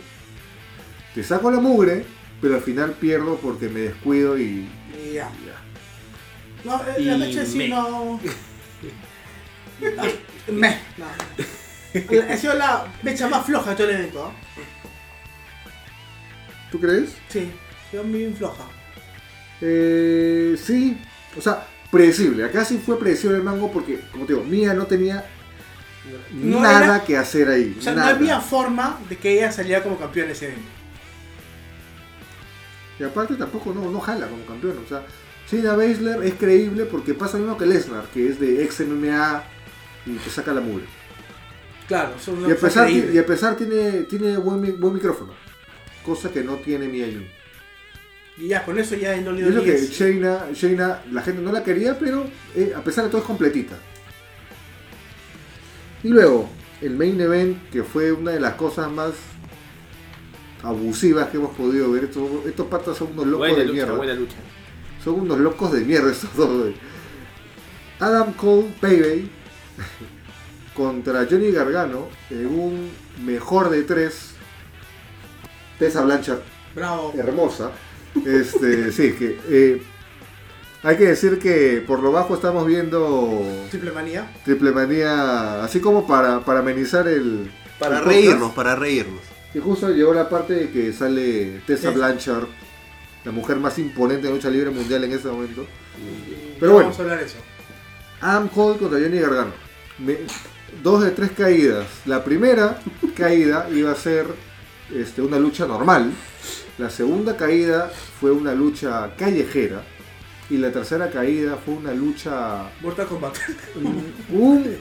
[SPEAKER 2] Te saco la mugre, pero al final pierdo porque me descuido y.
[SPEAKER 4] Y ya.
[SPEAKER 2] ya.
[SPEAKER 4] No, eh,
[SPEAKER 5] Y
[SPEAKER 4] la noche sí
[SPEAKER 5] me.
[SPEAKER 4] Ah, no. Me. No. La- Ha sido la mecha más floja de todo el evento. ¿ah?
[SPEAKER 2] ¿Tú crees?
[SPEAKER 4] Sí, ha sido muy floja.
[SPEAKER 2] Eh, sí, o sea, predecible. Acá sí fue predecible el mango porque, como te digo, Mia no tenía
[SPEAKER 4] No
[SPEAKER 2] nada
[SPEAKER 4] era-
[SPEAKER 2] que hacer ahí.
[SPEAKER 4] O sea,
[SPEAKER 2] nada.
[SPEAKER 4] no había forma de que ella saliera como campeona de ese evento.
[SPEAKER 2] Y aparte tampoco no, no jala como campeón. O sea, Shayna Baszler es creíble porque pasa lo mismo que Lesnar, que es de ex MMA y te saca la mugre.
[SPEAKER 4] Claro, eso no
[SPEAKER 2] y a
[SPEAKER 4] fue
[SPEAKER 2] pesar,
[SPEAKER 4] creíble.
[SPEAKER 2] y a pesar tiene, tiene buen, mi- buen micrófono, cosa que no tiene Mia Yim.
[SPEAKER 4] Y ya, con eso ya en
[SPEAKER 2] Y es lo que
[SPEAKER 4] WWE.
[SPEAKER 2] Shayna, Shayna, la gente no la quería, pero eh, a pesar de todo es completita. Y luego, el main event, que fue una de las cosas más abusivas que hemos podido ver. Estos, estos patas son unos locos
[SPEAKER 5] Buena
[SPEAKER 2] de
[SPEAKER 5] lucha,
[SPEAKER 2] mierda.
[SPEAKER 5] buena lucha.
[SPEAKER 2] Son unos locos de mierda estos dos. güey. Adam Cole Payday contra Johnny Gargano en un mejor de tres. Tessa Blanchard
[SPEAKER 4] Bravo.
[SPEAKER 2] Eh, hermosa. Este, sí, que eh, hay que decir que por lo bajo estamos viendo
[SPEAKER 4] Triple manía.
[SPEAKER 2] Triple Manía, así como para, para amenizar el.
[SPEAKER 7] Para
[SPEAKER 2] el
[SPEAKER 7] reírnos,
[SPEAKER 2] podcast.
[SPEAKER 7] para reírnos.
[SPEAKER 2] Y justo llegó la parte de que sale Tessa
[SPEAKER 4] Es-
[SPEAKER 2] Blanchard, la mujer más imponente de lucha libre mundial en este momento.
[SPEAKER 4] Ya
[SPEAKER 2] Pero bueno,
[SPEAKER 4] Vamos a hablar de eso.
[SPEAKER 2] Adam Cole contra Johnny Gargano. Me- dos de tres caídas. La primera caída iba a ser este, una lucha normal. La segunda caída fue una lucha callejera. Y la tercera caída fue una lucha.
[SPEAKER 4] Mortal Kombat.
[SPEAKER 2] un-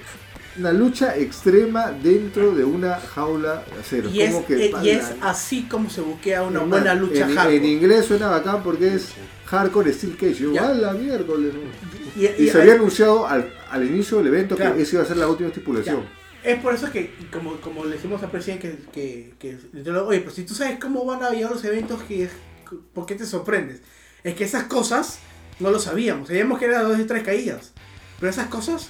[SPEAKER 2] una lucha extrema dentro de una jaula de acero.
[SPEAKER 4] Y es,
[SPEAKER 2] Como que
[SPEAKER 4] eh,
[SPEAKER 2] para-
[SPEAKER 4] y es así como se buquea una
[SPEAKER 2] Normal.
[SPEAKER 4] buena lucha
[SPEAKER 2] en,
[SPEAKER 4] hardcore.
[SPEAKER 2] en inglés suena bacán porque es hardcore steel cage. Yo,
[SPEAKER 4] Ya.
[SPEAKER 2] "A la miércoles! ¿no?".
[SPEAKER 4] Y-
[SPEAKER 2] Y
[SPEAKER 4] y-
[SPEAKER 2] se había anunciado al, al inicio del evento
[SPEAKER 4] Claro.
[SPEAKER 2] que esa iba a ser la última
[SPEAKER 4] ya.
[SPEAKER 2] estipulación.
[SPEAKER 4] Es por eso que, como, como le decimos a President, que, que, que- yo le digo, oye, pero si tú sabes cómo van a llegar los eventos, que, ¿por qué te sorprendes? Es que esas cosas no lo sabíamos. Sabíamos que eran dos y tres caídas. Pero esas cosas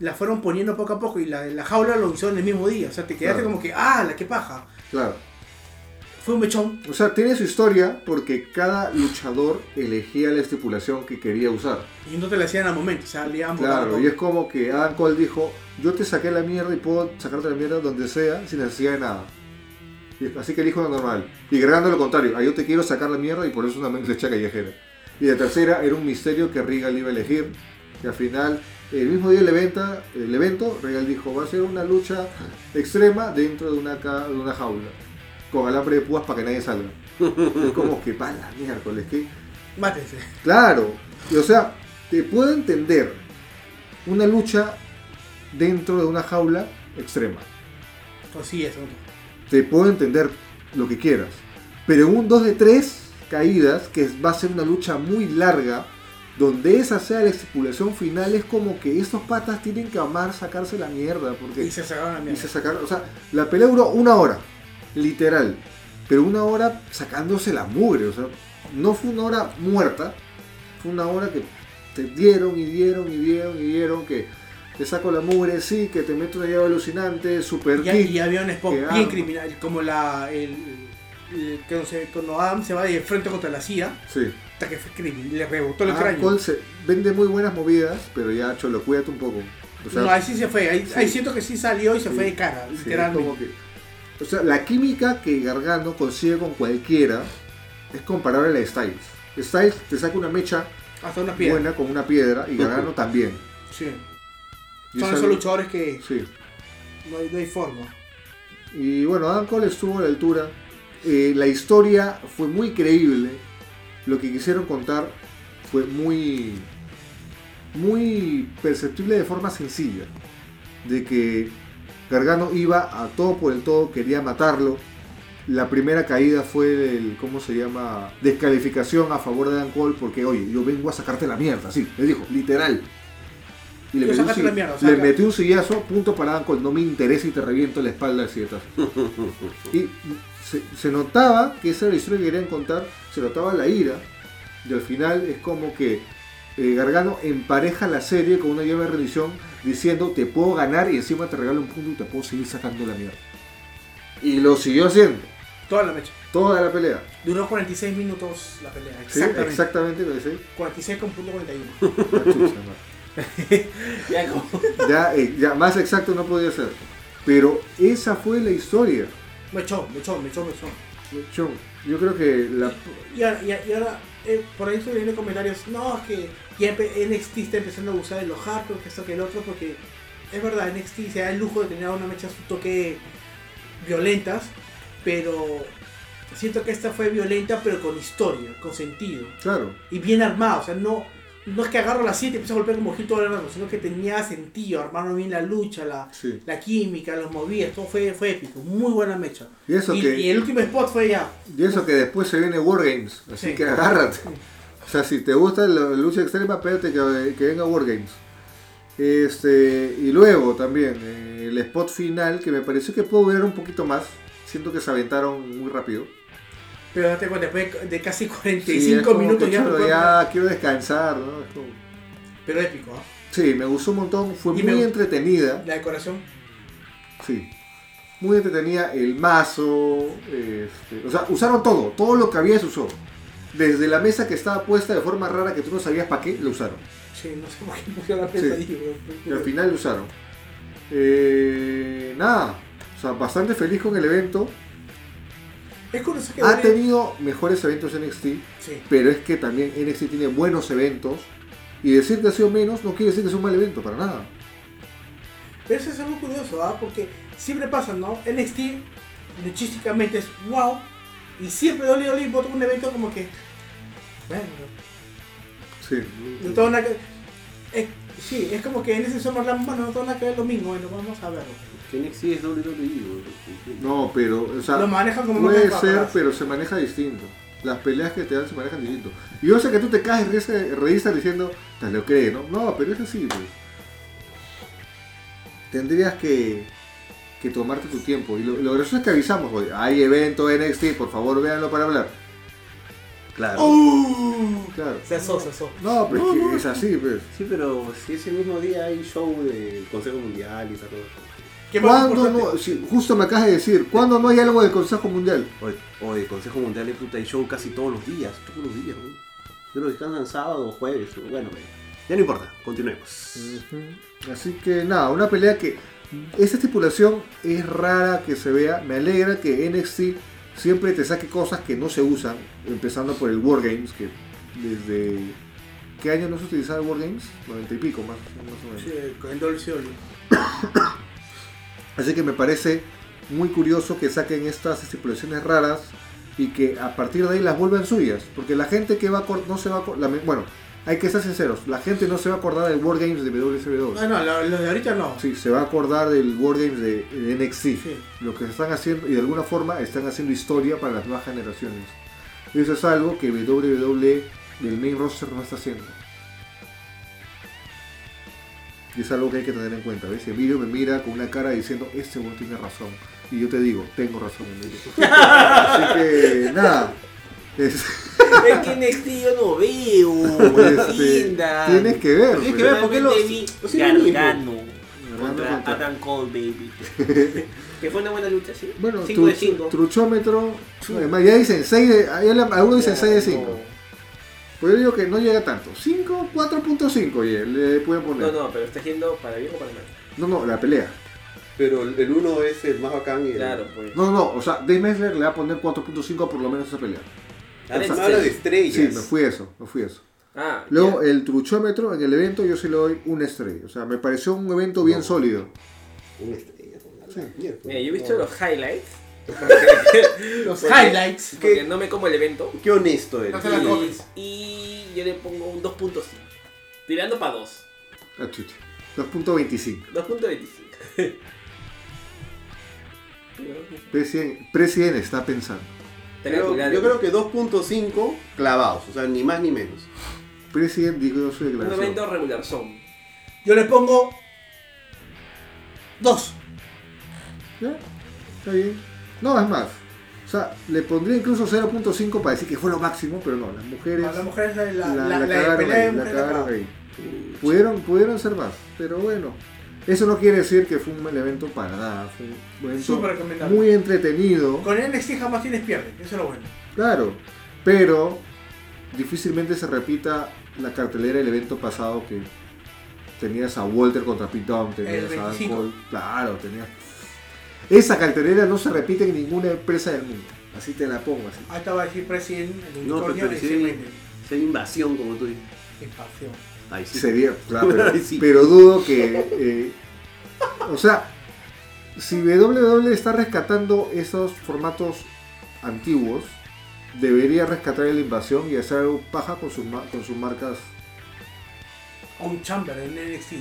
[SPEAKER 4] las fueron poniendo poco a poco y la, la jaula lo hizo en el mismo día. O sea, te quedaste
[SPEAKER 2] Claro.
[SPEAKER 4] como que, ah, la que paja.
[SPEAKER 2] Claro.
[SPEAKER 4] Fue un mechón.
[SPEAKER 2] O sea, tiene su historia porque cada luchador elegía la estipulación que quería usar.
[SPEAKER 4] Y no te la hacían al momento. O sea, le iban botando
[SPEAKER 2] Claro,
[SPEAKER 4] todo.
[SPEAKER 2] y es como que Adam Cole dijo, yo te saqué la mierda y puedo sacarte la mierda donde sea sin necesidad de nada. Y así que elijo lo normal. Y Gargano lo contrario, "Ah, yo te quiero sacar la mierda y por eso es una lucha callejera. Y la tercera era un misterio que Regal iba a elegir. Y al final, el mismo día del evento, el evento Regal dijo, va a ser una lucha extrema dentro de una, ca- de una jaula. Con alambre de púas para que nadie salga. es como que pala, miércoles, que...
[SPEAKER 4] Mátense.
[SPEAKER 2] Claro, y, o sea, te puedo entender una lucha dentro de una jaula extrema.
[SPEAKER 4] Pues sí, eso.
[SPEAKER 2] Te puedo entender lo que quieras. Pero en un 2 de 3 caídas, que va a ser una lucha muy larga, donde esa sea la estipulación final, es como que estos patas tienen que amar sacarse la mierda. Porque
[SPEAKER 4] Y se sacaron la
[SPEAKER 2] y
[SPEAKER 4] mierda.
[SPEAKER 2] se sacaron, o sea, la pelea duró una hora, literal. Pero una hora sacándose la mugre, o sea, no fue una hora muerta, fue una hora que te dieron y dieron y dieron y dieron, que te saco la mugre, sí, que te meto una llave alucinante, super
[SPEAKER 4] Y,
[SPEAKER 2] kick.
[SPEAKER 4] y había un spot
[SPEAKER 2] que
[SPEAKER 4] bien
[SPEAKER 2] arma.
[SPEAKER 4] criminal, como la. El, el- que no sé, cuando Adam se va de frente contra la CIA,
[SPEAKER 2] Sí.
[SPEAKER 4] hasta que fue criminal, le rebotó el
[SPEAKER 2] Ah,
[SPEAKER 4] cráneo.
[SPEAKER 2] Cole se- vende muy buenas movidas, pero ya, cholo, cuídate un poco. O sea,
[SPEAKER 4] no, ahí sí se fue, ahí,
[SPEAKER 2] sí.
[SPEAKER 4] ahí siento que sí salió y se
[SPEAKER 2] Sí.
[SPEAKER 4] fue de cara,
[SPEAKER 2] Sí,
[SPEAKER 4] literalmente.
[SPEAKER 2] como que- o sea, la química que Gargano consigue con cualquiera es comparable a la de Styles. Styles te saca una mecha
[SPEAKER 4] Hasta una piedra.
[SPEAKER 2] buena con una piedra y Gargano también.
[SPEAKER 4] Sí.
[SPEAKER 2] Y
[SPEAKER 4] Son
[SPEAKER 2] esa-
[SPEAKER 4] esos luchadores que
[SPEAKER 2] Sí.
[SPEAKER 4] no hay, no hay forma.
[SPEAKER 2] Y bueno, Adam Cole estuvo a la altura. Eh, la historia fue muy creíble. Lo que quisieron contar fue muy. muy perceptible de forma sencilla. De que Gargano iba a todo por el todo, quería matarlo. La primera caída fue el, ¿cómo se llama? Descalificación a favor de Adam Cole porque, oye, yo vengo a sacarte la mierda, sí, le dijo, literal. Y le
[SPEAKER 4] Yo
[SPEAKER 2] metió un
[SPEAKER 4] sacarte la
[SPEAKER 2] sill-
[SPEAKER 4] mierda,
[SPEAKER 2] le
[SPEAKER 4] saca.
[SPEAKER 2] metió un sillazo, punto para Adam Cole, no me interesa y te reviento la espalda de sietazo. Y se, se notaba que esa era la historia que querían contar, se notaba la ira, y al final es como que eh, Gargano empareja la serie con una llave de rendición diciendo te puedo ganar y encima te regalo un punto y te puedo seguir sacando la mierda. Y lo siguió haciendo,
[SPEAKER 4] Toda la mecha.
[SPEAKER 2] toda la pelea.
[SPEAKER 4] Duró 46 minutos la pelea,
[SPEAKER 2] Sí,
[SPEAKER 4] exactamente.
[SPEAKER 2] Exactamente lo que sí.
[SPEAKER 4] 46 con punto 41.
[SPEAKER 2] La chucha, madre.
[SPEAKER 9] Ya como-
[SPEAKER 2] Ya, eh, ya más exacto no podía ser. Pero esa fue la historia.
[SPEAKER 4] Mechón, mechón, mechón, mechón.
[SPEAKER 2] Yo, yo creo que la...
[SPEAKER 4] Y ahora, y, y ahora eh, por ahí estoy leyendo comentarios, no, es que ya empe- NXT está empezando a abusar de los hardcore, que esto que el otro, porque es verdad, NXT se da el lujo de tener unas mechas un toque violentas, pero siento que esta fue violenta, pero con historia, con sentido,
[SPEAKER 2] Claro,
[SPEAKER 4] y bien armada, o sea, no, no es que agarro la silla y te empiezo a golpear como Gil todo el rato, sino que tenía sentido, armaron bien la lucha, la,
[SPEAKER 2] sí.
[SPEAKER 4] la química, los movidas, todo fue, fue épico, muy buena mecha.
[SPEAKER 2] Y eso
[SPEAKER 4] y,
[SPEAKER 2] que...
[SPEAKER 4] y el último spot fue ya,
[SPEAKER 2] Y eso que después se viene Wargames, así
[SPEAKER 4] Sí.
[SPEAKER 2] que agárrate. O sea, si te gusta la lucha extrema, espérate que, que venga Wargames. Este, y luego también eh, el spot final, que me pareció que puedo ver un poquito más. Siento que se aventaron muy rápido.
[SPEAKER 4] Pero date cuenta, después de- de casi
[SPEAKER 2] Sí,
[SPEAKER 4] 45
[SPEAKER 2] es como
[SPEAKER 4] minutos
[SPEAKER 2] que,
[SPEAKER 4] ya.
[SPEAKER 2] chulo,
[SPEAKER 4] recuerdo.
[SPEAKER 2] ya quiero descansar, ¿no? Es como-
[SPEAKER 4] Pero épico, ¿ah?
[SPEAKER 2] Sí, me gustó un montón, fue
[SPEAKER 4] Y
[SPEAKER 2] muy
[SPEAKER 4] me-
[SPEAKER 2] entretenida.
[SPEAKER 4] La decoración.
[SPEAKER 2] Sí. Muy entretenida, el mazo. este, o sea, usaron todo, todo lo que había se usó. Desde la mesa que estaba puesta de forma rara que tú no sabías para qué, lo usaron.
[SPEAKER 4] Sí, no sé por qué pusieron la prensa
[SPEAKER 2] Sí.
[SPEAKER 4] ahí,
[SPEAKER 2] Y al
[SPEAKER 4] weón.
[SPEAKER 2] final lo usaron. Eh, nada, o sea, bastante feliz con el evento.
[SPEAKER 4] Es curioso que.
[SPEAKER 2] Ha
[SPEAKER 4] Dorian-
[SPEAKER 2] tenido mejores eventos en NXT,
[SPEAKER 4] Sí.
[SPEAKER 2] pero es que también NXT tiene buenos eventos. Y decir que ha sido menos no quiere decir que es un mal evento, para nada.
[SPEAKER 4] Pero eso es algo curioso, ¿ah? Porque siempre pasa, ¿no? NXT, luchísticamente es wow. Y siempre Dolly Dolly vota un evento como que. Bueno,
[SPEAKER 2] Sí.
[SPEAKER 4] no tengo nada que. es- sí, es como que en ese SummerLand, bueno, no tengo nada que ver lo mismo, bueno, vamos a verlo.
[SPEAKER 7] Que NXT es WWE, güey.
[SPEAKER 2] No, pero, o sea,
[SPEAKER 4] Lo manejan como
[SPEAKER 2] puede
[SPEAKER 4] marca de
[SPEAKER 2] ser,
[SPEAKER 4] papas.
[SPEAKER 2] pero se maneja distinto. Las peleas que te dan se manejan distinto. Y yo sé que tú te caes y revisas diciendo, te lo crees, ¿no? No, pero es así, pues. Tendrías que, que tomarte tu tiempo. Y lo, lo gracioso es que avisamos, hoy, hay evento NXT, por favor, véanlo para hablar.
[SPEAKER 7] Claro.
[SPEAKER 2] Claro.
[SPEAKER 4] ¡Uh! Se asó, se asó.
[SPEAKER 2] No, pero es, que
[SPEAKER 7] No, no,
[SPEAKER 2] es así, pues.
[SPEAKER 7] Sí, pero si ese mismo día hay show del Consejo Mundial y esa cosa.
[SPEAKER 4] ¿Qué más
[SPEAKER 2] ¿Cuándo
[SPEAKER 4] importante?
[SPEAKER 2] no? sí, justo me acabas de decir, ¿cuándo no hay algo del Consejo Mundial?
[SPEAKER 7] O, o del Consejo Mundial de puta, hay show casi todos los días, todos los días, güey. Pero descansan sábado o jueves, pero bueno, güey. Ya no importa, continuemos.
[SPEAKER 2] Ujú. Así que nada, una pelea que esta estipulación es rara que se vea. Me alegra que NXT siempre te saque cosas que no se usan, empezando por el Wargames, que desde qué año no se utilizaba el Wargames, noventa y pico más, más o menos.
[SPEAKER 12] Sí, con Dolce Oli.
[SPEAKER 2] Así que me parece muy curioso que saquen estas estipulaciones raras y que a partir de ahí las vuelvan suyas. Porque la gente que va a acor- no se va a acor- la me- bueno, hay que ser sinceros, la gente no se va a acordar del Wargames de WCW.
[SPEAKER 12] Ah, no, los de ahorita no.
[SPEAKER 2] Pues- Sí, se va a acordar del Wargames de, de NXT.
[SPEAKER 12] Sí.
[SPEAKER 2] Lo que están haciendo, y de alguna forma están haciendo historia para las nuevas generaciones. Eso es algo que WWE del main roster no está haciendo. Y es algo que hay que tener en cuenta. ¿Ves? Emilio me mira con una cara diciendo, este güey tiene razón. Y yo te digo, tengo razón, Emilio. Así que, nada. Es-
[SPEAKER 9] Es que NXT yo no veo.
[SPEAKER 2] este,
[SPEAKER 9] Linda.
[SPEAKER 2] tienes que ver.
[SPEAKER 7] Tienes que
[SPEAKER 2] pues.
[SPEAKER 7] ver por qué los-
[SPEAKER 9] Solamente vi
[SPEAKER 7] o sea,
[SPEAKER 9] Gargano contra
[SPEAKER 2] contra-
[SPEAKER 9] Adam Cole, baby. que fue una buena lucha, sí.
[SPEAKER 2] Bueno,
[SPEAKER 9] 5 de
[SPEAKER 2] tru-
[SPEAKER 9] 5.
[SPEAKER 2] truchómetro. Además, ya dicen 6 de. ya le- algunos dicen 6 de 5. Pues yo digo que no llega tanto. 5, 4.5 ye- le pueden
[SPEAKER 9] No,
[SPEAKER 2] poner.
[SPEAKER 9] no, pero está yendo para bien o para mal.
[SPEAKER 2] No, no, la pelea.
[SPEAKER 7] Pero el el uno es el más bacán y el...
[SPEAKER 9] Claro, pues.
[SPEAKER 2] No, no, o sea, Dave Messler le va a poner 4.5 por lo menos a esa pelea.
[SPEAKER 7] Ahora
[SPEAKER 2] Exacto.
[SPEAKER 7] me habla de
[SPEAKER 2] Sí,
[SPEAKER 7] estrellas.
[SPEAKER 2] me fui a eso, me fui a eso.
[SPEAKER 9] Ah,
[SPEAKER 2] Luego, el truchómetro en el evento yo se le doy una estrella. O sea, me pareció un evento bien sólido.
[SPEAKER 7] Una estrella. una mierda.
[SPEAKER 2] eh,
[SPEAKER 9] Mira, yo he visto los highlights. Porque,
[SPEAKER 4] Los
[SPEAKER 2] Pues-
[SPEAKER 9] porque-
[SPEAKER 4] highlights.
[SPEAKER 9] Porque no me como el evento.
[SPEAKER 7] Qué honesto eres.
[SPEAKER 4] Hasta la
[SPEAKER 7] Sí.
[SPEAKER 4] comes.
[SPEAKER 9] Y yo le pongo un 2.5. Tirando para 2.
[SPEAKER 2] Ah, chucha. 2.25.
[SPEAKER 9] 2.25.
[SPEAKER 2] President, President está pensando.
[SPEAKER 9] Tengo
[SPEAKER 7] Creo- yo creo que 2.5 clavados, o sea, ni más ni menos.
[SPEAKER 2] President dijo su
[SPEAKER 9] Un evento
[SPEAKER 2] declaración.
[SPEAKER 9] regular son.
[SPEAKER 4] Yo le pongo. Dos.
[SPEAKER 2] ¿Ya? Está bien. No, es más. O sea, le pondría incluso 0.5 para decir que fue lo máximo, pero no, las mujeres.
[SPEAKER 4] Para las mujeres, la,
[SPEAKER 2] la,
[SPEAKER 4] la,
[SPEAKER 2] la
[SPEAKER 4] la
[SPEAKER 2] cagaron
[SPEAKER 4] pelea
[SPEAKER 2] ahí,
[SPEAKER 4] de
[SPEAKER 2] la
[SPEAKER 4] mujeres
[SPEAKER 2] cagaron
[SPEAKER 4] acá.
[SPEAKER 2] ahí. Pudieron, pudieron ser más, pero bueno. Eso no quiere decir que fue un mal evento para nada. Fue un evento
[SPEAKER 4] Súper recomendable.
[SPEAKER 2] muy entretenido,
[SPEAKER 4] Con NXT jamás tienes pierde, eso es lo bueno.
[SPEAKER 2] claro. Pero difícilmente se repita la cartelera del evento pasado que tenías a Walter contra Pete Dunn, tenías a Adam
[SPEAKER 4] 25.
[SPEAKER 2] Cole, claro, tenías Esa cartelera no se repite en ninguna empresa del mundo. Así te la pongo así.
[SPEAKER 6] Ahí estaba a decir President, el
[SPEAKER 7] No, pero,
[SPEAKER 6] unicornio,
[SPEAKER 7] pero
[SPEAKER 6] y
[SPEAKER 7] sí,
[SPEAKER 6] siempre
[SPEAKER 7] sí hay invasión, como tú dices.
[SPEAKER 6] espacio.
[SPEAKER 7] Ahí sí.
[SPEAKER 2] Sería, claro, pero,
[SPEAKER 7] Ay, sí.
[SPEAKER 2] pero dudo que. eh, o sea, si WWE está rescatando esos formatos antiguos, debería rescatar la invasión y hacer algo paja con sus, ma- con sus marcas.
[SPEAKER 6] O un chamber en NXT.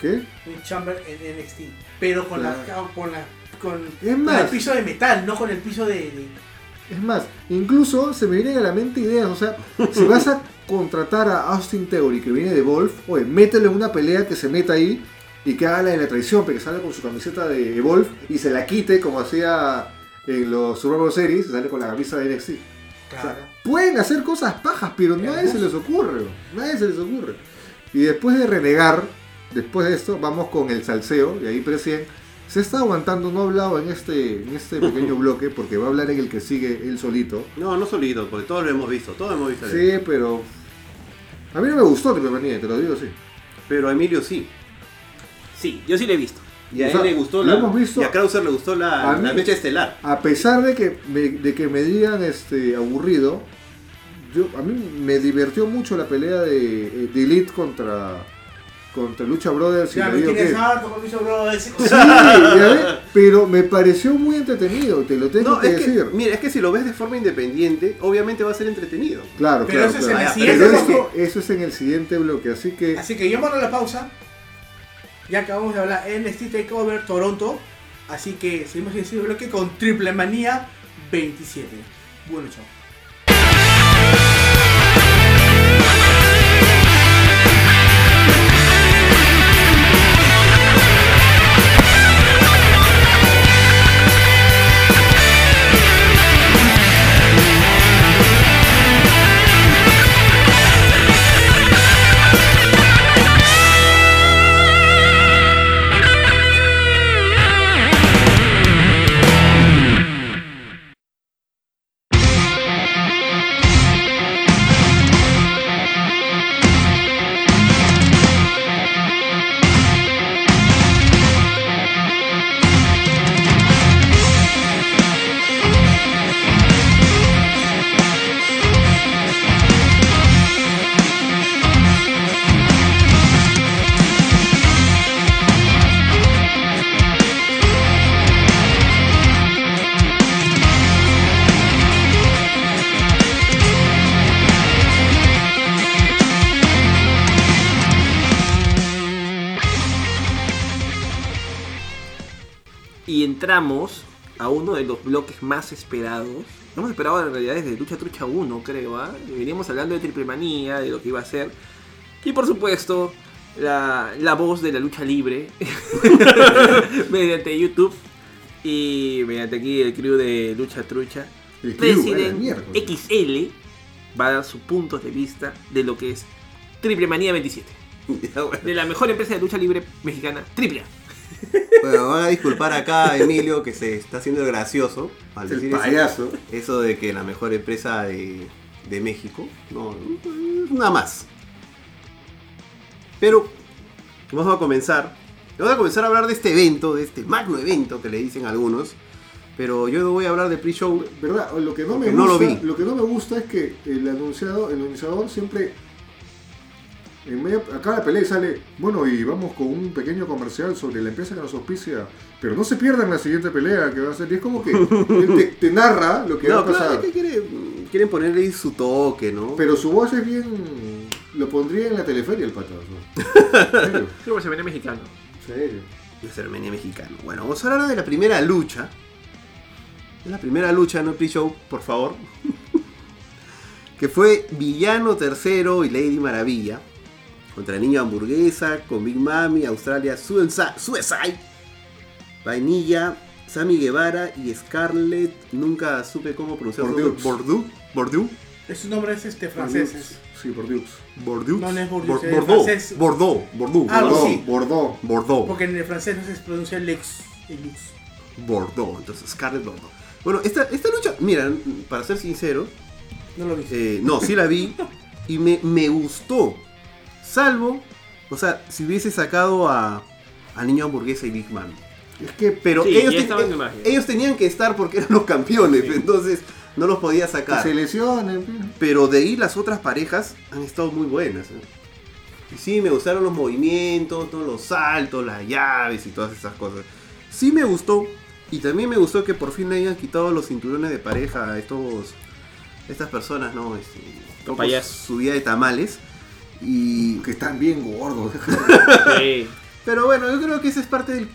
[SPEAKER 2] ¿Qué?
[SPEAKER 6] Un chamber en NXT. Pero con la. Con la con,
[SPEAKER 2] Es
[SPEAKER 6] con
[SPEAKER 2] más.
[SPEAKER 6] el piso de metal, no con el piso de. de-
[SPEAKER 2] Es más, incluso se me vienen a la mente ideas. O sea, si vas a contratar a Austin Theory, que viene de Wolf, oye, métele una pelea que se meta ahí y que haga la de la traición, pero que salga con su camiseta de Wolf y se la quite como hacía en los Survivor Series, sale con la camisa de NXT. O sea,
[SPEAKER 6] Claro.
[SPEAKER 2] pueden hacer cosas pajas, pero nadie se les ocurre. Nadie se les ocurre. Y después de renegar, después de esto, vamos con el salseo. Y ahí recién se está aguantando, no ha hablado en este, en este pequeño bloque, porque va a hablar en el que sigue él solito.
[SPEAKER 7] No, no solito, porque todos lo hemos visto, todos hemos visto. el
[SPEAKER 2] Sí, pero. A mí no me gustó Triplemanía, te lo digo así.
[SPEAKER 7] Pero a Emilio sí.
[SPEAKER 5] Sí, yo sí lo he visto.
[SPEAKER 7] Y a
[SPEAKER 2] O
[SPEAKER 7] él
[SPEAKER 2] sea,
[SPEAKER 7] le gustó
[SPEAKER 2] lo
[SPEAKER 7] la.
[SPEAKER 2] hemos visto-
[SPEAKER 7] Y a Krauser le gustó la,
[SPEAKER 2] A mí-
[SPEAKER 7] la mecha estelar.
[SPEAKER 2] A pesar de que me, de que me digan este, aburrido, yo, a mí me divirtió mucho la pelea de, eh, de Elite contra, contra Lucha Brothers. y
[SPEAKER 6] Ya
[SPEAKER 2] le
[SPEAKER 6] me
[SPEAKER 2] digo
[SPEAKER 6] tienes
[SPEAKER 2] que-
[SPEAKER 6] harto con el piso bro. ese-
[SPEAKER 2] Sí, ya ves, pero me pareció muy entretenido, te lo tengo
[SPEAKER 7] No,
[SPEAKER 2] que
[SPEAKER 7] es que,
[SPEAKER 2] decir.
[SPEAKER 7] mira, es que si lo ves de forma independiente, obviamente va a ser entretenido.
[SPEAKER 2] Claro,
[SPEAKER 6] Pero eso
[SPEAKER 2] claro,
[SPEAKER 6] es en
[SPEAKER 2] claro.
[SPEAKER 6] el
[SPEAKER 7] Ah,
[SPEAKER 6] siguiente
[SPEAKER 2] Pero
[SPEAKER 6] bloque.
[SPEAKER 2] eso, eso es en el siguiente bloque, así que
[SPEAKER 6] Así que yo mando la pausa. Ya acabamos de hablar NXT Takeover Toronto. Así que seguimos en el siguiente bloque con Triple Manía 27. Bueno, chao.
[SPEAKER 5] Y entramos a uno de los bloques más esperados. Lo hemos esperado en realidad desde Lucha Trucha 1, creo. ¿ah? Veníamos hablando de Triple Manía, de lo que iba a ser. Y por supuesto, la, la voz de la lucha libre mediante YouTube y mediante aquí el crew de Lucha Trucha.
[SPEAKER 2] el club, a la
[SPEAKER 5] President
[SPEAKER 2] mierda.
[SPEAKER 5] XL va a dar sus puntos de vista de lo que es Triple Manía 27.
[SPEAKER 7] Ya, bueno.
[SPEAKER 5] De la mejor empresa de lucha libre mexicana, Triple A.
[SPEAKER 7] Bueno, van a disculpar acá a Emilio que se está haciendo el gracioso al
[SPEAKER 2] Es el
[SPEAKER 7] decir eso.
[SPEAKER 2] payaso.
[SPEAKER 7] Eso de que la mejor empresa de, de México. No, nada más. Pero vamos a comenzar. Vamos a comenzar a hablar de este evento, de este magno evento que le dicen algunos. Pero yo no voy a hablar de pre-show.
[SPEAKER 2] ¿Verdad? Lo que no me
[SPEAKER 7] Porque no lo
[SPEAKER 2] gusta,
[SPEAKER 7] vi.
[SPEAKER 2] que no me gusta es que el anunciado, el anunciador siempre en medio, a cada pelea sale, bueno, y vamos con un pequeño comercial sobre la empresa que nos auspicia, pero no se pierdan la siguiente pelea que va a ser. Y es como que él te, te narra lo que va
[SPEAKER 7] No,
[SPEAKER 2] a pasar.
[SPEAKER 7] claro, es que quiere- quieren ponerle ahí su toque, ¿no?
[SPEAKER 2] Pero su voz es bien. Lo pondría en la teleferia el pato. ¿no? ¿En serio?
[SPEAKER 5] Creo que se viene mexicano.
[SPEAKER 2] en serio.
[SPEAKER 7] de Ceremenia Mexicano. Bueno, vamos a hablar de la primera lucha. De la primera lucha, no pre-show, por favor. que fue Villano Tercero y Lady Maravilla. Contra Niño Hamburguesa, con Big Mami, Australia, Suensa- Suicide, Vainilla, Sammy Guevara y Scarlett. Nunca supe cómo pronunciar su
[SPEAKER 2] Bordeaux.
[SPEAKER 7] nombre. Bordeaux. Bordeaux.
[SPEAKER 6] Ese nombre es este
[SPEAKER 4] Ah,
[SPEAKER 6] francés. es-
[SPEAKER 2] Sí, por Dios.
[SPEAKER 7] Bordeaux.
[SPEAKER 6] No, no es Bordeaux,
[SPEAKER 7] Bor-
[SPEAKER 6] es
[SPEAKER 7] Bordeaux.
[SPEAKER 6] francés.
[SPEAKER 7] Bordeaux. Bordeaux.
[SPEAKER 6] Ah,
[SPEAKER 7] Bordeaux.
[SPEAKER 2] Bordeaux,
[SPEAKER 6] sí.
[SPEAKER 2] Bordeaux.
[SPEAKER 7] Bordeaux.
[SPEAKER 6] Porque en el francés no se pronuncia el ex. El ex.
[SPEAKER 7] Bordeaux, entonces Scarlett Bordeaux. Bueno, esta, esta lucha, mira, para ser sincero,
[SPEAKER 6] No lo dice.
[SPEAKER 7] eh, no, sí la vi y me, me gustó. Salvo, o sea, si hubiese sacado a, a Niño Hamburguesa y Big Man.
[SPEAKER 3] Es que
[SPEAKER 7] Pero
[SPEAKER 5] Sí,
[SPEAKER 7] ellos,
[SPEAKER 5] ya
[SPEAKER 7] ten-
[SPEAKER 5] estaban
[SPEAKER 7] eh,
[SPEAKER 5] en imagen.
[SPEAKER 7] ellos tenían que estar porque eran los campeones, entonces no los podía sacar.
[SPEAKER 2] se lesionen. pe.
[SPEAKER 7] Pero de ahí las otras parejas han estado muy buenas. ¿eh? Y sí, me gustaron los movimientos, todos los saltos, las llaves y todas esas cosas. Sí me gustó. Y también me gustó que por fin le hayan quitado los cinturones de pareja a estos. Estas personas, ¿no? Este, con
[SPEAKER 5] payasos.
[SPEAKER 7] su vida de tamales. Y.
[SPEAKER 2] Que están bien gordos.
[SPEAKER 5] Sí.
[SPEAKER 7] Pero bueno, yo creo que esa es parte del-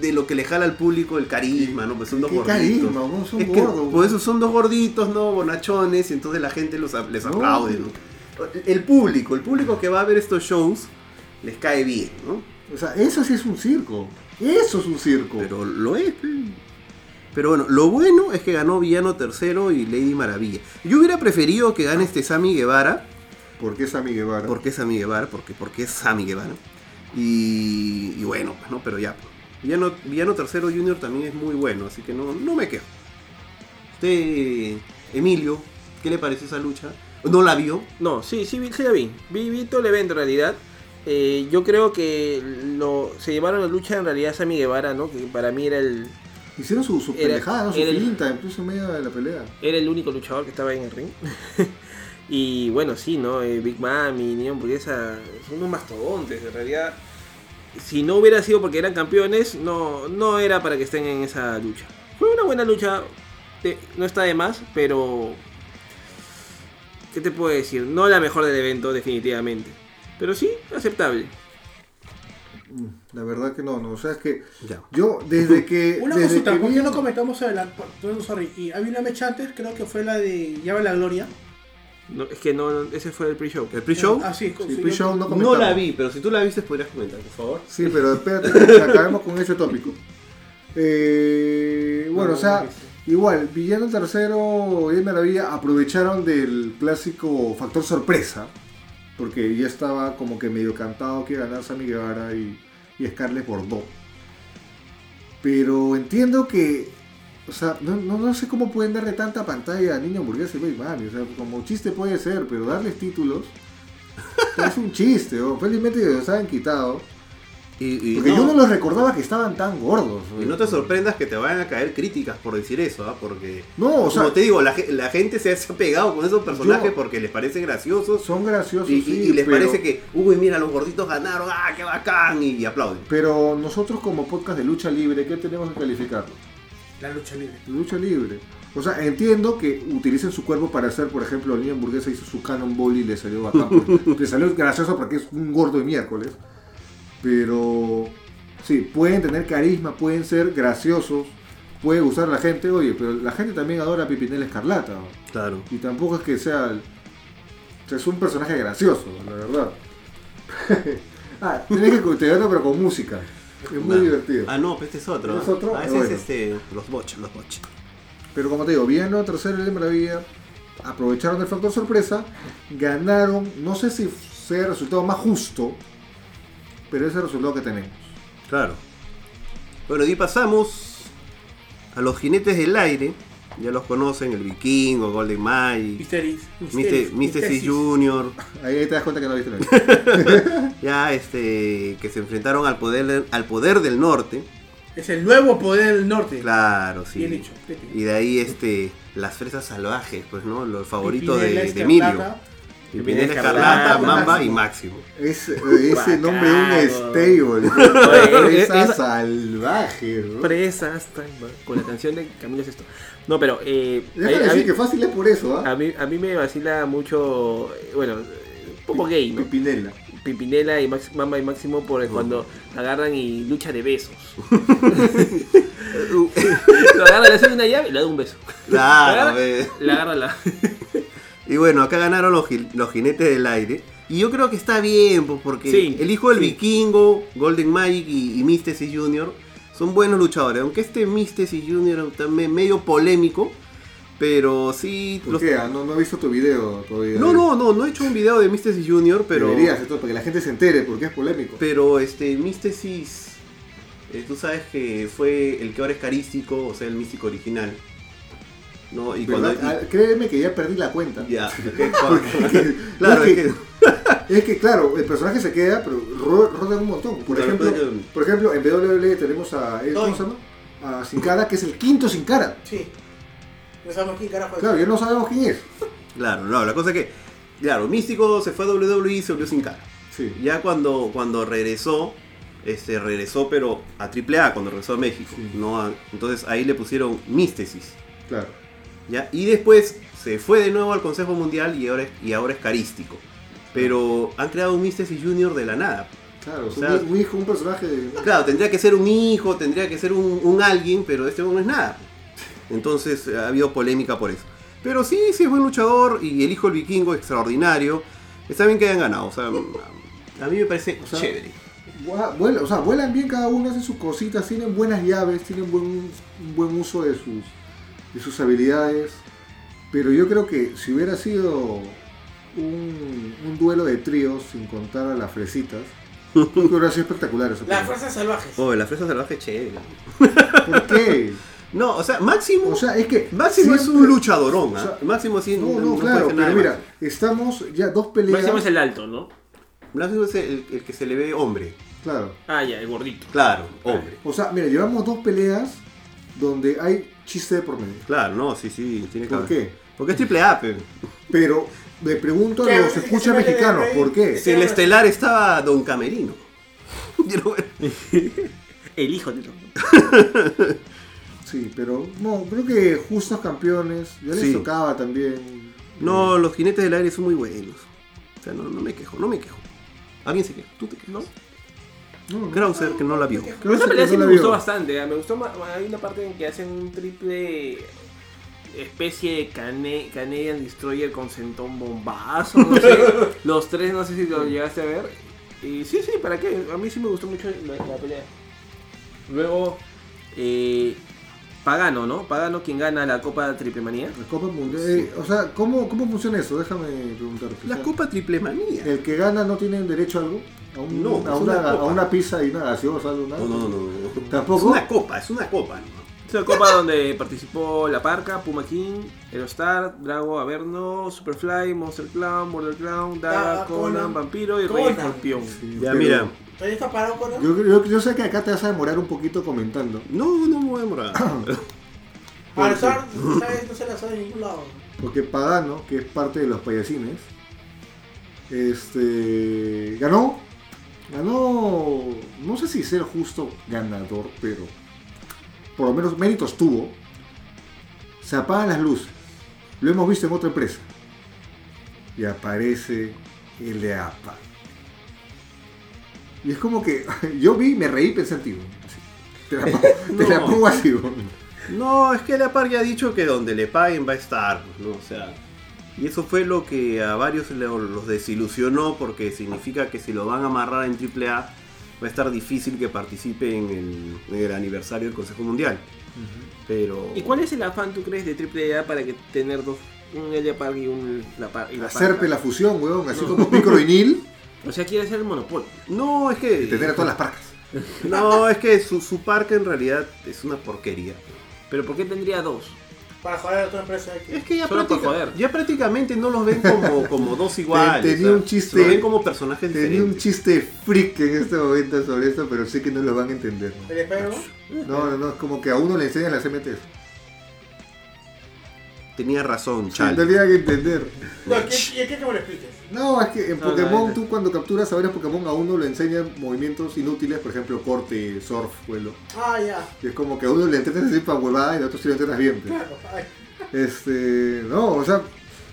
[SPEAKER 7] de lo que le jala al público el carisma, ¿no? Pues son dos
[SPEAKER 2] Qué
[SPEAKER 7] gorditos.
[SPEAKER 2] carisma, weón, son
[SPEAKER 7] Es que,
[SPEAKER 2] gordos.
[SPEAKER 7] por eso son dos gorditos, ¿no? Bonachones, y entonces la gente los, a- les
[SPEAKER 2] No.
[SPEAKER 7] aplaude, ¿no? El público, el público que va a ver estos shows, les cae bien, ¿no?
[SPEAKER 2] O sea, eso sí es un circo. Eso es un circo.
[SPEAKER 7] Pero lo es, pe. Pero bueno, lo bueno es que ganó Villano Tercero y Lady Maravilla. Yo hubiera preferido que gane este Sammy Guevara,
[SPEAKER 2] ¿Por qué Sammy Guevara?
[SPEAKER 7] porque es Sammy Guevara, porque, porque es Sammy Guevara. Y, y bueno, pues, ¿no? Pero ya. Villano, Villano Tercero Junior también es muy bueno, así que no, no me quejo. Usted, Emilio, ¿qué le pareció esa lucha? ¿No la vio?
[SPEAKER 5] No, sí, sí, vi- sí la vi. Vi, vi todo el evento en realidad. Eh, yo creo que lo, se llevaron la lucha en realidad Sammy Guevara, ¿no? Que para mí era el,
[SPEAKER 2] Hicieron su, su
[SPEAKER 5] Era-
[SPEAKER 2] pendejada, ¿no? su
[SPEAKER 5] era el-
[SPEAKER 2] finta, incluso en medio de la pelea.
[SPEAKER 5] era el único luchador que estaba en el ring. y bueno, sí, ¿no? Eh, Big Mami, Neon Hamburguesa, son unos mastodontes. En realidad, si no hubiera sido porque eran campeones, no, no era para que estén en esa lucha. Fue una buena lucha, te- no está de más, pero... ¿Qué te puedo decir? No la mejor del evento, definitivamente. Pero sí, aceptable.
[SPEAKER 2] La verdad que no, no. O sea, es que
[SPEAKER 7] Ya.
[SPEAKER 2] yo desde que.
[SPEAKER 4] Una
[SPEAKER 2] Eh, desde
[SPEAKER 4] consulta,
[SPEAKER 2] que
[SPEAKER 4] ¿por
[SPEAKER 2] vi-
[SPEAKER 4] qué no comentamos adelante? Sorry, y había una mecha antes, creo que fue la de Llave a la Gloria.
[SPEAKER 5] No, es que no, ese fue el pre-show.
[SPEAKER 7] ¿El pre-show?
[SPEAKER 4] Ah, sí,
[SPEAKER 2] Sí,
[SPEAKER 4] sí,
[SPEAKER 2] pre-show no
[SPEAKER 7] no
[SPEAKER 2] comentamos.
[SPEAKER 7] la vi, pero si tú la viste podrías comentar, por favor.
[SPEAKER 2] Sí, pero espérate, que acabemos con ese tópico. Eh, bueno, o sea, igual, Villano Tercero y Maravilla aprovecharon del clásico factor sorpresa, porque ya estaba como que medio cantado que iba a ganar Sammy Guevara y, y Scarlett Bordeaux. Pero entiendo que, o sea, no, no, no sé cómo pueden darle tanta pantalla a Niño Hamburguesa y Baby Mami, o sea, como chiste puede ser, pero darles títulos es un chiste, ¿no? felizmente los han quitado.
[SPEAKER 7] Y, y
[SPEAKER 2] Porque
[SPEAKER 7] no,
[SPEAKER 2] yo no los recordaba que estaban tan gordos.
[SPEAKER 7] y no te sorprendas que te vayan a caer críticas por decir eso, ¿ah? Porque,
[SPEAKER 2] No, o sea,
[SPEAKER 7] como te digo, la, ge- la gente se ha se ha pegado con esos personajes
[SPEAKER 2] Yo-
[SPEAKER 7] porque les parece graciosos
[SPEAKER 2] son graciosos.
[SPEAKER 7] Y, y-
[SPEAKER 2] sí,
[SPEAKER 7] y les
[SPEAKER 2] pero,
[SPEAKER 7] parece que, uy, mira, los gorditos ganaron, ah, qué bacán, y, y aplauden.
[SPEAKER 2] Pero nosotros como podcast de lucha libre, ¿qué tenemos que calificarlo?
[SPEAKER 4] La lucha libre.
[SPEAKER 2] Lucha libre. O sea, entiendo que utilicen su cuerpo para hacer, por ejemplo, el niño hamburguesa hizo su cannonball y le salió bacán. porque- le salió gracioso porque es un gordo de miércoles. Pero sí, pueden tener carisma, pueden ser graciosos, puede gustar a la gente. Oye, pero la gente también adora a Pipinela Escarlata. ¿no?
[SPEAKER 7] Claro.
[SPEAKER 2] Y tampoco es que sea. el- o sea, es un personaje gracioso, la verdad. ah, tenés que considerarlo, pero con música. Es muy divertido.
[SPEAKER 7] Ah, no, pues este es otro.
[SPEAKER 2] ¿Este es
[SPEAKER 7] ¿ah?
[SPEAKER 2] otro?
[SPEAKER 7] Ah, ese
[SPEAKER 2] Bueno.
[SPEAKER 7] es este, los boch, los boch.
[SPEAKER 2] Pero como te digo, bien lo tercero de maravilla. Aprovecharon el factor sorpresa. Ganaron. No sé si sea el resultado más justo. Pero ese es el resultado que tenemos.
[SPEAKER 7] Claro. Bueno, y pasamos a los jinetes del aire. Ya los conocen, el vikingo, Golden Mike,
[SPEAKER 4] Misteris.
[SPEAKER 7] Mr. Mr. C. Jr.
[SPEAKER 2] Ahí te das cuenta que no viste la lucha.
[SPEAKER 7] Ya este, que se enfrentaron al poder, del- al poder del norte.
[SPEAKER 4] Es el nuevo poder del norte.
[SPEAKER 7] Claro, sí.
[SPEAKER 4] Bien hecho.
[SPEAKER 7] Y de ahí este, las fresas salvajes, pues, ¿no? Los favoritos de,
[SPEAKER 4] Pimpinela,
[SPEAKER 7] de
[SPEAKER 4] Escarlata,
[SPEAKER 7] Emilio. Pipinela Escarlata,
[SPEAKER 5] Escarlata,
[SPEAKER 7] Mamba y
[SPEAKER 4] Máximo.
[SPEAKER 7] Máximo.
[SPEAKER 2] Es, eh, ese
[SPEAKER 5] Bacán,
[SPEAKER 2] nombre de un stable.
[SPEAKER 5] Oye,
[SPEAKER 2] Esa
[SPEAKER 5] esa-
[SPEAKER 2] salvaje. ¿no?
[SPEAKER 5] Presas, tan- con la canción de Camilo Sesto. No, pero... Eh,
[SPEAKER 2] Déjame
[SPEAKER 5] a- a
[SPEAKER 2] decir
[SPEAKER 5] mí-
[SPEAKER 2] que fácil es por eso, ¿ah?
[SPEAKER 5] A mí, a mí me vacila mucho, eh, bueno, eh, un poco gay, ¿no?
[SPEAKER 2] Pipinela.
[SPEAKER 5] Pimpinela y Max, Mamba y Máximo por el- cuando agarran y lucha de besos. Lo agarra, le hace una llave y le da un beso.
[SPEAKER 7] Claro, ve.
[SPEAKER 5] Le agarra la...
[SPEAKER 7] Y bueno, acá ganaron los, gil- los jinetes del aire. Y yo creo que está bien, pues, porque
[SPEAKER 5] Sí,
[SPEAKER 7] el hijo del
[SPEAKER 5] sí.
[SPEAKER 7] vikingo, Golden Magic y, y Místesi Jr. son buenos luchadores. Aunque este Místesi Jr. también medio polémico. Pero sí.
[SPEAKER 2] ¿Por
[SPEAKER 7] los-
[SPEAKER 2] qué? ah? No, no he visto tu video todavía.
[SPEAKER 7] No, no, no, no he hecho un video de Místesi Jr., pero.
[SPEAKER 2] Deberías, esto, para que la gente se entere, porque es polémico.
[SPEAKER 7] Pero este, Místesis, eh, tú sabes que fue el que ahora es carístico, o sea, el místico original. ¿No? Y cuando.
[SPEAKER 2] ¿Verdad? Ah, Créeme que ya perdí la cuenta.
[SPEAKER 7] y- ya, que cuando-
[SPEAKER 2] Porque-
[SPEAKER 7] claro,
[SPEAKER 2] porque-
[SPEAKER 7] es que-
[SPEAKER 2] es que, claro, el personaje se queda, pero ro- rotan un montón. Por,
[SPEAKER 7] Claro,
[SPEAKER 2] ejemplo,
[SPEAKER 7] puede que-
[SPEAKER 2] por ejemplo, en WWE tenemos a, eh, ¿cómo se llama? a Sin Cara, que es el quinto Sin Cara.
[SPEAKER 6] Sí. No sabemos quién carajo es.
[SPEAKER 2] Claro, ya no sabemos quién es.
[SPEAKER 7] Claro, no, la cosa es que, claro, Místico se fue a WWE y se volvió sin cara.
[SPEAKER 2] Sí.
[SPEAKER 7] Ya cuando, cuando regresó, este, regresó pero a AAA cuando regresó a México.
[SPEAKER 2] Sí.
[SPEAKER 7] ¿no? A- entonces ahí le pusieron Místesis.
[SPEAKER 2] Claro.
[SPEAKER 7] ¿ya? Y después se fue de nuevo al Consejo Mundial y ahora es, y ahora es carístico. Pero han creado un Místesis Junior de la nada.
[SPEAKER 2] Claro,
[SPEAKER 7] O
[SPEAKER 2] un-
[SPEAKER 7] sea-
[SPEAKER 2] un hijo, un personaje de...
[SPEAKER 7] Claro, tendría que ser un hijo, tendría que ser un, un alguien, pero este no es nada. Entonces eh, ha habido polémica por eso. Pero sí, sí es buen luchador y el hijo del vikingo extraordinario. Está bien que hayan ganado, o sea, mm, a mí me parece
[SPEAKER 2] O sea,
[SPEAKER 7] chévere.
[SPEAKER 2] Gua- vuela- o sea, vuelan bien cada uno, hacen sus cositas, tienen buenas llaves, tienen buen, un buen uso de sus, de sus habilidades. Pero yo creo que si hubiera sido un, un duelo de tríos, sin contar a las fresitas, creo que hubiera sido espectacular esa
[SPEAKER 6] Las
[SPEAKER 2] pelea.
[SPEAKER 6] fuerzas salvajes.
[SPEAKER 7] Oh, la fresa salvaje es chévere.
[SPEAKER 2] ¿Por qué?
[SPEAKER 7] No, o sea, Máximo,
[SPEAKER 2] O sea, es que.
[SPEAKER 7] Máximo es
[SPEAKER 2] siempre-
[SPEAKER 7] un luchadorón. ¿ah?
[SPEAKER 2] o sea,
[SPEAKER 7] Máximo sí
[SPEAKER 2] No, no,
[SPEAKER 7] puede
[SPEAKER 2] claro,
[SPEAKER 7] hacer
[SPEAKER 2] pero
[SPEAKER 7] nada de
[SPEAKER 2] mira,
[SPEAKER 7] Máximo.
[SPEAKER 2] estamos ya dos peleas.
[SPEAKER 5] Máximo es el alto, ¿no?
[SPEAKER 7] Máximo es el, el que se le ve hombre.
[SPEAKER 2] Claro.
[SPEAKER 5] Ah, ya, el gordito.
[SPEAKER 7] Claro, hombre.
[SPEAKER 2] O sea, mira, llevamos dos peleas donde hay chiste de por medio.
[SPEAKER 7] Claro, no, sí, sí, tiene que
[SPEAKER 2] ¿Por
[SPEAKER 7] haber.
[SPEAKER 2] qué?
[SPEAKER 7] Porque es triple A, pe.
[SPEAKER 2] Pero le pregunto a
[SPEAKER 6] ¿Qué?
[SPEAKER 2] los escuchas
[SPEAKER 6] ¿Qué se mete
[SPEAKER 2] mexicanos,
[SPEAKER 6] de rey?
[SPEAKER 2] ¿por qué?
[SPEAKER 7] Si el estelar estaba Don Camerino. Pero bueno.
[SPEAKER 5] El hijo de
[SPEAKER 2] Sí, pero no, creo que justos campeones, ya les
[SPEAKER 7] Sí.
[SPEAKER 2] tocaba también.
[SPEAKER 7] No, los jinetes del aire son muy buenos. O sea, no, no me quejo, no me quejo. ¿Alguien se queja? ¿Tú te quejas?
[SPEAKER 2] No, no.
[SPEAKER 7] Krauser, que no la vio.
[SPEAKER 2] Creo
[SPEAKER 5] Esa
[SPEAKER 2] que
[SPEAKER 5] pelea
[SPEAKER 2] no
[SPEAKER 5] sí
[SPEAKER 2] la
[SPEAKER 5] me
[SPEAKER 2] vio.
[SPEAKER 5] gustó bastante. ¿eh? Me gustó ma- Hay una parte en que hacen un triple especie de cane- Canadian Destroyer con sentón bombazo. no sé. Los tres, no sé si lo llegaste a ver. Y sí, sí, ¿para qué? A mí sí me gustó mucho la, la pelea. Luego, eh, Pagano, ¿no? Pagano quien gana la Copa Triple Manía.
[SPEAKER 2] La Copa Mundial. eh, o sea, ¿cómo, ¿cómo funciona eso? Déjame preguntarte. O
[SPEAKER 7] La
[SPEAKER 2] sea,
[SPEAKER 7] Copa Triple Manía.
[SPEAKER 2] ¿El que gana no tiene derecho a algo? ¿A, un-
[SPEAKER 7] No,
[SPEAKER 2] a,
[SPEAKER 7] es
[SPEAKER 2] una,
[SPEAKER 7] una
[SPEAKER 2] a
[SPEAKER 7] copa.
[SPEAKER 2] una pizza y una gaseosa? algo, nada?
[SPEAKER 7] No, no, no, no. Es
[SPEAKER 2] ¿Tampoco?
[SPEAKER 7] una copa, es una copa. ¿no?
[SPEAKER 5] Es una copa donde participó La Parca, Puma King, Aerostar, Drago, Averno, Superfly, Monster Clown, Border Clown, Daga,
[SPEAKER 6] Daga,
[SPEAKER 5] Conan,
[SPEAKER 6] Conan,
[SPEAKER 5] Vampiro y Rey
[SPEAKER 6] Conan.
[SPEAKER 5] Escorpión.
[SPEAKER 2] Sí,
[SPEAKER 7] Ya,
[SPEAKER 2] pero
[SPEAKER 7] mira.
[SPEAKER 6] Todavía está parado con él.
[SPEAKER 2] Yo, yo, yo sé que acá te vas a demorar un poquito comentando.
[SPEAKER 7] No, no me voy a demorar.
[SPEAKER 6] Al usar, ¿sabes? No se la sabe de ningún lado.
[SPEAKER 2] Porque Pagano, que es parte de los payasines, este ganó. Ganó. No sé si ser justo ganador, pero por lo menos méritos tuvo. Se apagan las luces. Lo hemos visto en otra empresa. Y aparece el de APA. Y es como que yo vi, me reí pensativo. Te la, pongo- te la
[SPEAKER 7] No.
[SPEAKER 2] pongo así. weón.
[SPEAKER 7] No, es que la par ya ha dicho que donde le paguen va a estar, ¿no? O sea, y eso fue lo que a varios le- los desilusionó porque significa que si lo van a amarrar en AAA va a estar difícil que participe en el, en el aniversario del Consejo Mundial. Pero...
[SPEAKER 5] ¿Y cuál es el afán, tú crees, de AAA para que tener dos, un Elia Park y un La Parca?
[SPEAKER 2] Hacerte la fusión, weón, así como Piccolo y Neil,
[SPEAKER 5] O sea, quiere ser el monopolio.
[SPEAKER 7] No, es que...
[SPEAKER 2] y tener a todas las parcas.
[SPEAKER 7] No, es que su, su parque en realidad es una porquería.
[SPEAKER 5] ¿Pero por qué tendría dos?
[SPEAKER 6] Para joder a otra empresa. de
[SPEAKER 7] Es
[SPEAKER 6] que-
[SPEAKER 7] que ya,
[SPEAKER 5] Solo por
[SPEAKER 7] práctica-
[SPEAKER 5] joder.
[SPEAKER 7] ya prácticamente no los ven como, como dos iguales.
[SPEAKER 2] tenía
[SPEAKER 7] o sea,
[SPEAKER 2] un chiste-
[SPEAKER 7] Los ven como personajes
[SPEAKER 2] Tenía un
[SPEAKER 7] diferentes.
[SPEAKER 2] chiste freak en este momento sobre esto, pero sé que no lo van a entender.
[SPEAKER 6] ¿El espejo?
[SPEAKER 2] No, no, no, es como que a uno le enseñan las MTs.
[SPEAKER 7] Tenía razón,
[SPEAKER 2] No
[SPEAKER 7] Charlie.
[SPEAKER 2] tenían que entender.
[SPEAKER 6] No, ¿qué- ¿y es que me lo expliques?
[SPEAKER 2] No, es que en
[SPEAKER 5] No,
[SPEAKER 2] Pokémon
[SPEAKER 5] no,
[SPEAKER 2] tú cuando capturas a varios Pokémon a uno le enseñan movimientos inútiles, por ejemplo corte, surf, vuelo.
[SPEAKER 6] Ah, ya.
[SPEAKER 2] Y es como que a uno le entrenas así para huevada y a otro sí lo entrenas bien. pues.
[SPEAKER 6] Claro. Ay,
[SPEAKER 2] Este, no, o sea,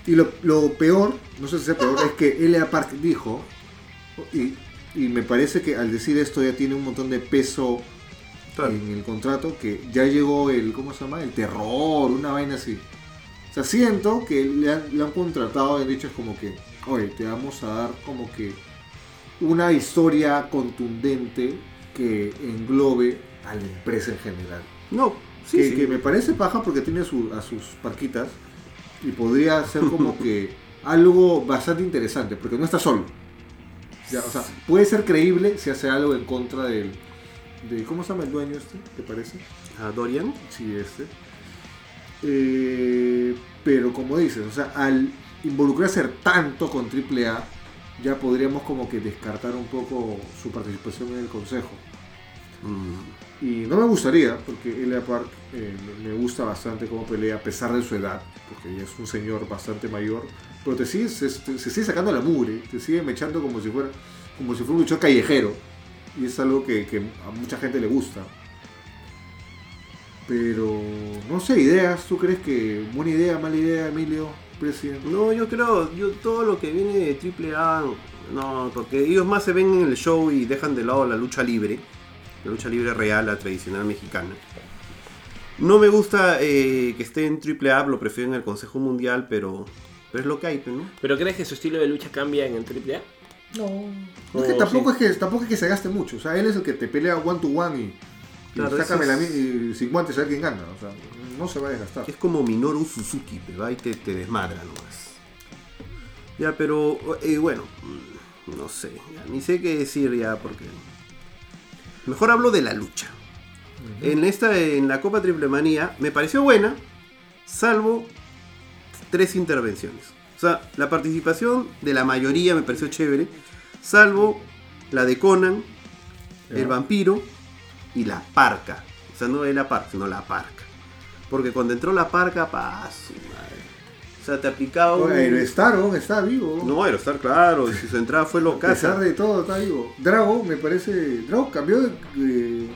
[SPEAKER 2] y lo, lo peor, no sé si sea peor, es que Elia Park dijo, y, y me parece que al decir esto ya tiene un montón de peso
[SPEAKER 7] Claro.
[SPEAKER 2] en el contrato, que ya llegó el, ¿cómo se llama? El terror, una vaina así. O sea, siento que le han, le han contratado y han dicho es como que, oye, te vamos a dar como que una historia contundente que englobe a la empresa en general
[SPEAKER 7] No, sí,
[SPEAKER 2] que,
[SPEAKER 7] sí.
[SPEAKER 2] que me parece paja porque tiene su- a sus parquitas y podría ser como que algo bastante interesante, porque no está solo. Ya, o sea, puede ser creíble si hace algo en contra del... De, ¿Cómo se llama el dueño este? ¿Te parece?
[SPEAKER 7] ¿A Dorian?
[SPEAKER 2] Sí, este. Eh, pero como dices, o sea, al involucrarse tanto con AAA, ya podríamos como que descartar un poco su participación en el consejo. Y no me gustaría, porque Elia Park eh, me gusta bastante cómo pelea, a pesar de su edad, porque ya es un señor bastante mayor, pero te sigue, se, te- se sigue sacando la mugre, te sigue mechando como si fuera, como si fuera un luchador callejero. Y es algo que, que a mucha gente le gusta. Pero no sé, ideas, ¿tú crees que buena idea, mala idea, Emilio, presidente?
[SPEAKER 7] No, yo creo, yo todo lo que viene de AAA, no, porque ellos más se ven en el show y dejan de lado la lucha libre, la lucha libre real, la tradicional mexicana. No me gusta eh, que esté en AAA, lo prefiero en el Consejo Mundial, pero, pero es lo que hay, pues, ¿no?
[SPEAKER 5] ¿Pero crees que su estilo de lucha cambia en el AAA?
[SPEAKER 4] No.
[SPEAKER 2] No, es que
[SPEAKER 5] Oh,
[SPEAKER 2] tampoco, es que tampoco es que se gaste mucho. O sea, él es el que te pelea one to one y, y
[SPEAKER 7] Claro,
[SPEAKER 2] sácame
[SPEAKER 7] eso
[SPEAKER 2] la
[SPEAKER 7] es-
[SPEAKER 2] mi- y sin guantes a ver quién gana. O sea, no se va a desgastar.
[SPEAKER 7] Es como Minoru Suzuki, pues, va y te, te desmadra nomás. Ya, pero eh, bueno, mm, no sé, ya, ni sé qué decir ya, porque... Mejor hablo de la lucha. En esta, en la Copa Triple Manía, me pareció buena, salvo tres intervenciones. O sea, la participación de la mayoría me pareció chévere, salvo la de Conan, el vampiro y la parca. O sea, no es la parca, sino la parca. Porque cuando entró la parca, pa, su madre. O sea, te aplicaba un...
[SPEAKER 2] Oye, Aerostar, weón, está vivo.
[SPEAKER 7] No, Aerostar, claro, si su entrada fue
[SPEAKER 2] a pesar
[SPEAKER 7] locaza.
[SPEAKER 2] de todo, está vivo. Drago, me parece. Drago cambió de. de-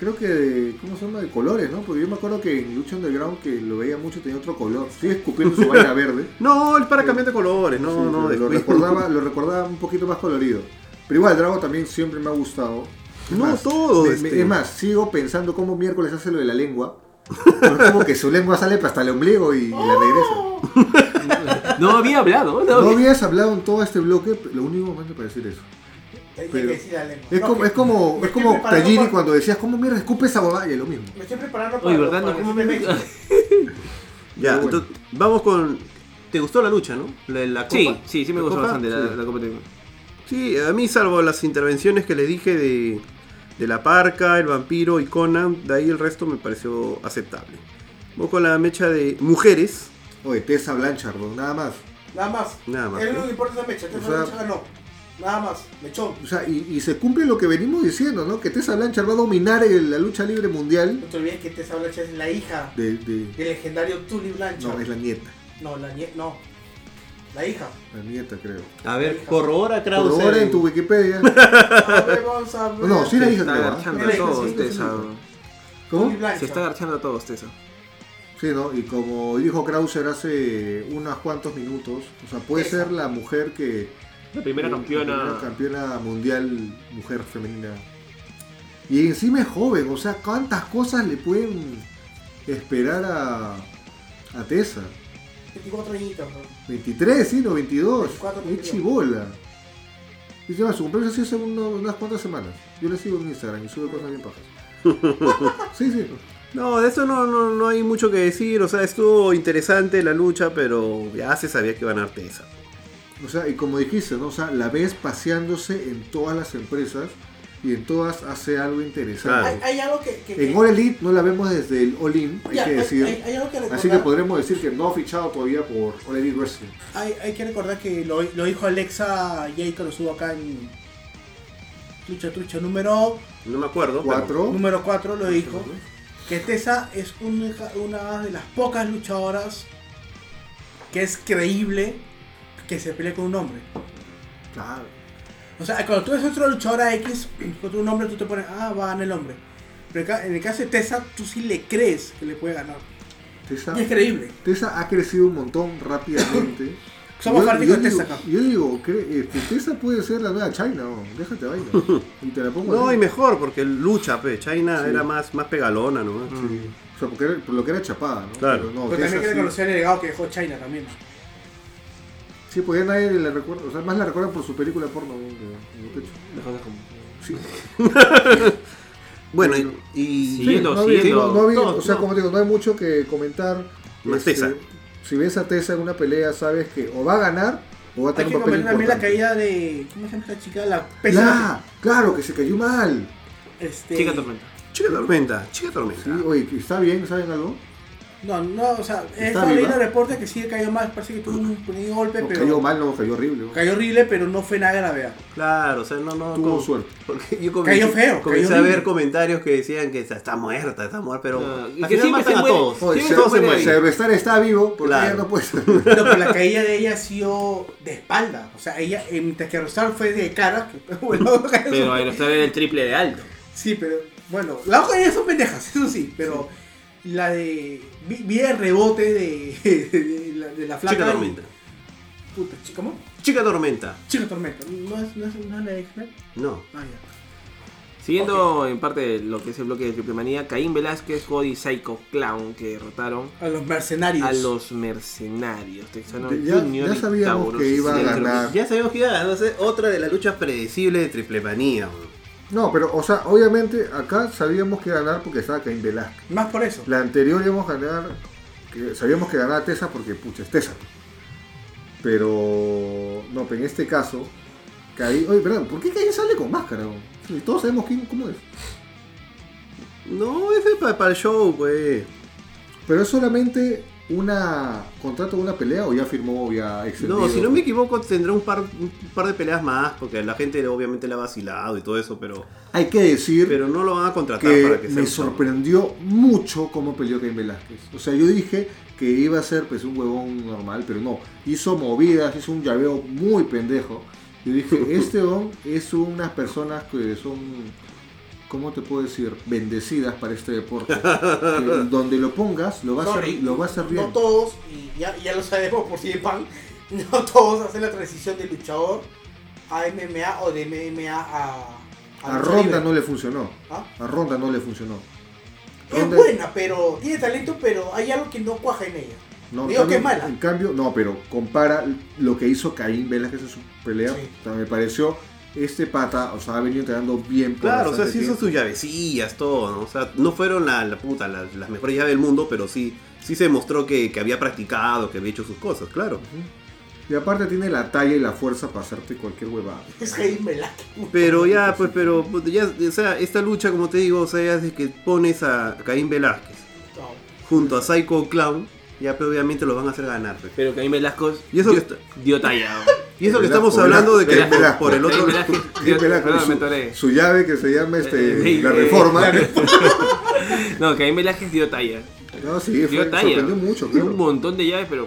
[SPEAKER 2] creo que de. ¿Cómo se llama? De colores, ¿no? Porque yo me acuerdo que en Lucha Underground, que lo veía mucho, tenía otro color. Sigue escupiendo su vaina verde.
[SPEAKER 7] No, el para cambiar de colores, no,
[SPEAKER 2] Sí,
[SPEAKER 7] no,
[SPEAKER 2] pero lo
[SPEAKER 7] descuido.
[SPEAKER 2] recordaba, lo recordaba un poquito más colorido. Pero igual, Drago también siempre me ha gustado. Es
[SPEAKER 7] No, todo,
[SPEAKER 2] me- me-
[SPEAKER 7] este.
[SPEAKER 2] Es más, sigo pensando cómo miércoles hace lo de la lengua. Pero es como que su lengua sale hasta el ombligo y, y la regresa.
[SPEAKER 5] No había hablado, no
[SPEAKER 2] No
[SPEAKER 5] había-
[SPEAKER 2] habías hablado en todo este bloque, pero lo único más me parece decir eso.
[SPEAKER 4] Tenía
[SPEAKER 2] Pero-
[SPEAKER 4] que decir la lengua.
[SPEAKER 2] Es
[SPEAKER 4] No,
[SPEAKER 2] como,
[SPEAKER 4] que-
[SPEAKER 2] es como,
[SPEAKER 4] me
[SPEAKER 2] es
[SPEAKER 4] estoy
[SPEAKER 2] como
[SPEAKER 4] preparando
[SPEAKER 2] Tajiri
[SPEAKER 4] para-
[SPEAKER 2] cuando decías, ¿cómo mierda escupe esa huevada? Y es lo mismo.
[SPEAKER 4] Me estoy preparando para.
[SPEAKER 5] Oye, ¿verdad? No,
[SPEAKER 4] para
[SPEAKER 5] ¿cómo
[SPEAKER 4] decirme
[SPEAKER 5] me-
[SPEAKER 4] México.
[SPEAKER 7] Ya,
[SPEAKER 2] Pero bueno.
[SPEAKER 7] entonces, vamos con... ¿Te gustó la lucha, no? La, la copa.
[SPEAKER 5] Sí, sí, sí me
[SPEAKER 7] ¿La
[SPEAKER 5] gustó
[SPEAKER 7] copa?
[SPEAKER 5] bastante la,
[SPEAKER 7] Sí.
[SPEAKER 5] la Copa Triple.
[SPEAKER 7] Sí, a mí salvo las intervenciones que les dije de, de la parca, el vampiro y Conan, de ahí el resto me pareció aceptable. Voy con la mecha de mujeres,
[SPEAKER 2] Oye, Tessa Blanchard, weón, nada más.
[SPEAKER 4] Nada más.
[SPEAKER 7] nada más.
[SPEAKER 4] Es lo
[SPEAKER 7] ¿no?
[SPEAKER 4] que importa esa mecha. que
[SPEAKER 2] O
[SPEAKER 4] esa
[SPEAKER 2] sea-
[SPEAKER 4] mecha ganó. Nada más. Mechón.
[SPEAKER 2] O sea, y, y se cumple lo que venimos diciendo, ¿no? Que Tessa Blanchard va a dominar el- la lucha libre mundial
[SPEAKER 4] No te olvides que Tessa Blanchard es la hija
[SPEAKER 2] de- de...
[SPEAKER 4] del legendario Tully Blanchard.
[SPEAKER 2] No, es la nieta.
[SPEAKER 4] No, la nie- No. La hija.
[SPEAKER 2] La nieta, creo.
[SPEAKER 7] A ver, corrobora
[SPEAKER 2] Por
[SPEAKER 7] Krause.
[SPEAKER 2] favor, en tu Wikipedia.
[SPEAKER 4] A ver, vamos a ver.
[SPEAKER 2] No, sí la
[SPEAKER 5] Se
[SPEAKER 2] hija
[SPEAKER 5] está
[SPEAKER 2] creo.
[SPEAKER 5] agarchando
[SPEAKER 4] Sí,
[SPEAKER 5] a
[SPEAKER 4] sí,
[SPEAKER 5] todos,
[SPEAKER 4] sí,
[SPEAKER 5] Tessa.
[SPEAKER 4] Tully
[SPEAKER 2] ¿Cómo?
[SPEAKER 4] Blanchard.
[SPEAKER 5] Se está agarchando a todos, Tessa.
[SPEAKER 2] Sí, ¿no? Y como dijo Krauser hace unos cuantos minutos, o sea, puede
[SPEAKER 4] Esa.
[SPEAKER 2] ser la mujer que... eh,
[SPEAKER 5] La primera
[SPEAKER 2] la
[SPEAKER 5] campeona.
[SPEAKER 2] primera campeona mundial mujer femenina. Y encima es joven, o sea, ¿cuántas cosas le pueden esperar a, a Tessa?
[SPEAKER 4] 24 añitos, ¿no?
[SPEAKER 2] 23, sí, no, 22.
[SPEAKER 4] 24,
[SPEAKER 2] Es chibola. Y se llama, su cumpleaños ha sido hace uno- unas cuantas semanas. Yo le sigo en Instagram y sube cosas bien pajas. Sí, sí.
[SPEAKER 7] No, de eso no, no, no hay mucho que decir. O sea, estuvo interesante la lucha, pero ya se sabía que iba a ganar Tessa.
[SPEAKER 2] O sea, y como dijiste, ¿no? O sea, la ves paseándose en todas las empresas y en todas hace algo interesante.
[SPEAKER 4] Hay, hay algo que. que-
[SPEAKER 2] En All Elite no la vemos desde el All In, hay
[SPEAKER 4] Ya,
[SPEAKER 2] que decir.
[SPEAKER 4] hay- hay algo que recordar.
[SPEAKER 2] Así que podremos decir que no ha fichado todavía por All Elite Wrestling.
[SPEAKER 4] Hay, hay que recordar que lo, lo dijo Alexa Jay que lo subo acá en Trucha Trucha número,
[SPEAKER 7] No me acuerdo. pero-
[SPEAKER 2] Cuatro.
[SPEAKER 4] número 4 lo dijo que Tessa es un- una de las pocas luchadoras que es creíble que se pelea con un hombre.
[SPEAKER 2] Claro.
[SPEAKER 4] O sea, cuando tú ves otra luchadora X contra un hombre, tú te pones, ah, va a ganar el hombre. Pero acá- en el caso de Tessa, tú sí le crees que le puede ganar.
[SPEAKER 2] Tessa,
[SPEAKER 4] Y es creíble.
[SPEAKER 2] Tessa ha crecido un montón rápidamente.
[SPEAKER 4] Somos
[SPEAKER 2] Yo-
[SPEAKER 4] fanáticos de
[SPEAKER 2] yo
[SPEAKER 4] Tessa
[SPEAKER 2] digo-
[SPEAKER 4] acá.
[SPEAKER 2] Yo digo, cre- este, Tessa puede ser la nueva China, ¿no? déjate vaina. Y te la pongo
[SPEAKER 7] No,
[SPEAKER 2] así.
[SPEAKER 7] y mejor, porque lucha, pe. China
[SPEAKER 2] Sí.
[SPEAKER 7] era más, más pegalona, ¿no?
[SPEAKER 2] Sí. O sea, porque era- por lo que era chapada, ¿no?
[SPEAKER 7] Claro.
[SPEAKER 2] Pero no, Tessa
[SPEAKER 4] Pero también hay que
[SPEAKER 2] sí.
[SPEAKER 4] reconocer el legado que dejó China también.
[SPEAKER 2] Sí, porque ya nadie la recuerda, o sea, más la recuerdan por su película porno ¿no? en el pecho. Sí.
[SPEAKER 7] Bueno, y, y-
[SPEAKER 5] Sí. Siguiendo,
[SPEAKER 2] no había-
[SPEAKER 5] siguiendo.
[SPEAKER 2] no- no había-
[SPEAKER 7] Todo,
[SPEAKER 2] o sea,
[SPEAKER 7] no.
[SPEAKER 2] como digo, no hay mucho que comentar. este,
[SPEAKER 7] Más Tessa.
[SPEAKER 2] Si ves a Tessa en una pelea, sabes que o va a ganar o va a
[SPEAKER 4] Hay
[SPEAKER 2] tener
[SPEAKER 4] que
[SPEAKER 2] un papel
[SPEAKER 4] comentar también la
[SPEAKER 2] importante.
[SPEAKER 4] caída de. ¿Cómo se llama esta chica? La pesa.
[SPEAKER 2] ¡La! Claro, que se cayó mal.
[SPEAKER 4] Este,
[SPEAKER 5] Chica tormenta.
[SPEAKER 7] chica tormenta, chica
[SPEAKER 2] Sí,
[SPEAKER 4] Ah.
[SPEAKER 7] tormenta.
[SPEAKER 2] oye, ¿está bien? ¿Saben algo?
[SPEAKER 4] No, no, o sea, he
[SPEAKER 2] ¿Está
[SPEAKER 4] estado leyendo
[SPEAKER 2] viva?
[SPEAKER 4] reportes que sí cayó mal, parece que tuvo un pequeño golpe,
[SPEAKER 2] No,
[SPEAKER 4] pero
[SPEAKER 2] cayó mal, no, cayó horrible. ¿no?
[SPEAKER 4] cayó horrible, pero no fue nada grave. ¿ah?
[SPEAKER 7] Claro, o sea, no, no.
[SPEAKER 2] Tuvo
[SPEAKER 7] como-
[SPEAKER 2] suerte.
[SPEAKER 7] Porque yo comencé,
[SPEAKER 4] Cayó feo,
[SPEAKER 7] comencé
[SPEAKER 4] cayó
[SPEAKER 7] a
[SPEAKER 4] horrible.
[SPEAKER 7] ver comentarios que decían que está, está muerta, está muerta, pero.
[SPEAKER 5] Ah, y
[SPEAKER 7] al
[SPEAKER 5] que
[SPEAKER 7] final
[SPEAKER 5] siempre
[SPEAKER 7] matan
[SPEAKER 5] se
[SPEAKER 7] a
[SPEAKER 5] muere.
[SPEAKER 7] todos.
[SPEAKER 2] Oye,
[SPEAKER 7] siempre todos se mueren.
[SPEAKER 2] Cervestar está vivo porque
[SPEAKER 7] Claro.
[SPEAKER 2] ella no puede ser.
[SPEAKER 4] No, pero pues, la caída de ella ha sido de espalda. O sea, ella, eh, mientras que Rosal fue de cara, que bueno,
[SPEAKER 5] Pero ahí lo está el triple de alto.
[SPEAKER 4] Sí, pero bueno, las hojas de ellas son pendejas, eso sí, pero la de. Vi, vi el rebote de, de la, de la flaca.
[SPEAKER 7] Chica
[SPEAKER 4] y-
[SPEAKER 7] Tormenta.
[SPEAKER 4] Puta, chi- ¿Cómo?
[SPEAKER 7] Chica Tormenta.
[SPEAKER 4] Chica Tormenta. ¿No es, no es, no es la de X-Men?
[SPEAKER 7] No.
[SPEAKER 4] Ah, ya.
[SPEAKER 5] Siguiendo en parte de lo que es el bloque de triple manía, Caín Velázquez, Cody Psycho Clown, que derrotaron
[SPEAKER 4] A los mercenarios.
[SPEAKER 5] a los mercenarios. Texano
[SPEAKER 2] Ya-
[SPEAKER 5] Junior
[SPEAKER 2] ya
[SPEAKER 5] y
[SPEAKER 2] sabíamos
[SPEAKER 5] Tauro
[SPEAKER 2] que iba a
[SPEAKER 5] Electro.
[SPEAKER 2] ganar.
[SPEAKER 7] Ya sabemos que iba a ganarse otra de las luchas predecibles de Triplemanía. bro.
[SPEAKER 2] No, pero, o sea, obviamente acá sabíamos que ganar porque estaba Caín Velázquez.
[SPEAKER 4] Más por eso.
[SPEAKER 2] La anterior íbamos a ganar, que sabíamos que ganaba Tesa porque, pucha, es Tesa. Pero, no, pero en este caso, Caín. Oye, perdón, ¿por qué Caín sale con máscara? bro? Si todos sabemos quién, cómo es.
[SPEAKER 7] No, ese es para, el show, pues.
[SPEAKER 2] Pero es solamente una contrato de una pelea o ya firmó ya extendido.
[SPEAKER 7] No, si no me equivoco, tendrá un par, un par de peleas más, porque la gente obviamente la ha vacilado y todo eso, pero,
[SPEAKER 2] Hay que decir
[SPEAKER 7] pero no lo van a contratar
[SPEAKER 2] que,
[SPEAKER 7] para que sea
[SPEAKER 2] me
[SPEAKER 7] un show.
[SPEAKER 2] sorprendió mucho cómo peleó Caín Velázquez. O sea, yo dije que iba a ser pues un huevón normal, pero no. Hizo movidas, hizo un llaveo muy pendejo. Yo dije, este don es unas personas que son, ¿cómo te puedo decir? Bendecidas para este deporte. Que donde lo pongas, lo va a hacer,
[SPEAKER 6] Sorry.
[SPEAKER 2] lo va a hacer bien.
[SPEAKER 6] No todos, y ya, ya lo sabemos por si es pan, no todos hacen la transición de luchador a MMA o de MMA a. lucha
[SPEAKER 2] A Ronda
[SPEAKER 6] libre.
[SPEAKER 2] no le funcionó.
[SPEAKER 6] ¿Ah?
[SPEAKER 2] A Ronda no le funcionó.
[SPEAKER 6] Es
[SPEAKER 2] Ronda-
[SPEAKER 6] buena, pero tiene talento, pero hay algo que no cuaja en ella.
[SPEAKER 2] No,
[SPEAKER 6] Digo que es
[SPEAKER 2] también,
[SPEAKER 6] mala.
[SPEAKER 2] En cambio, no, pero compara lo que hizo Caín Velázquez en su pelea.
[SPEAKER 6] Sí.
[SPEAKER 2] O sea, me pareció este pata, o sea, ha venido entrenando bien. por
[SPEAKER 7] Claro, o sea,
[SPEAKER 2] bastante
[SPEAKER 7] sí hizo
[SPEAKER 2] tiempo.
[SPEAKER 7] sus llavecillas, todo, ¿no? O sea, no fueron la, la puta, la- las mejores llaves del mundo, pero sí, sí se mostró que, que había practicado, que había hecho sus cosas, claro.
[SPEAKER 2] Y aparte tiene la talla y la fuerza para hacerte cualquier huevada.
[SPEAKER 6] Es que dímela.
[SPEAKER 7] Pero ya, pues, pero, puta, ya, o sea, esta lucha, como te digo, o sea, ya es que pones a Caín Velázquez
[SPEAKER 6] No.
[SPEAKER 7] junto a Psycho Clown, ya, pues, obviamente lo van a hacer ganar, pues.
[SPEAKER 5] Pero Caín Velázquez
[SPEAKER 7] Y eso que está-
[SPEAKER 5] dio tallado.
[SPEAKER 7] Y eso que
[SPEAKER 2] Velázquez,
[SPEAKER 7] estamos hablando de que
[SPEAKER 2] Velázquez,
[SPEAKER 7] por,
[SPEAKER 2] Velázquez.
[SPEAKER 7] por el otro...
[SPEAKER 2] Caín Velázquez,
[SPEAKER 5] Perdón, me
[SPEAKER 2] su,
[SPEAKER 5] atoré.
[SPEAKER 2] su llave que se llama este,
[SPEAKER 5] Eh, eh,
[SPEAKER 2] la
[SPEAKER 5] eh,
[SPEAKER 2] reforma.
[SPEAKER 5] No, Caín Velázquez dio talla.
[SPEAKER 2] no, sí, fue,
[SPEAKER 5] Dio talla.
[SPEAKER 2] sorprendió mucho.
[SPEAKER 5] Dio
[SPEAKER 2] Claro.
[SPEAKER 5] un montón de llaves, pero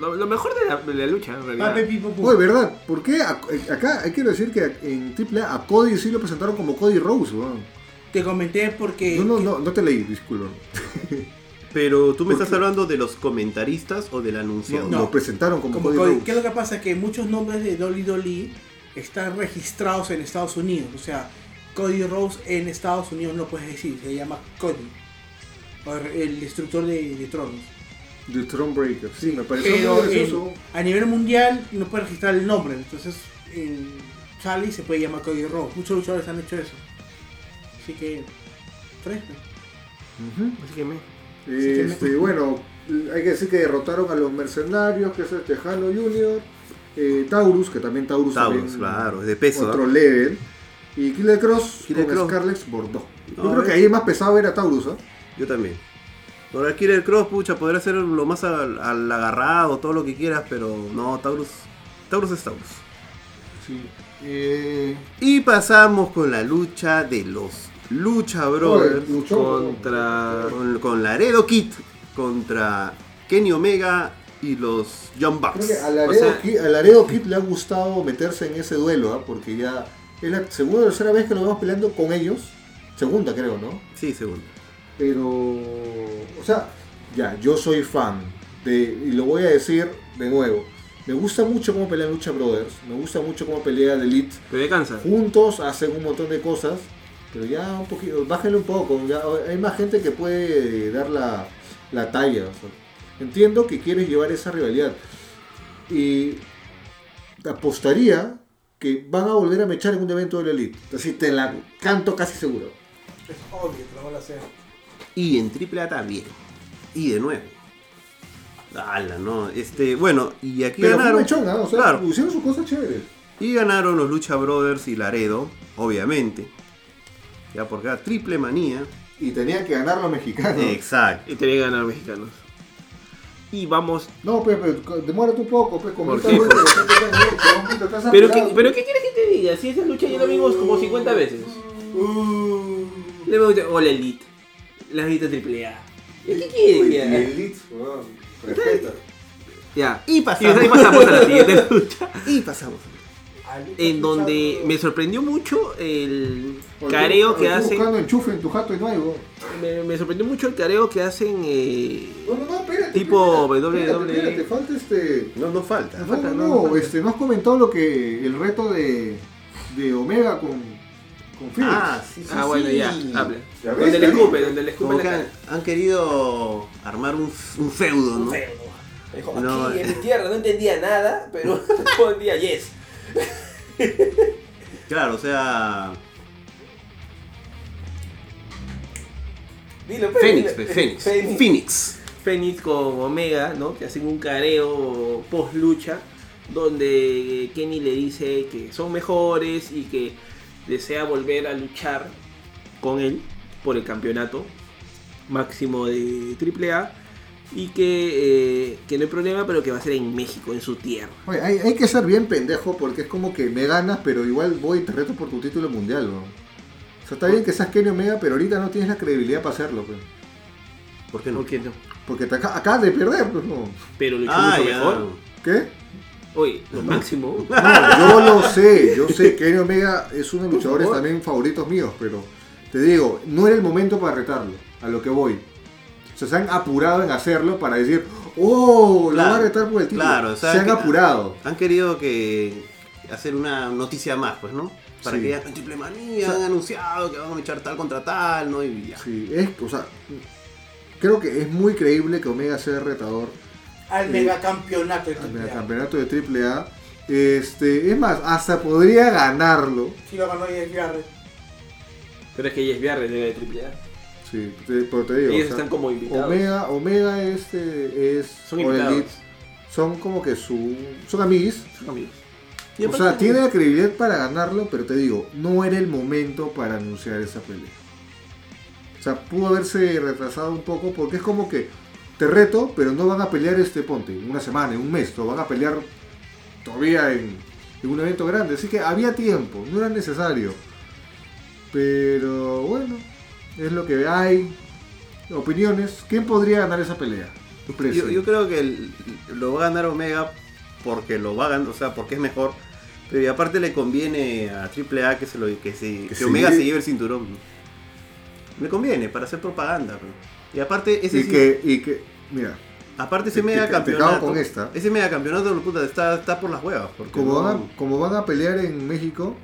[SPEAKER 5] lo, lo mejor de la, de la lucha, en realidad.
[SPEAKER 2] Oye, ¿verdad? ¿Por qué a- acá hay que decir que en AAA a Cody sí lo presentaron como Cody Rose? weón?
[SPEAKER 4] Te comenté porque.
[SPEAKER 2] No, no, no, no te leí, disculpa.
[SPEAKER 7] Pero tú me estás hablando de los comentaristas o del anunciado.
[SPEAKER 2] No, Lo presentaron como,
[SPEAKER 4] Como
[SPEAKER 2] Cody,
[SPEAKER 4] Cody-
[SPEAKER 2] Rhodes.
[SPEAKER 4] ¿Qué es lo que pasa? Que muchos nombres de Dolly Dolly están registrados en Estados Unidos. O sea, Cody Rose en Estados Unidos no puedes decir, se llama Cody. O el destructor de, de tronos.
[SPEAKER 2] The Throne Breaker. Sí, me pareció
[SPEAKER 4] Pero
[SPEAKER 2] muy
[SPEAKER 4] en-
[SPEAKER 2] gracioso.
[SPEAKER 4] a nivel mundial no puedes registrar el nombre. Entonces, en Charlie se puede llamar Cody Rose. Muchos luchadores han hecho eso. Así que, fresco.
[SPEAKER 5] Así que me-
[SPEAKER 2] Este, bueno, hay que decir que derrotaron a los mercenarios, que es el Tejano Junior, eh, Taurus, que también Taurus,
[SPEAKER 7] Taurus,
[SPEAKER 2] también,
[SPEAKER 7] claro, es de peso,
[SPEAKER 2] Otro
[SPEAKER 7] ¿ah?
[SPEAKER 2] level. Y Killer Cross
[SPEAKER 7] Killer
[SPEAKER 2] con
[SPEAKER 7] Cross.
[SPEAKER 2] Scarlett Bordeaux.
[SPEAKER 7] No,
[SPEAKER 2] Yo creo
[SPEAKER 7] eh.
[SPEAKER 2] que ahí el más pesado era Taurus, ¿ah?
[SPEAKER 7] Yo también. Por aquí el Cross, pucha, podrá ser lo más al, al agarrado, todo lo que quieras, pero no, Taurus. Taurus es Taurus.
[SPEAKER 2] Sí. Eh,
[SPEAKER 7] Y pasamos con la lucha de los Lucha Brothers.
[SPEAKER 2] Oye, luchó,
[SPEAKER 7] contra. Con, con Laredo Kid. Contra Kenny Omega y los Young
[SPEAKER 2] Creo
[SPEAKER 7] Bucks.
[SPEAKER 2] que a Laredo,
[SPEAKER 5] O sea-
[SPEAKER 2] Kid, a Laredo Kid le ha gustado meterse en ese duelo, ¿ah? Porque ya es la segunda o tercera vez que lo vemos peleando con ellos. Segunda, creo, ¿no?
[SPEAKER 7] Sí, segundo.
[SPEAKER 2] Pero, o sea, ya, yo soy fan de, y lo voy a decir de nuevo, me gusta mucho cómo pelea Lucha Brothers, me gusta mucho cómo pelea The Elite,
[SPEAKER 5] Pero ya cansa.
[SPEAKER 2] juntos hacen un montón de cosas, pero ya un poquito, bájenle un poco, ya, hay más gente que puede dar la, la talla. o sea, entiendo que quieres llevar esa rivalidad y apostaría que van a volver a mechar en un evento de la Elite, así te la canto casi seguro.
[SPEAKER 6] Es obvio que lo van a hacer.
[SPEAKER 7] Y en AAA también. Y de nuevo. Ala, no. Este, bueno, y aquí
[SPEAKER 2] Pero fue un
[SPEAKER 7] ganaron.
[SPEAKER 2] mechón, ¿ah? O sea,
[SPEAKER 7] Claro.
[SPEAKER 2] hicieron sus cosas chéveres.
[SPEAKER 7] Y ganaron los Lucha Brothers y Laredo, obviamente. Ya porque era triple manía.
[SPEAKER 2] Y tenía que ganar los mexicanos.
[SPEAKER 7] Exacto.
[SPEAKER 5] Y tenía que ganar mexicanos. y vamos.
[SPEAKER 2] No, pero, pero demórate un poco, pues
[SPEAKER 5] ¿Por
[SPEAKER 2] comenta
[SPEAKER 5] qué?
[SPEAKER 2] algo que recién te has hecho, hombre, te estás
[SPEAKER 5] Pero
[SPEAKER 2] apurado.
[SPEAKER 5] ¿qué, pero ¿qué quieres que te diga? Si esa lucha ya la vimos como 50 veces.
[SPEAKER 7] Mm.
[SPEAKER 5] Le voy a- O la Elite. La Elite Triple A. ¿Qué quieres
[SPEAKER 2] Uy,
[SPEAKER 5] que haga?
[SPEAKER 2] el Leeds, weón, respeta.
[SPEAKER 5] Ya.
[SPEAKER 13] Y
[SPEAKER 5] Y de
[SPEAKER 13] pasamos.
[SPEAKER 5] ahí pasamos a la siguiente lucha.
[SPEAKER 13] Y pasamos.
[SPEAKER 5] En donde me sorprendió mucho el
[SPEAKER 2] Porque
[SPEAKER 5] careo que
[SPEAKER 2] estoy
[SPEAKER 5] hacen.
[SPEAKER 2] buscando enchufe en tu jato y no hay, weón.
[SPEAKER 5] Me, me sorprendió mucho el careo que hacen. eh,
[SPEAKER 2] No, no, no, espérate.
[SPEAKER 5] Tipo E.
[SPEAKER 2] espérate,
[SPEAKER 5] WWE.
[SPEAKER 2] Espérate, espérate, falta este...
[SPEAKER 7] No, no falta.
[SPEAKER 2] No, no, no, este, no has comentado lo que... El reto de... De Omega con... Con Phoenix.
[SPEAKER 7] Ah, sí, sí,
[SPEAKER 5] ah, bueno,
[SPEAKER 7] sí.
[SPEAKER 5] ya. Habla.
[SPEAKER 2] Ya ves,
[SPEAKER 5] Donde le
[SPEAKER 2] ya ves.
[SPEAKER 5] escupe, donde le escupe
[SPEAKER 7] Como
[SPEAKER 5] la
[SPEAKER 7] que
[SPEAKER 5] cara.
[SPEAKER 7] han, han querido armar un, un feudo, ¿no?
[SPEAKER 9] Me dijo,
[SPEAKER 7] No,
[SPEAKER 9] aquí
[SPEAKER 7] eh.
[SPEAKER 9] en mi tierra no entendía nada, pero día yes.
[SPEAKER 7] Claro, o sea.
[SPEAKER 9] Dilo, pe,
[SPEAKER 7] Fénix,
[SPEAKER 9] dilo.
[SPEAKER 7] pues, Fénix.
[SPEAKER 9] Fénix.
[SPEAKER 7] Fénix.
[SPEAKER 5] Phoenix con Omega, ¿no? Que hacen un careo post lucha donde Kenny le dice que son mejores y que desea volver a luchar con él por el campeonato máximo de AAA y que, eh, que no hay problema, pero que va a ser en México, en su tierra.
[SPEAKER 2] Oye, hay, hay que ser bien pendejo porque es como que me ganas, pero igual voy y te reto por tu título mundial, weón. O sea, está bien que seas Kenny Omega, pero ahorita no tienes la credibilidad para hacerlo, weón.
[SPEAKER 7] ¿Por qué no?
[SPEAKER 5] ¿Por qué no?
[SPEAKER 2] Porque te acá, acabas de perder, pues, no.
[SPEAKER 5] Pero luchó
[SPEAKER 7] Ah,
[SPEAKER 5] mucho
[SPEAKER 7] ya.
[SPEAKER 5] mejor.
[SPEAKER 2] ¿Qué?
[SPEAKER 5] Oye, lo máximo.
[SPEAKER 2] No, yo lo sé, yo sé que Kenny Omega es uno de los
[SPEAKER 5] Por favor.
[SPEAKER 2] luchadores también favoritos míos, pero te digo, no era el momento para retarlo, a lo que voy. O sea, se han apurado en hacerlo para decir, oh, lo
[SPEAKER 7] Claro,
[SPEAKER 2] va a retar por el título.
[SPEAKER 7] claro, o sea,
[SPEAKER 2] se han
[SPEAKER 7] que-
[SPEAKER 2] apurado.
[SPEAKER 7] Han querido que hacer una noticia más, pues, ¿no? Para
[SPEAKER 2] Sí.
[SPEAKER 7] que digan, en triple manía, han anunciado que van a luchar tal contra tal, ¿no? Y ya.
[SPEAKER 2] Sí, es, o sea, creo que es muy creíble que Omega sea el retador
[SPEAKER 6] Al
[SPEAKER 2] Sí.
[SPEAKER 6] megacampeonato. de
[SPEAKER 2] al
[SPEAKER 6] AAA.
[SPEAKER 2] campeonato de AAA. Este, es más, hasta podría ganarlo.
[SPEAKER 6] Sí lo ganó Jeff Jarrett.
[SPEAKER 5] pero es que ella es Biarre de la AAA.
[SPEAKER 2] Sí, te- pero te digo.
[SPEAKER 5] Ellos
[SPEAKER 2] o sea,
[SPEAKER 5] están como invitados.
[SPEAKER 2] Omega, Omega este es
[SPEAKER 5] Son
[SPEAKER 2] o el
[SPEAKER 5] invitados.
[SPEAKER 2] Elite, son como que su son amiguis.
[SPEAKER 5] Son amigos.
[SPEAKER 7] Y
[SPEAKER 2] O
[SPEAKER 7] aparte-
[SPEAKER 2] sea, tiene la credibilidad para ganarlo, pero te digo, no era el momento para anunciar esa pelea. O sea, pudo haberse retrasado un poco porque es como que te reto, pero no van a pelear este ponte en una semana, en un mes, lo van a pelear todavía en, en un evento grande. Así que había tiempo, no era necesario. Pero bueno, es lo que hay. Opiniones. ¿Quién podría ganar esa pelea? Tu
[SPEAKER 7] Yo,
[SPEAKER 2] precio.
[SPEAKER 7] yo creo que el- lo va a ganar Omega porque lo va a ganar, o sea, porque es mejor. Pero y aparte le conviene a AAA que se lo que, se- que
[SPEAKER 2] se
[SPEAKER 7] Omega
[SPEAKER 2] lleve-
[SPEAKER 7] se lleve el cinturón. Le conviene para hacer propaganda. bro. Y aparte ese
[SPEAKER 2] y,
[SPEAKER 7] cin-
[SPEAKER 2] que, y que, mira,
[SPEAKER 7] aparte ese
[SPEAKER 2] te- te-
[SPEAKER 7] mega
[SPEAKER 2] te
[SPEAKER 7] campeonato
[SPEAKER 2] cago con esta.
[SPEAKER 7] ese mega campeonato puta, está, está por las huevas porque
[SPEAKER 2] como
[SPEAKER 7] no-
[SPEAKER 2] van, a, como van a pelear en México,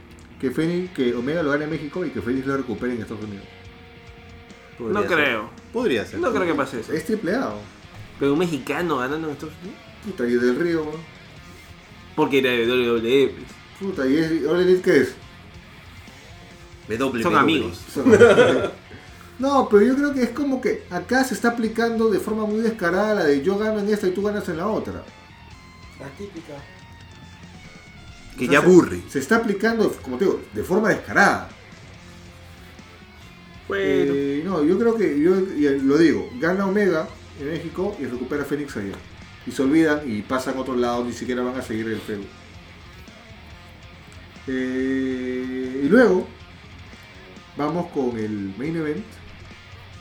[SPEAKER 2] que, Fénix, que Omega lo gane en México y que Fénix lo recupere en Estados Unidos.
[SPEAKER 5] No
[SPEAKER 7] podría ser.
[SPEAKER 5] creo.
[SPEAKER 7] Podría ser.
[SPEAKER 5] No creo que pase eso.
[SPEAKER 2] Es triple A, ¿no?
[SPEAKER 5] Pero un mexicano ganando en Estados Unidos.
[SPEAKER 2] puta, y del Río, ¿no?
[SPEAKER 5] Porque era de WWE. pues.
[SPEAKER 2] puta, y es, ahora el ¿qué es?
[SPEAKER 7] W,
[SPEAKER 5] Son
[SPEAKER 7] W.
[SPEAKER 5] amigos.
[SPEAKER 2] No, pero yo creo que es como que acá se está aplicando de forma muy descarada la de yo gano en esta y tú ganas en la otra.
[SPEAKER 6] La típica.
[SPEAKER 7] Que
[SPEAKER 2] O sea,
[SPEAKER 7] ya
[SPEAKER 2] se-
[SPEAKER 7] aburre.
[SPEAKER 2] Se está aplicando, como te digo, de forma descarada.
[SPEAKER 5] Bueno.
[SPEAKER 2] Eh, no, yo creo que, yo y eh, lo digo, gana Omega en México y recupera Fénix allá. Y se olvidan y pasan a otro lado, ni siquiera van a seguir el feudo. Eh, y luego, vamos con el main event,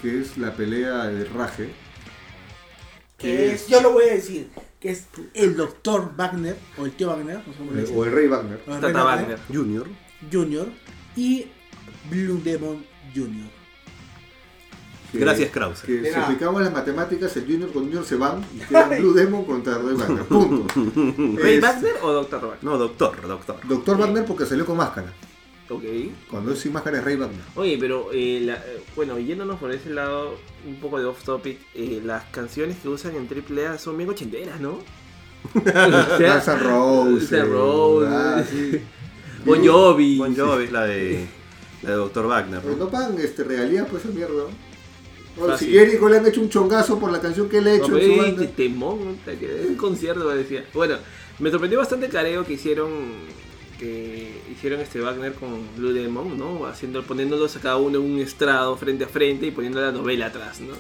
[SPEAKER 2] que es la pelea de Raje.
[SPEAKER 4] Que
[SPEAKER 6] Que es, yo lo voy a decir.
[SPEAKER 4] que es el doctor Wagner, o el tío Wagner, no sé cómo le
[SPEAKER 2] eh,
[SPEAKER 4] dicen,
[SPEAKER 2] o el Rey Wagner.
[SPEAKER 4] o el rey
[SPEAKER 5] Tata
[SPEAKER 4] Wagner
[SPEAKER 5] Wagner.
[SPEAKER 7] Junior.
[SPEAKER 4] Jr. y Blue Demon Jr.
[SPEAKER 2] que-
[SPEAKER 7] Gracias, Krause.
[SPEAKER 2] Que si
[SPEAKER 6] nada.
[SPEAKER 2] aplicamos las matemáticas, el Junior con Junior se van y queda Blue Demon contra Rey Wagner. Punto.
[SPEAKER 5] ¿Rey
[SPEAKER 2] Es-
[SPEAKER 5] Wagner o Doctor Wagner?
[SPEAKER 7] No, doctor, doctor.
[SPEAKER 2] Doctor Wagner porque salió con máscara.
[SPEAKER 5] Ok.
[SPEAKER 2] Cuando es sin máscara es Rey Wagner.
[SPEAKER 5] Oye, pero eh, la- eh, bueno, yéndonos por ese lado, un poco de off topic, eh, las canciones que usan en AAA son bien ochenteras, ¿no? o
[SPEAKER 2] Guns
[SPEAKER 5] sea,
[SPEAKER 2] N' Roses.
[SPEAKER 5] Guns N' Roses.
[SPEAKER 2] Ah, sí.
[SPEAKER 5] Bon Jovi.
[SPEAKER 7] Bon Jovi es la de, la de Doctor Wagner.
[SPEAKER 2] Pero
[SPEAKER 7] ¿no?
[SPEAKER 2] no pagan este, regalías por esa mierda. ¿no? O
[SPEAKER 5] Fácil.
[SPEAKER 2] si Jericho le han hecho un chongazo por la canción que le he
[SPEAKER 5] No,
[SPEAKER 2] hecho
[SPEAKER 5] pero
[SPEAKER 2] en su
[SPEAKER 5] ey,
[SPEAKER 2] banda.
[SPEAKER 5] te- temón, puta, que es un concierto parecía. Bueno, me sorprendió bastante el careo que hicieron que hicieron este Wagner con Blue Demon, ¿no? Haciendo, poniéndolos a cada uno en un estrado frente a frente y poniendo la novela atrás, ¿no?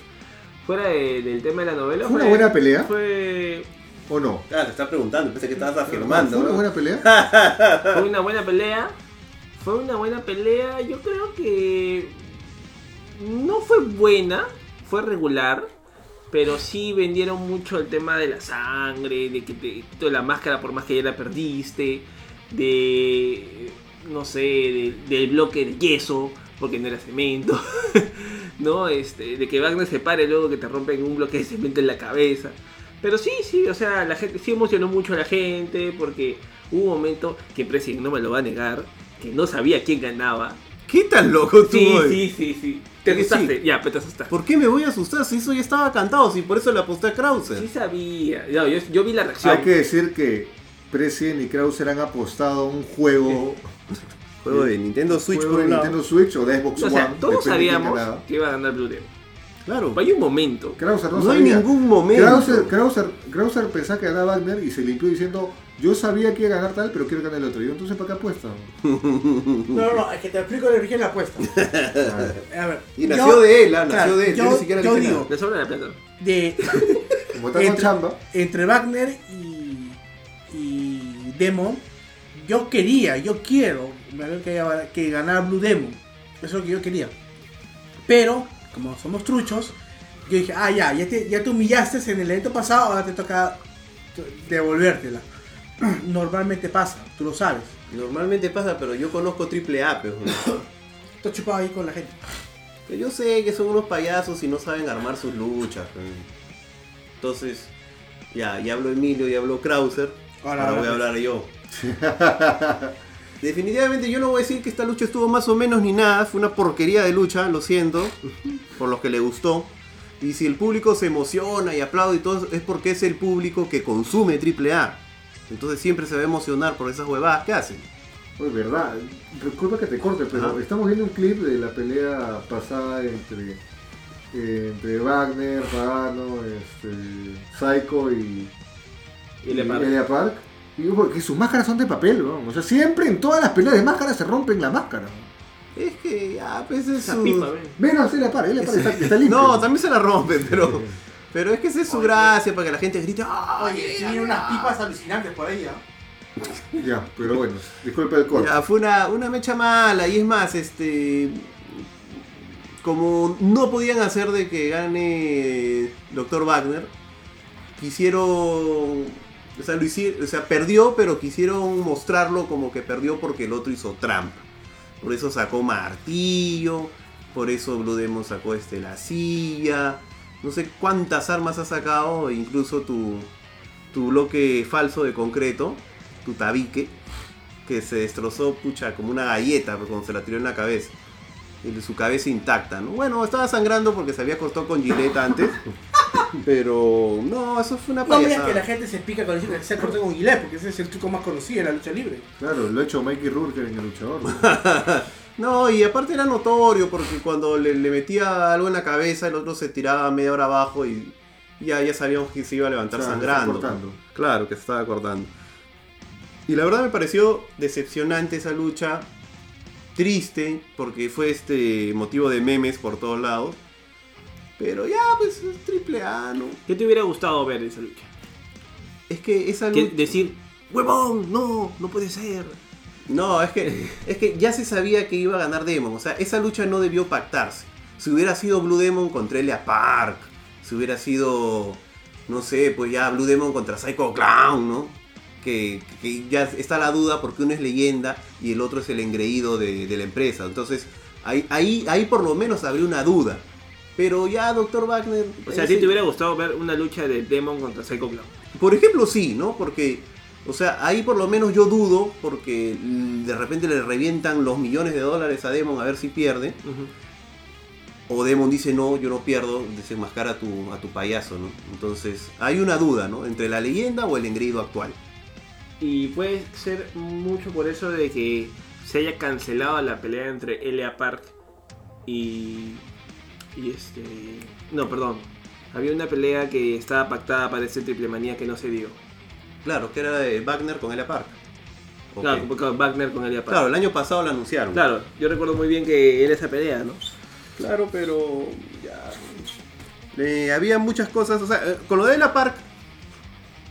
[SPEAKER 5] fuera de- del tema de la novela.
[SPEAKER 2] ¿Fue una buena pelea?
[SPEAKER 5] Fue,
[SPEAKER 2] ¿O no?
[SPEAKER 7] Ah, te está preguntando, pensé que estabas
[SPEAKER 2] ¿Fue
[SPEAKER 7] afirmando.
[SPEAKER 2] una
[SPEAKER 7] ¿no?
[SPEAKER 2] buena
[SPEAKER 5] Ah,
[SPEAKER 2] pelea?
[SPEAKER 5] fue una buena pelea. Fue una buena pelea. Yo creo que no fue buena, fue regular. Pero sí vendieron mucho el tema de la sangre, de que te quitó la máscara por más que ya la perdiste, de, no sé, de- del bloque de yeso, porque no era cemento, ¿no? Este, de que Wagner se pare luego que te rompen un bloque de cemento en la cabeza. Pero sí, sí, o sea, la gente sí emocionó mucho a la gente porque hubo un momento que Pressing no me lo va a negar, que no sabía quién ganaba.
[SPEAKER 7] ¿Qué tan loco tú?
[SPEAKER 5] Sí,
[SPEAKER 7] hoy?
[SPEAKER 5] sí, sí, sí. Te
[SPEAKER 7] Sí,
[SPEAKER 5] asustaste,
[SPEAKER 7] sí.
[SPEAKER 5] ya, pero te asustaste.
[SPEAKER 7] ¿Por qué me voy a asustar si eso ya estaba cantado? Si por eso le aposté a Krauser.
[SPEAKER 5] Sí sabía. No, yo, yo vi la reacción.
[SPEAKER 2] Hay que decir que President y Krauser han apostado a un juego,
[SPEAKER 7] Juego de Nintendo Switch
[SPEAKER 2] juego
[SPEAKER 7] por
[SPEAKER 2] de
[SPEAKER 7] un lado.
[SPEAKER 2] Nintendo Switch o de Xbox
[SPEAKER 5] o
[SPEAKER 2] One.
[SPEAKER 5] sea, todos
[SPEAKER 2] depende de quién
[SPEAKER 5] sabíamos
[SPEAKER 2] ganaba.
[SPEAKER 5] que iba a ganar Blue Demon.
[SPEAKER 7] Claro.
[SPEAKER 5] Pero hay un momento.
[SPEAKER 2] Krauser no,
[SPEAKER 7] No hay
[SPEAKER 2] sabía.
[SPEAKER 7] ningún momento.
[SPEAKER 2] Krauser, Krauser, Krauser pensaba que ganaba Wagner y se limpió diciendo yo sabía que iba a ganar tal, pero quiero ganar el otro. Y yo, entonces, ¿para qué apuesta?
[SPEAKER 6] No, no, no, es que te explico el origen de la apuesta. A ver.
[SPEAKER 7] Y nació de él, ah, nació de él. Yo,
[SPEAKER 6] Yo,
[SPEAKER 7] ni siquiera
[SPEAKER 6] yo
[SPEAKER 7] dije
[SPEAKER 6] digo,
[SPEAKER 5] Le sobra la plata.
[SPEAKER 6] de,
[SPEAKER 2] Como está con
[SPEAKER 6] Entra-
[SPEAKER 2] chamba,
[SPEAKER 6] entre Wagner y, y Demon, yo quería, yo quiero me acuerdo que, haya- que ganara Blue Demon. Eso es lo que yo quería. Pero, como somos truchos, yo dije, ah, ya, ya te, ya te humillaste en el evento pasado, ahora te toca devolvértela. Normalmente pasa, tú lo sabes.
[SPEAKER 7] nada. Normalmente pasa, pero yo conozco Triple A, pero.
[SPEAKER 6] Estás chupado ahí con la gente.
[SPEAKER 7] Que yo sé que son unos payasos y no saben armar sus luchas. pues. Entonces, ya, ya habló Emilio, ya habló Krauser. Ahora,
[SPEAKER 6] Ahora
[SPEAKER 7] voy a
[SPEAKER 6] hablas.
[SPEAKER 7] hablar yo. Definitivamente yo no voy a decir que esta lucha estuvo más o menos ni nada. Fue una porquería de lucha, lo siento. Por los que le gustó. Y si el público se emociona y aplaude y todo, es porque es el público que consume AAA. Entonces siempre se va a emocionar por esas huevadas que hacen.
[SPEAKER 2] Pues verdad, disculpa que te corte, pero
[SPEAKER 7] Ajá.
[SPEAKER 2] estamos viendo un clip de la pelea pasada entre, eh, entre Wagner, Pagano, este, Psycho y,
[SPEAKER 5] Y Elia Park.
[SPEAKER 2] Elia Park. Y digo, que sus máscaras son de papel, ¿no? O sea, siempre en todas las peleas de máscaras se rompen la máscara.
[SPEAKER 7] Es que ya, pues es
[SPEAKER 5] Esa
[SPEAKER 7] su-
[SPEAKER 5] pipa, ve.
[SPEAKER 2] Menos Elia Park, Elia Park está, está limpio.
[SPEAKER 7] No, también se la rompen, pero. Pero es que esa es su gracia para que la gente grite. ¡Ay,
[SPEAKER 6] tiene unas pipas alucinantes por ahí, ¿ah?
[SPEAKER 2] Ya, pero bueno, disculpa el corte.
[SPEAKER 7] Ya, fue una, una mecha mala. Y es más, este. Como no podían hacer de que gane Dr. Wagner, quisieron. O sea, lo hici- o sea, perdió, pero quisieron mostrarlo como que perdió porque el otro hizo trampa. Por eso sacó martillo, por eso Blue Demon sacó este, la silla. No sé cuántas armas ha sacado, incluso tu, tu bloque falso de concreto, tu tabique que se destrozó, pucha, como una galleta pues, cuando se la tiró en la cabeza. Y de su cabeza intacta, ¿no? Bueno, estaba sangrando porque se había acostado con Gillette antes. pero no, eso fue una
[SPEAKER 6] No digas que
[SPEAKER 7] payasada.
[SPEAKER 6] la gente se pica con que se cortó con Gillette, porque ese es el truco más conocido en la lucha libre.
[SPEAKER 2] Claro, lo ha hecho Mikey Rourke en el luchador. ¿no?
[SPEAKER 7] No, y aparte era notorio porque cuando le, le metía algo en la cabeza, el otro se tiraba media hora abajo y ya, ya sabíamos que se iba a levantar
[SPEAKER 2] O sea,
[SPEAKER 7] sangrando.
[SPEAKER 2] está cortando.
[SPEAKER 7] Claro, que se estaba cortando. Y la verdad me pareció decepcionante esa lucha. Triste, porque fue este motivo de memes por todos lados. Pero ya, pues es triple A, ¿no?
[SPEAKER 5] ¿Qué te hubiera gustado ver esa lucha?
[SPEAKER 7] Es que esa
[SPEAKER 5] Que
[SPEAKER 7] lucha.
[SPEAKER 5] decir, huevón, no, no puede ser.
[SPEAKER 7] No, es que, es que ya se sabía que iba a ganar Demon. O sea, esa lucha no debió pactarse. Si hubiera sido Blue Demon contra Elia Park, si hubiera sido, no sé, pues ya Blue Demon contra Psycho Clown, ¿no? Que, que ya está la duda porque uno es leyenda y el otro es el engreído de, de la empresa. Entonces, ahí, ahí, ahí por lo menos habría una duda. Pero ya, Dr. Wagner.
[SPEAKER 5] O sea, a
[SPEAKER 7] ese-
[SPEAKER 5] ti te hubiera gustado ver una lucha de Demon contra Psycho Clown.
[SPEAKER 7] por ejemplo, sí, ¿no? Porque, o sea, ahí por lo menos yo dudo, porque mm, de repente le revientan los millones de dólares a Demon a ver si pierde. O Demon dice, no, yo no pierdo, desenmascara a tu, a tu payaso, ¿no? Entonces, hay una duda, ¿no? Entre la leyenda o el engreído actual.
[SPEAKER 5] Y puede ser mucho por eso de que se haya cancelado la pelea entre Elia Park y. Y este. No, perdón. Había una pelea que estaba pactada para ese triple manía que no se dio.
[SPEAKER 7] Claro, que era de Wagner con Elia Park. Ok.
[SPEAKER 5] Claro, porque Wagner con Elia Park.
[SPEAKER 7] Claro, el año pasado la anunciaron.
[SPEAKER 5] Claro, yo recuerdo muy bien que era esa pelea, ¿no?
[SPEAKER 7] Claro, pero ya. Le- Eh, había muchas cosas, o sea, eh, con lo de la Park,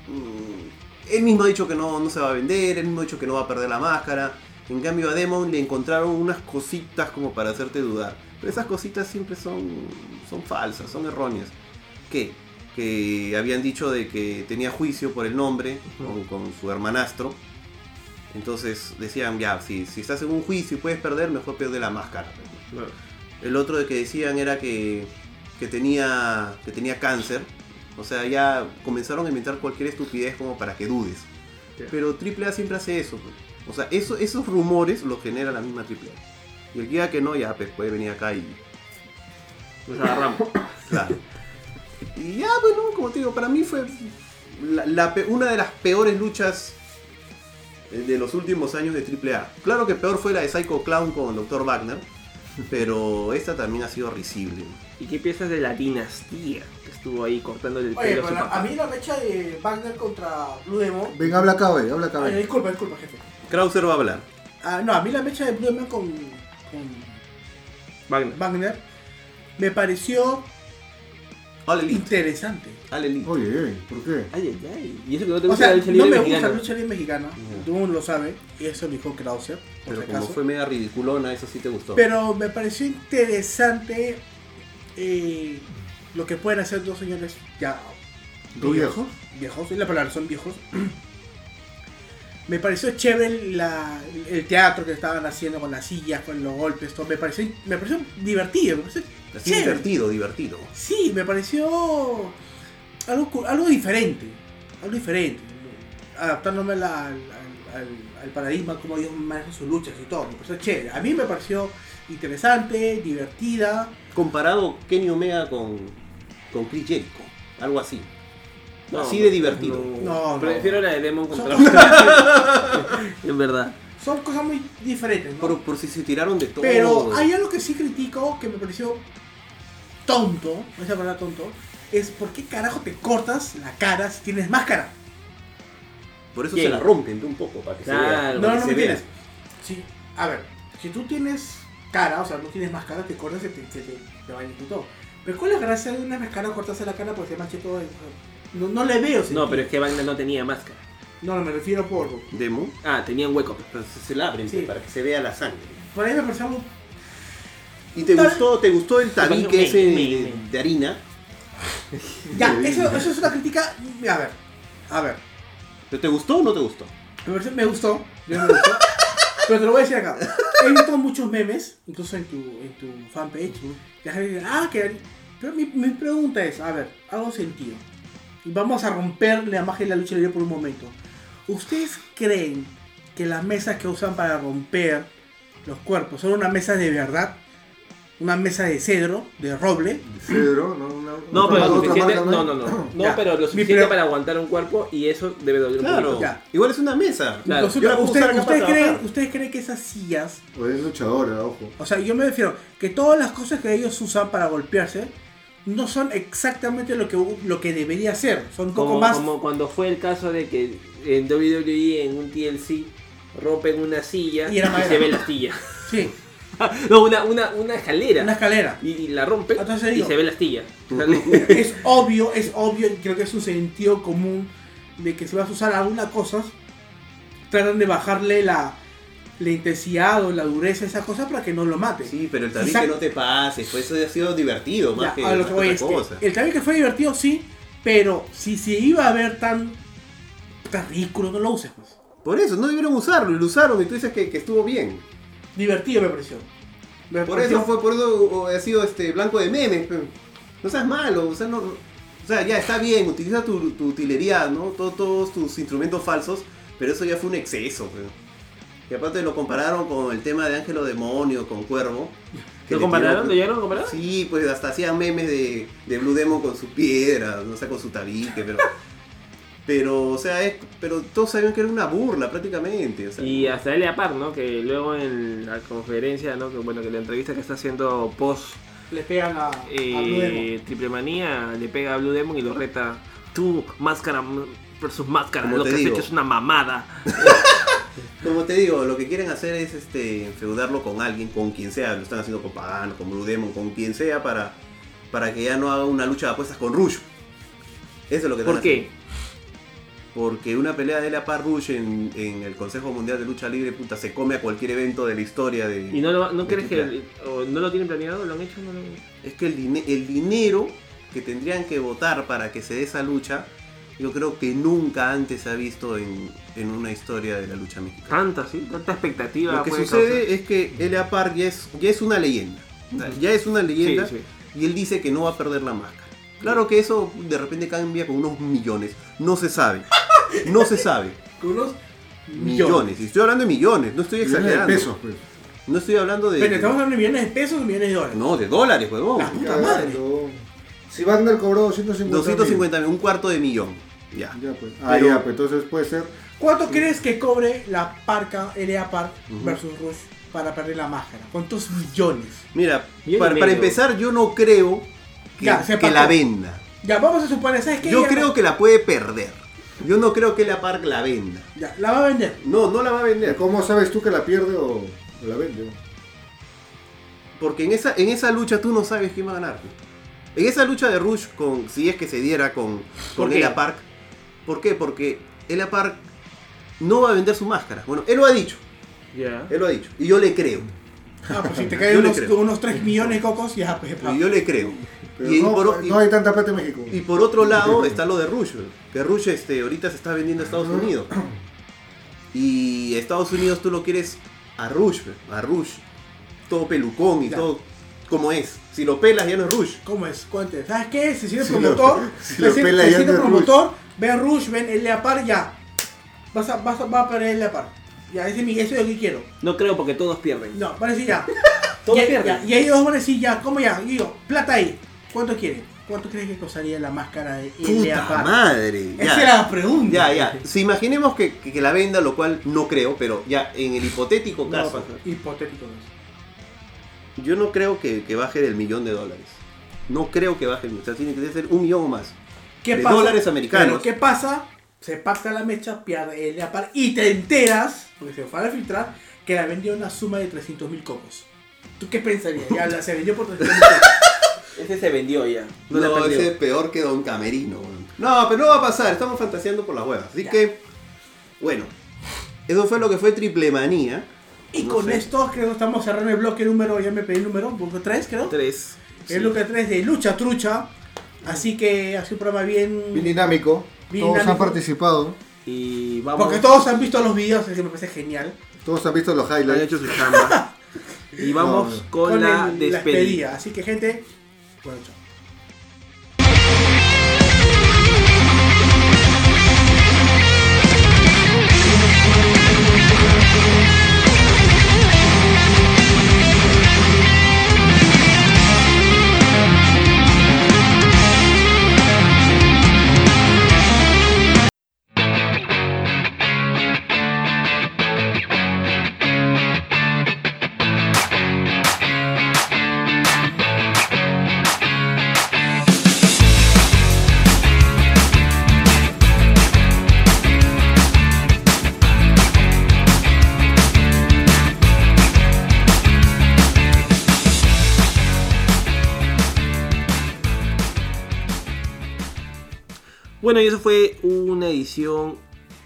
[SPEAKER 7] mm, él mismo ha dicho que no, no se va a vender, él mismo ha dicho que no va a perder la máscara. En cambio a Demon le encontraron unas cositas como para hacerte dudar. Pero esas cositas siempre son, son falsas, son erróneas. ¿Qué? Que habían dicho de que tenía juicio por el nombre con, con su hermanastro. Entonces decían, ya, si, si estás en un juicio y puedes perder, mejor pierde la máscara. El otro de que decían era que, que tenía, que tenía cáncer. O sea, ya comenzaron a inventar cualquier estupidez como para que dudes. Pero AAA siempre hace eso. pues. O sea, eso, esos rumores los genera la misma AAA. Y el día que no, ya pues, puede venir acá y...
[SPEAKER 5] Nos agarramos.
[SPEAKER 7] Claro. y ya, bueno, como te digo, para mí fue la- la pe- una de las peores luchas eh, de los últimos años de AAA. Claro que peor fue la de Psycho Clown con Dr. Wagner. Pero esta también ha sido risible.
[SPEAKER 5] ¿Y qué piensas de la dinastía que estuvo ahí cortándole el
[SPEAKER 4] Oye,
[SPEAKER 5] pelo
[SPEAKER 4] pero
[SPEAKER 5] a su
[SPEAKER 4] la- a
[SPEAKER 5] papá?
[SPEAKER 4] mí la mecha de Wagner contra Blue Demon.
[SPEAKER 2] Ven, habla acá, güey, habla acá,
[SPEAKER 4] Ay,
[SPEAKER 2] güey.
[SPEAKER 4] disculpa, disculpa, jefe.
[SPEAKER 7] Krauser va a hablar.
[SPEAKER 4] Ah, no, a mí la mecha de Blue Demon con, con
[SPEAKER 5] Wagner.
[SPEAKER 4] Wagner me pareció
[SPEAKER 7] All Elite.
[SPEAKER 4] interesante.
[SPEAKER 7] All Elite.
[SPEAKER 2] Oye, ey, ¿por qué?
[SPEAKER 5] Ay, ay, ay. Y eso que no te
[SPEAKER 4] O
[SPEAKER 5] gusta
[SPEAKER 4] sea,
[SPEAKER 5] la
[SPEAKER 4] no
[SPEAKER 5] lucha
[SPEAKER 4] me
[SPEAKER 5] libre
[SPEAKER 4] gusta la
[SPEAKER 5] mexicana.
[SPEAKER 4] lucha libre mexicana,
[SPEAKER 7] Ya.
[SPEAKER 4] tú lo sabes, y eso lo dijo Krauser, por
[SPEAKER 7] Pero
[SPEAKER 4] si
[SPEAKER 7] como
[SPEAKER 4] acaso.
[SPEAKER 7] fue media ridiculona, eso sí te gustó.
[SPEAKER 4] Pero me pareció interesante eh, lo que pueden hacer dos señores ya
[SPEAKER 2] ¿Tú viejo?
[SPEAKER 4] viejos, es la palabra, son viejos. Me pareció chévere la- el teatro que estaban haciendo con las sillas, con los golpes, todo. Me pareció, me pareció divertido, me pareció
[SPEAKER 7] Así
[SPEAKER 4] chévere.
[SPEAKER 7] divertido, divertido.
[SPEAKER 4] Sí, me pareció algo, cu- algo diferente. Algo diferente. Adaptándome a la- al, al- al- al paradigma, cómo ellos manejan sus luchas y todo. Me pareció chévere. A mí me pareció interesante, divertida.
[SPEAKER 7] Comparado Kenny Omega con, con Chris Jericho. Algo así.
[SPEAKER 5] No,
[SPEAKER 7] así de divertido.
[SPEAKER 4] No, no.
[SPEAKER 5] Prefiero la de Demon contra En verdad.
[SPEAKER 4] Son cosas muy diferentes, ¿no?
[SPEAKER 7] Por, por si se tiraron de todo.
[SPEAKER 4] Pero hay algo que sí critico que me pareció tonto, esa palabra tonto, es por qué carajo te cortas la cara si tienes máscara.
[SPEAKER 7] Por eso
[SPEAKER 5] ¿Quién?
[SPEAKER 7] se la rompen de un poco para que
[SPEAKER 5] Claro.
[SPEAKER 7] se
[SPEAKER 4] No,
[SPEAKER 7] vea.
[SPEAKER 4] no
[SPEAKER 7] se
[SPEAKER 4] me
[SPEAKER 7] vea.
[SPEAKER 4] tienes. Sí, a ver, si tú tienes cara, o sea, no tienes máscara, te cortas y te, se te, te bañas y todo. Pero con la gracia de una máscara cortarse la cara porque se manche todo. el- No, no le veo. sentido.
[SPEAKER 5] No, pero es que Wagner no tenía máscara.
[SPEAKER 4] No, no, me refiero a polvo.
[SPEAKER 7] Demo.
[SPEAKER 5] Ah, tenía un hueco.
[SPEAKER 7] Pero se, se la abren
[SPEAKER 4] Sí.
[SPEAKER 7] para que se vea la sangre.
[SPEAKER 4] Por ahí me pareció algo.
[SPEAKER 7] ¿Y te
[SPEAKER 4] Tal-
[SPEAKER 7] gustó, te gustó el tabique
[SPEAKER 5] Me-
[SPEAKER 7] ese
[SPEAKER 5] me-
[SPEAKER 7] de,
[SPEAKER 5] me-
[SPEAKER 7] de harina?
[SPEAKER 4] Ya, eso, eso es una crítica. A ver, a ver.
[SPEAKER 7] ¿Pero ¿Te gustó o no te gustó?
[SPEAKER 4] Me, pareció- me gustó, yo me gustó. pero te lo voy a decir acá. He visto muchos memes, incluso en tu, en tu fanpage. que la gente dice, ah, que. Pero mi, mi pregunta es: a ver, hago sentido. Y vamos a romper la magia de la lucha libre por un momento. ¿Ustedes creen que las mesas que usan para romper los cuerpos son una mesa de verdad? ¿Una mesa de cedro, de roble?
[SPEAKER 2] Cedro, no, no.
[SPEAKER 5] No,
[SPEAKER 2] otra
[SPEAKER 5] pero
[SPEAKER 2] marca,
[SPEAKER 5] lo
[SPEAKER 2] otra
[SPEAKER 5] suficiente.
[SPEAKER 2] marca,
[SPEAKER 5] No, no, no. No,
[SPEAKER 4] Ya.
[SPEAKER 5] pero lo
[SPEAKER 4] Mi
[SPEAKER 5] suficiente
[SPEAKER 4] pre-
[SPEAKER 5] para aguantar un cuerpo y eso debe doler un
[SPEAKER 7] Claro.
[SPEAKER 5] poquito.
[SPEAKER 4] Ya.
[SPEAKER 7] Igual es una mesa.
[SPEAKER 5] Claro.
[SPEAKER 4] Entonces,
[SPEAKER 7] Yo la puedo
[SPEAKER 4] ¿ustedes-
[SPEAKER 7] usar acá
[SPEAKER 4] ustedes
[SPEAKER 7] para
[SPEAKER 4] creen,
[SPEAKER 7] trabajar.
[SPEAKER 4] ¿Ustedes creen que esas sillas
[SPEAKER 2] O Pues es luchadora, ojo.
[SPEAKER 4] O sea, yo me refiero que todas las cosas que ellos usan para golpearse no son exactamente lo que, lo que debería ser. Son un poco
[SPEAKER 5] Como,
[SPEAKER 4] más.
[SPEAKER 5] como cuando fue el caso de que en WWE, en un TLC, rompen una silla
[SPEAKER 4] Y
[SPEAKER 5] y,
[SPEAKER 4] era madera.
[SPEAKER 5] se ve la silla.
[SPEAKER 4] Sí,
[SPEAKER 5] no, una, una, una Ah, escalera.
[SPEAKER 4] una escalera.
[SPEAKER 5] Y, y la rompen
[SPEAKER 4] Entonces
[SPEAKER 5] y
[SPEAKER 4] digo-
[SPEAKER 5] se ve la astilla.
[SPEAKER 4] Es obvio, es obvio, y creo que es un sentido común de que si vas a usar algunas cosas, tratan de bajarle la, la intensidad o la dureza a esas cosas para que no lo mate.
[SPEAKER 7] Sí, pero el tabique
[SPEAKER 4] Exacto.
[SPEAKER 7] no te pases, pues eso ha sido divertido más
[SPEAKER 4] Ya,
[SPEAKER 7] que
[SPEAKER 4] a lo que voy
[SPEAKER 7] otra
[SPEAKER 4] es que
[SPEAKER 7] cosa.
[SPEAKER 4] el tabique fue divertido, sí, pero si se iba a ver tan, tan ridículo, no lo uses. Pues.
[SPEAKER 7] Por eso, no debieron usarlo, y lo usaron y tú dices que, que estuvo bien.
[SPEAKER 4] Divertido me pareció. Me
[SPEAKER 7] Por
[SPEAKER 4] pareció-
[SPEAKER 7] eso fue, por eso o- ha sido este blanco de memes. pe. No seas malo, o sea, no, o sea ya está bien, utiliza tu, tu utilería, ¿no? Todo- todos tus instrumentos falsos, pero eso ya fue un exceso, pe. Y aparte lo compararon con el tema de Ángelo Demonio, con Cuervo. que
[SPEAKER 5] ¿Lo
[SPEAKER 7] le
[SPEAKER 5] compararon?
[SPEAKER 7] tiró-
[SPEAKER 5] ¿Lo llegaron a comparar?
[SPEAKER 7] Sí, pues hasta hacían memes de, de Blue Demon con su piedra, no sé, con su tabique, pero. pero, o sea, es, pero todos sabían que era una burla prácticamente. o sea.
[SPEAKER 5] Y hasta Elia Park, ¿no? Que luego en la conferencia, ¿no? Que bueno, que la entrevista que está haciendo post
[SPEAKER 4] le pegan a, a Blue Demon.
[SPEAKER 5] eh, Triple Manía le pega a Blue Demon y lo reta. Tú, máscara m- versus máscara,
[SPEAKER 7] Como
[SPEAKER 5] lo
[SPEAKER 7] te
[SPEAKER 5] que has
[SPEAKER 7] digo.
[SPEAKER 5] hecho es una mamada.
[SPEAKER 7] Como te digo, lo que quieren hacer es este enfeudarlo con alguien, con quien sea, lo están haciendo con Pagano, con Blue Demon, con quien sea para para que ya no haga una lucha de apuestas con Rush. Eso es lo que están
[SPEAKER 5] ¿Por qué?
[SPEAKER 7] porque una pelea de la par Rush en, en el Consejo Mundial de Lucha Libre, puta, se come a cualquier evento de la historia de...
[SPEAKER 5] ¿Y no, lo, no
[SPEAKER 7] de
[SPEAKER 5] crees
[SPEAKER 7] Triple
[SPEAKER 5] que o no lo tienen planeado? ¿Lo han hecho? ¿No lo han hecho?
[SPEAKER 7] A. Es que el, dine- el dinero que tendrían que votar para que se dé esa lucha, yo creo que nunca antes se ha visto en, en una historia de la lucha mexicana.
[SPEAKER 5] Tanta, sí, tanta expectativa.
[SPEAKER 7] Lo que
[SPEAKER 5] puede
[SPEAKER 7] sucede
[SPEAKER 5] causar.
[SPEAKER 7] es que L.A. Park ya es, ya es una leyenda. O sea, Ya es una leyenda
[SPEAKER 5] Sí,
[SPEAKER 7] y él dice que no va a perder la máscara. Claro que eso de repente cambia con unos millones. No se sabe. No se sabe.
[SPEAKER 4] Con unos
[SPEAKER 7] Millones. Y estoy hablando de millones, no estoy
[SPEAKER 2] Millones de
[SPEAKER 7] exagerando.
[SPEAKER 2] pesos, pues.
[SPEAKER 7] No estoy hablando de.
[SPEAKER 4] Pero estamos hablando de millones de pesos o millones de dólares.
[SPEAKER 7] No, de dólares, huevón.
[SPEAKER 2] Cagando. Si Wagner cobró 250 mil.
[SPEAKER 7] 250 mil, un cuarto de millón. Ya.
[SPEAKER 2] Ya, pues. Ah,
[SPEAKER 7] Pero-
[SPEAKER 2] ya, pues entonces puede ser.
[SPEAKER 4] ¿Cuánto crees que cobre la parca LA Park
[SPEAKER 7] Ujú.
[SPEAKER 4] versus Rush para perder la máscara? ¿Cuántos millones?
[SPEAKER 7] Mira,
[SPEAKER 5] Millón y
[SPEAKER 7] para, para
[SPEAKER 5] medio.
[SPEAKER 7] empezar, yo no creo que,
[SPEAKER 4] Ya, se
[SPEAKER 7] que
[SPEAKER 4] pactó.
[SPEAKER 7] la venda.
[SPEAKER 4] Ya, vamos a suponer, ¿sabes qué?
[SPEAKER 7] Yo
[SPEAKER 4] Ya-
[SPEAKER 7] creo que la puede perder. Yo no creo que la Park la venda.
[SPEAKER 4] Ya, la va a vender.
[SPEAKER 7] No, no la va a vender.
[SPEAKER 2] ¿Cómo sabes tú que la pierde o o la vende?
[SPEAKER 7] Porque en esa, en esa lucha tú no sabes quién va a ganar. En esa lucha de Rush, con, si es que se diera con,
[SPEAKER 5] ¿Por
[SPEAKER 7] con
[SPEAKER 5] qué?
[SPEAKER 7] Ella Park. ¿Por qué? Porque Ella Park no va a vender su máscara. Bueno, él lo ha dicho.
[SPEAKER 5] Ya.
[SPEAKER 7] Él lo ha dicho. Y yo le creo.
[SPEAKER 4] Ah, pues si te
[SPEAKER 7] Yo
[SPEAKER 4] caen
[SPEAKER 7] le
[SPEAKER 4] unos,
[SPEAKER 7] creo.
[SPEAKER 4] unos 3 millones de cocos, ya, pues.
[SPEAKER 5] Ah.
[SPEAKER 4] pa.
[SPEAKER 7] Y yo le creo.
[SPEAKER 2] Pero
[SPEAKER 7] y,
[SPEAKER 2] no, pues,
[SPEAKER 7] por, y-
[SPEAKER 2] no hay tanta plata en México.
[SPEAKER 7] y por otro lado está lo de Rush. ¿no? Que Rush este, ahorita se está vendiendo a Estados Unidos. Y Estados Unidos tú lo quieres a Rush. ¿no? A Rush. Todo pelucón y
[SPEAKER 4] Ya.
[SPEAKER 7] todo como es. Si lo pelas ya no es Rush.
[SPEAKER 4] ¿Cómo es? Cuente. ¿Sabes qué? Si siendo
[SPEAKER 2] Si lo-
[SPEAKER 4] promotor,
[SPEAKER 2] si
[SPEAKER 4] si
[SPEAKER 2] lo pela ya no es
[SPEAKER 4] promotor, ve a Rush, ven LA Park, ya. Vas a, vas a, va a perder LA Park. Ya, ese es mi, eso es lo que quiero.
[SPEAKER 5] No creo porque todos pierden.
[SPEAKER 4] No, van a decir ya.
[SPEAKER 5] Todos
[SPEAKER 4] Ya- ya,
[SPEAKER 5] pierden.
[SPEAKER 4] y ellos van a decir ya, ¿cómo ya? Y yo, plata ahí. ¿Cuánto quieren? ¿Cuánto crees que costaría la máscara de LA
[SPEAKER 7] Puta
[SPEAKER 4] Park?
[SPEAKER 7] madre. ya.
[SPEAKER 4] Esa era la pregunta.
[SPEAKER 7] Ya, ya. Si imaginemos que, que- que la venda, lo cual no creo, pero ya en el hipotético
[SPEAKER 4] No, pues
[SPEAKER 7] caso,
[SPEAKER 4] hipotético. no es.
[SPEAKER 7] yo no creo que, que baje del millón de dólares. No creo que baje el millón. O sea, tiene que ser un millón o más.
[SPEAKER 4] ¿Qué
[SPEAKER 7] De dólares americanos.
[SPEAKER 4] Pero, ¿Qué pasa? Se pacta la mecha, pierde el par y te enteras, porque se fue a filtrar, que la vendió una suma de 300 mil cocos. ¿Tú qué pensarías? Ya la- se vendió por 300 mil cocos.
[SPEAKER 14] Ese se vendió ya.
[SPEAKER 5] No la perdió.
[SPEAKER 7] es peor que Don Camerino. weón. No, pero no va a pasar. Estamos fantaseando por las huevas. Así
[SPEAKER 4] Ya.
[SPEAKER 7] que, bueno. Eso fue lo que fue Triple Manía.
[SPEAKER 4] Y
[SPEAKER 7] No
[SPEAKER 4] con
[SPEAKER 7] sé.
[SPEAKER 4] esto creo que estamos cerrando el bloque número, ya me pedí el número, bloque 3 creo.
[SPEAKER 5] Tres.
[SPEAKER 4] El bloque 3 de Lucha Trucha. Así que ha sido un programa bien...
[SPEAKER 2] Bien dinámico.
[SPEAKER 4] Bien
[SPEAKER 2] todos han
[SPEAKER 4] dinámico.
[SPEAKER 2] participado.
[SPEAKER 5] Y vamos.
[SPEAKER 4] porque todos han visto los videos, así que me parece genial.
[SPEAKER 2] Todos han visto los
[SPEAKER 5] han
[SPEAKER 2] highlights.
[SPEAKER 5] hecho su chamba. y vamos
[SPEAKER 2] No.
[SPEAKER 5] con, la,
[SPEAKER 4] el-
[SPEAKER 5] despedida.
[SPEAKER 4] Así que gente, bueno, chao.
[SPEAKER 5] Bueno, y eso fue una edición,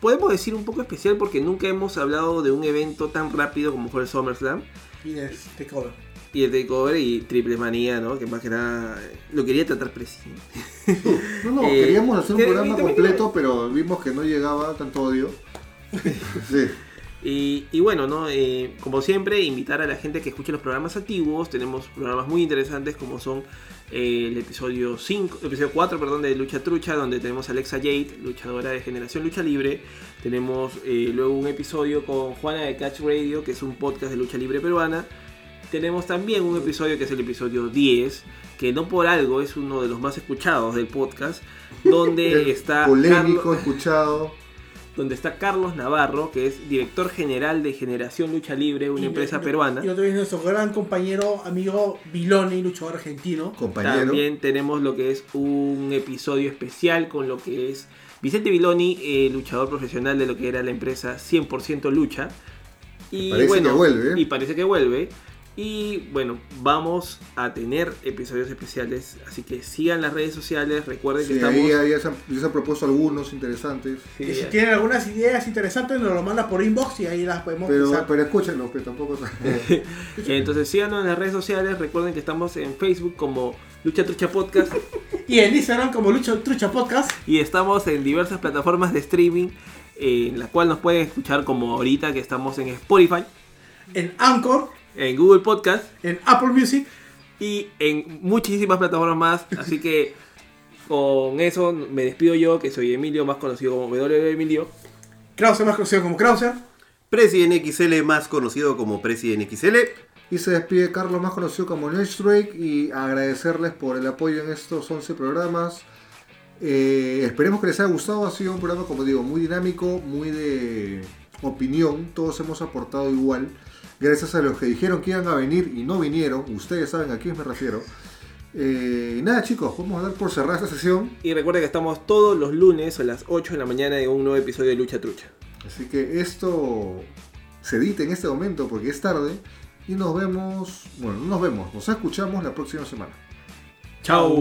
[SPEAKER 5] podemos decir un poco especial porque nunca hemos hablado de un evento tan rápido como fue el SummerSlam
[SPEAKER 4] Y este cover.
[SPEAKER 5] y el Takeover y Triple Manía, ¿no? Que más que nada eh, lo quería tratar preciso.
[SPEAKER 2] No, no,
[SPEAKER 5] Eh,
[SPEAKER 2] queríamos hacer un
[SPEAKER 5] que-
[SPEAKER 2] programa
[SPEAKER 5] también-
[SPEAKER 2] completo, pero vimos que no llegaba tanto odio. sí.
[SPEAKER 5] Y, y bueno, ¿no? Eh, como siempre, invitar a la gente que escuche los programas antiguos. Tenemos programas muy interesantes como son eh, el episodio 5, el episodio 4, perdón, de Lucha Trucha, donde tenemos a Alexa Jade, luchadora de Generación Lucha Libre. Tenemos eh, luego un episodio con Juana de Catch Radio, que es un podcast de lucha libre peruana. Tenemos también un episodio que es el episodio 10, que no por algo es uno de los más escuchados del podcast, donde Eh, está
[SPEAKER 2] Polémico,
[SPEAKER 5] Carlos-
[SPEAKER 2] escuchado.
[SPEAKER 5] donde está Carlos Navarro, que es director general de Generación Lucha Libre, una
[SPEAKER 4] Y-
[SPEAKER 5] empresa
[SPEAKER 4] y-
[SPEAKER 5] peruana.
[SPEAKER 4] Y otro es nuestro gran compañero, amigo Viloni, luchador argentino.
[SPEAKER 2] Compañero.
[SPEAKER 5] También tenemos lo que es un episodio especial con lo que es Vicente Viloni, eh, luchador profesional de lo que era la empresa 100% Lucha. Y
[SPEAKER 2] Parece que
[SPEAKER 5] bueno,
[SPEAKER 2] vuelve.
[SPEAKER 5] Y parece que vuelve. Y bueno, vamos a tener episodios especiales, así que sigan las redes sociales, recuerden que
[SPEAKER 2] Sí,
[SPEAKER 5] pues, estamos...
[SPEAKER 2] ahí ahí ya se han, ya se han propuesto algunos interesantes.
[SPEAKER 5] Sí,
[SPEAKER 6] Y si
[SPEAKER 5] ya.
[SPEAKER 6] tienen algunas ideas interesantes, nos lo mandan por inbox y ahí las podemos
[SPEAKER 2] Pero,
[SPEAKER 6] pensar.
[SPEAKER 5] pues,
[SPEAKER 2] pero escúchenlo, que tampoco.
[SPEAKER 5] Entonces síganos en las redes sociales, recuerden que estamos en Facebook como Lucha Trucha Podcast
[SPEAKER 6] Y en Instagram como Lucho Trucha Podcast.
[SPEAKER 5] y estamos en diversas plataformas de streaming, eh, en la cual nos pueden escuchar como ahorita que estamos en Spotify,
[SPEAKER 6] en Anchor,
[SPEAKER 5] en Google Podcast
[SPEAKER 6] en Apple Music.
[SPEAKER 5] y en muchísimas plataformas más. Así que con eso me despido yo, que soy Emilio, más conocido como W E Emilio.
[SPEAKER 6] Krauser, más conocido como Krauser.
[SPEAKER 7] President XL, más conocido como President XL.
[SPEAKER 2] Y se despide Carlos, más conocido como Lunch Break, y agradecerles por el apoyo en estos 11 programas. Eh, esperemos que les haya gustado. Ha sido un programa, como digo, muy dinámico, muy de opinión. Todos hemos aportado igual. Gracias a los que dijeron que iban a venir y no vinieron. Ustedes saben a quién me refiero. Eh, y nada, chicos, vamos a dar por cerrada esta sesión.
[SPEAKER 5] Y recuerden que estamos todos los lunes a las 8 de la mañana en un nuevo episodio de Lucha Trucha.
[SPEAKER 2] Así que esto se edita en este momento porque es tarde. Y nos vemos, bueno, no nos vemos, nos escuchamos la próxima semana.
[SPEAKER 5] ¡Chao!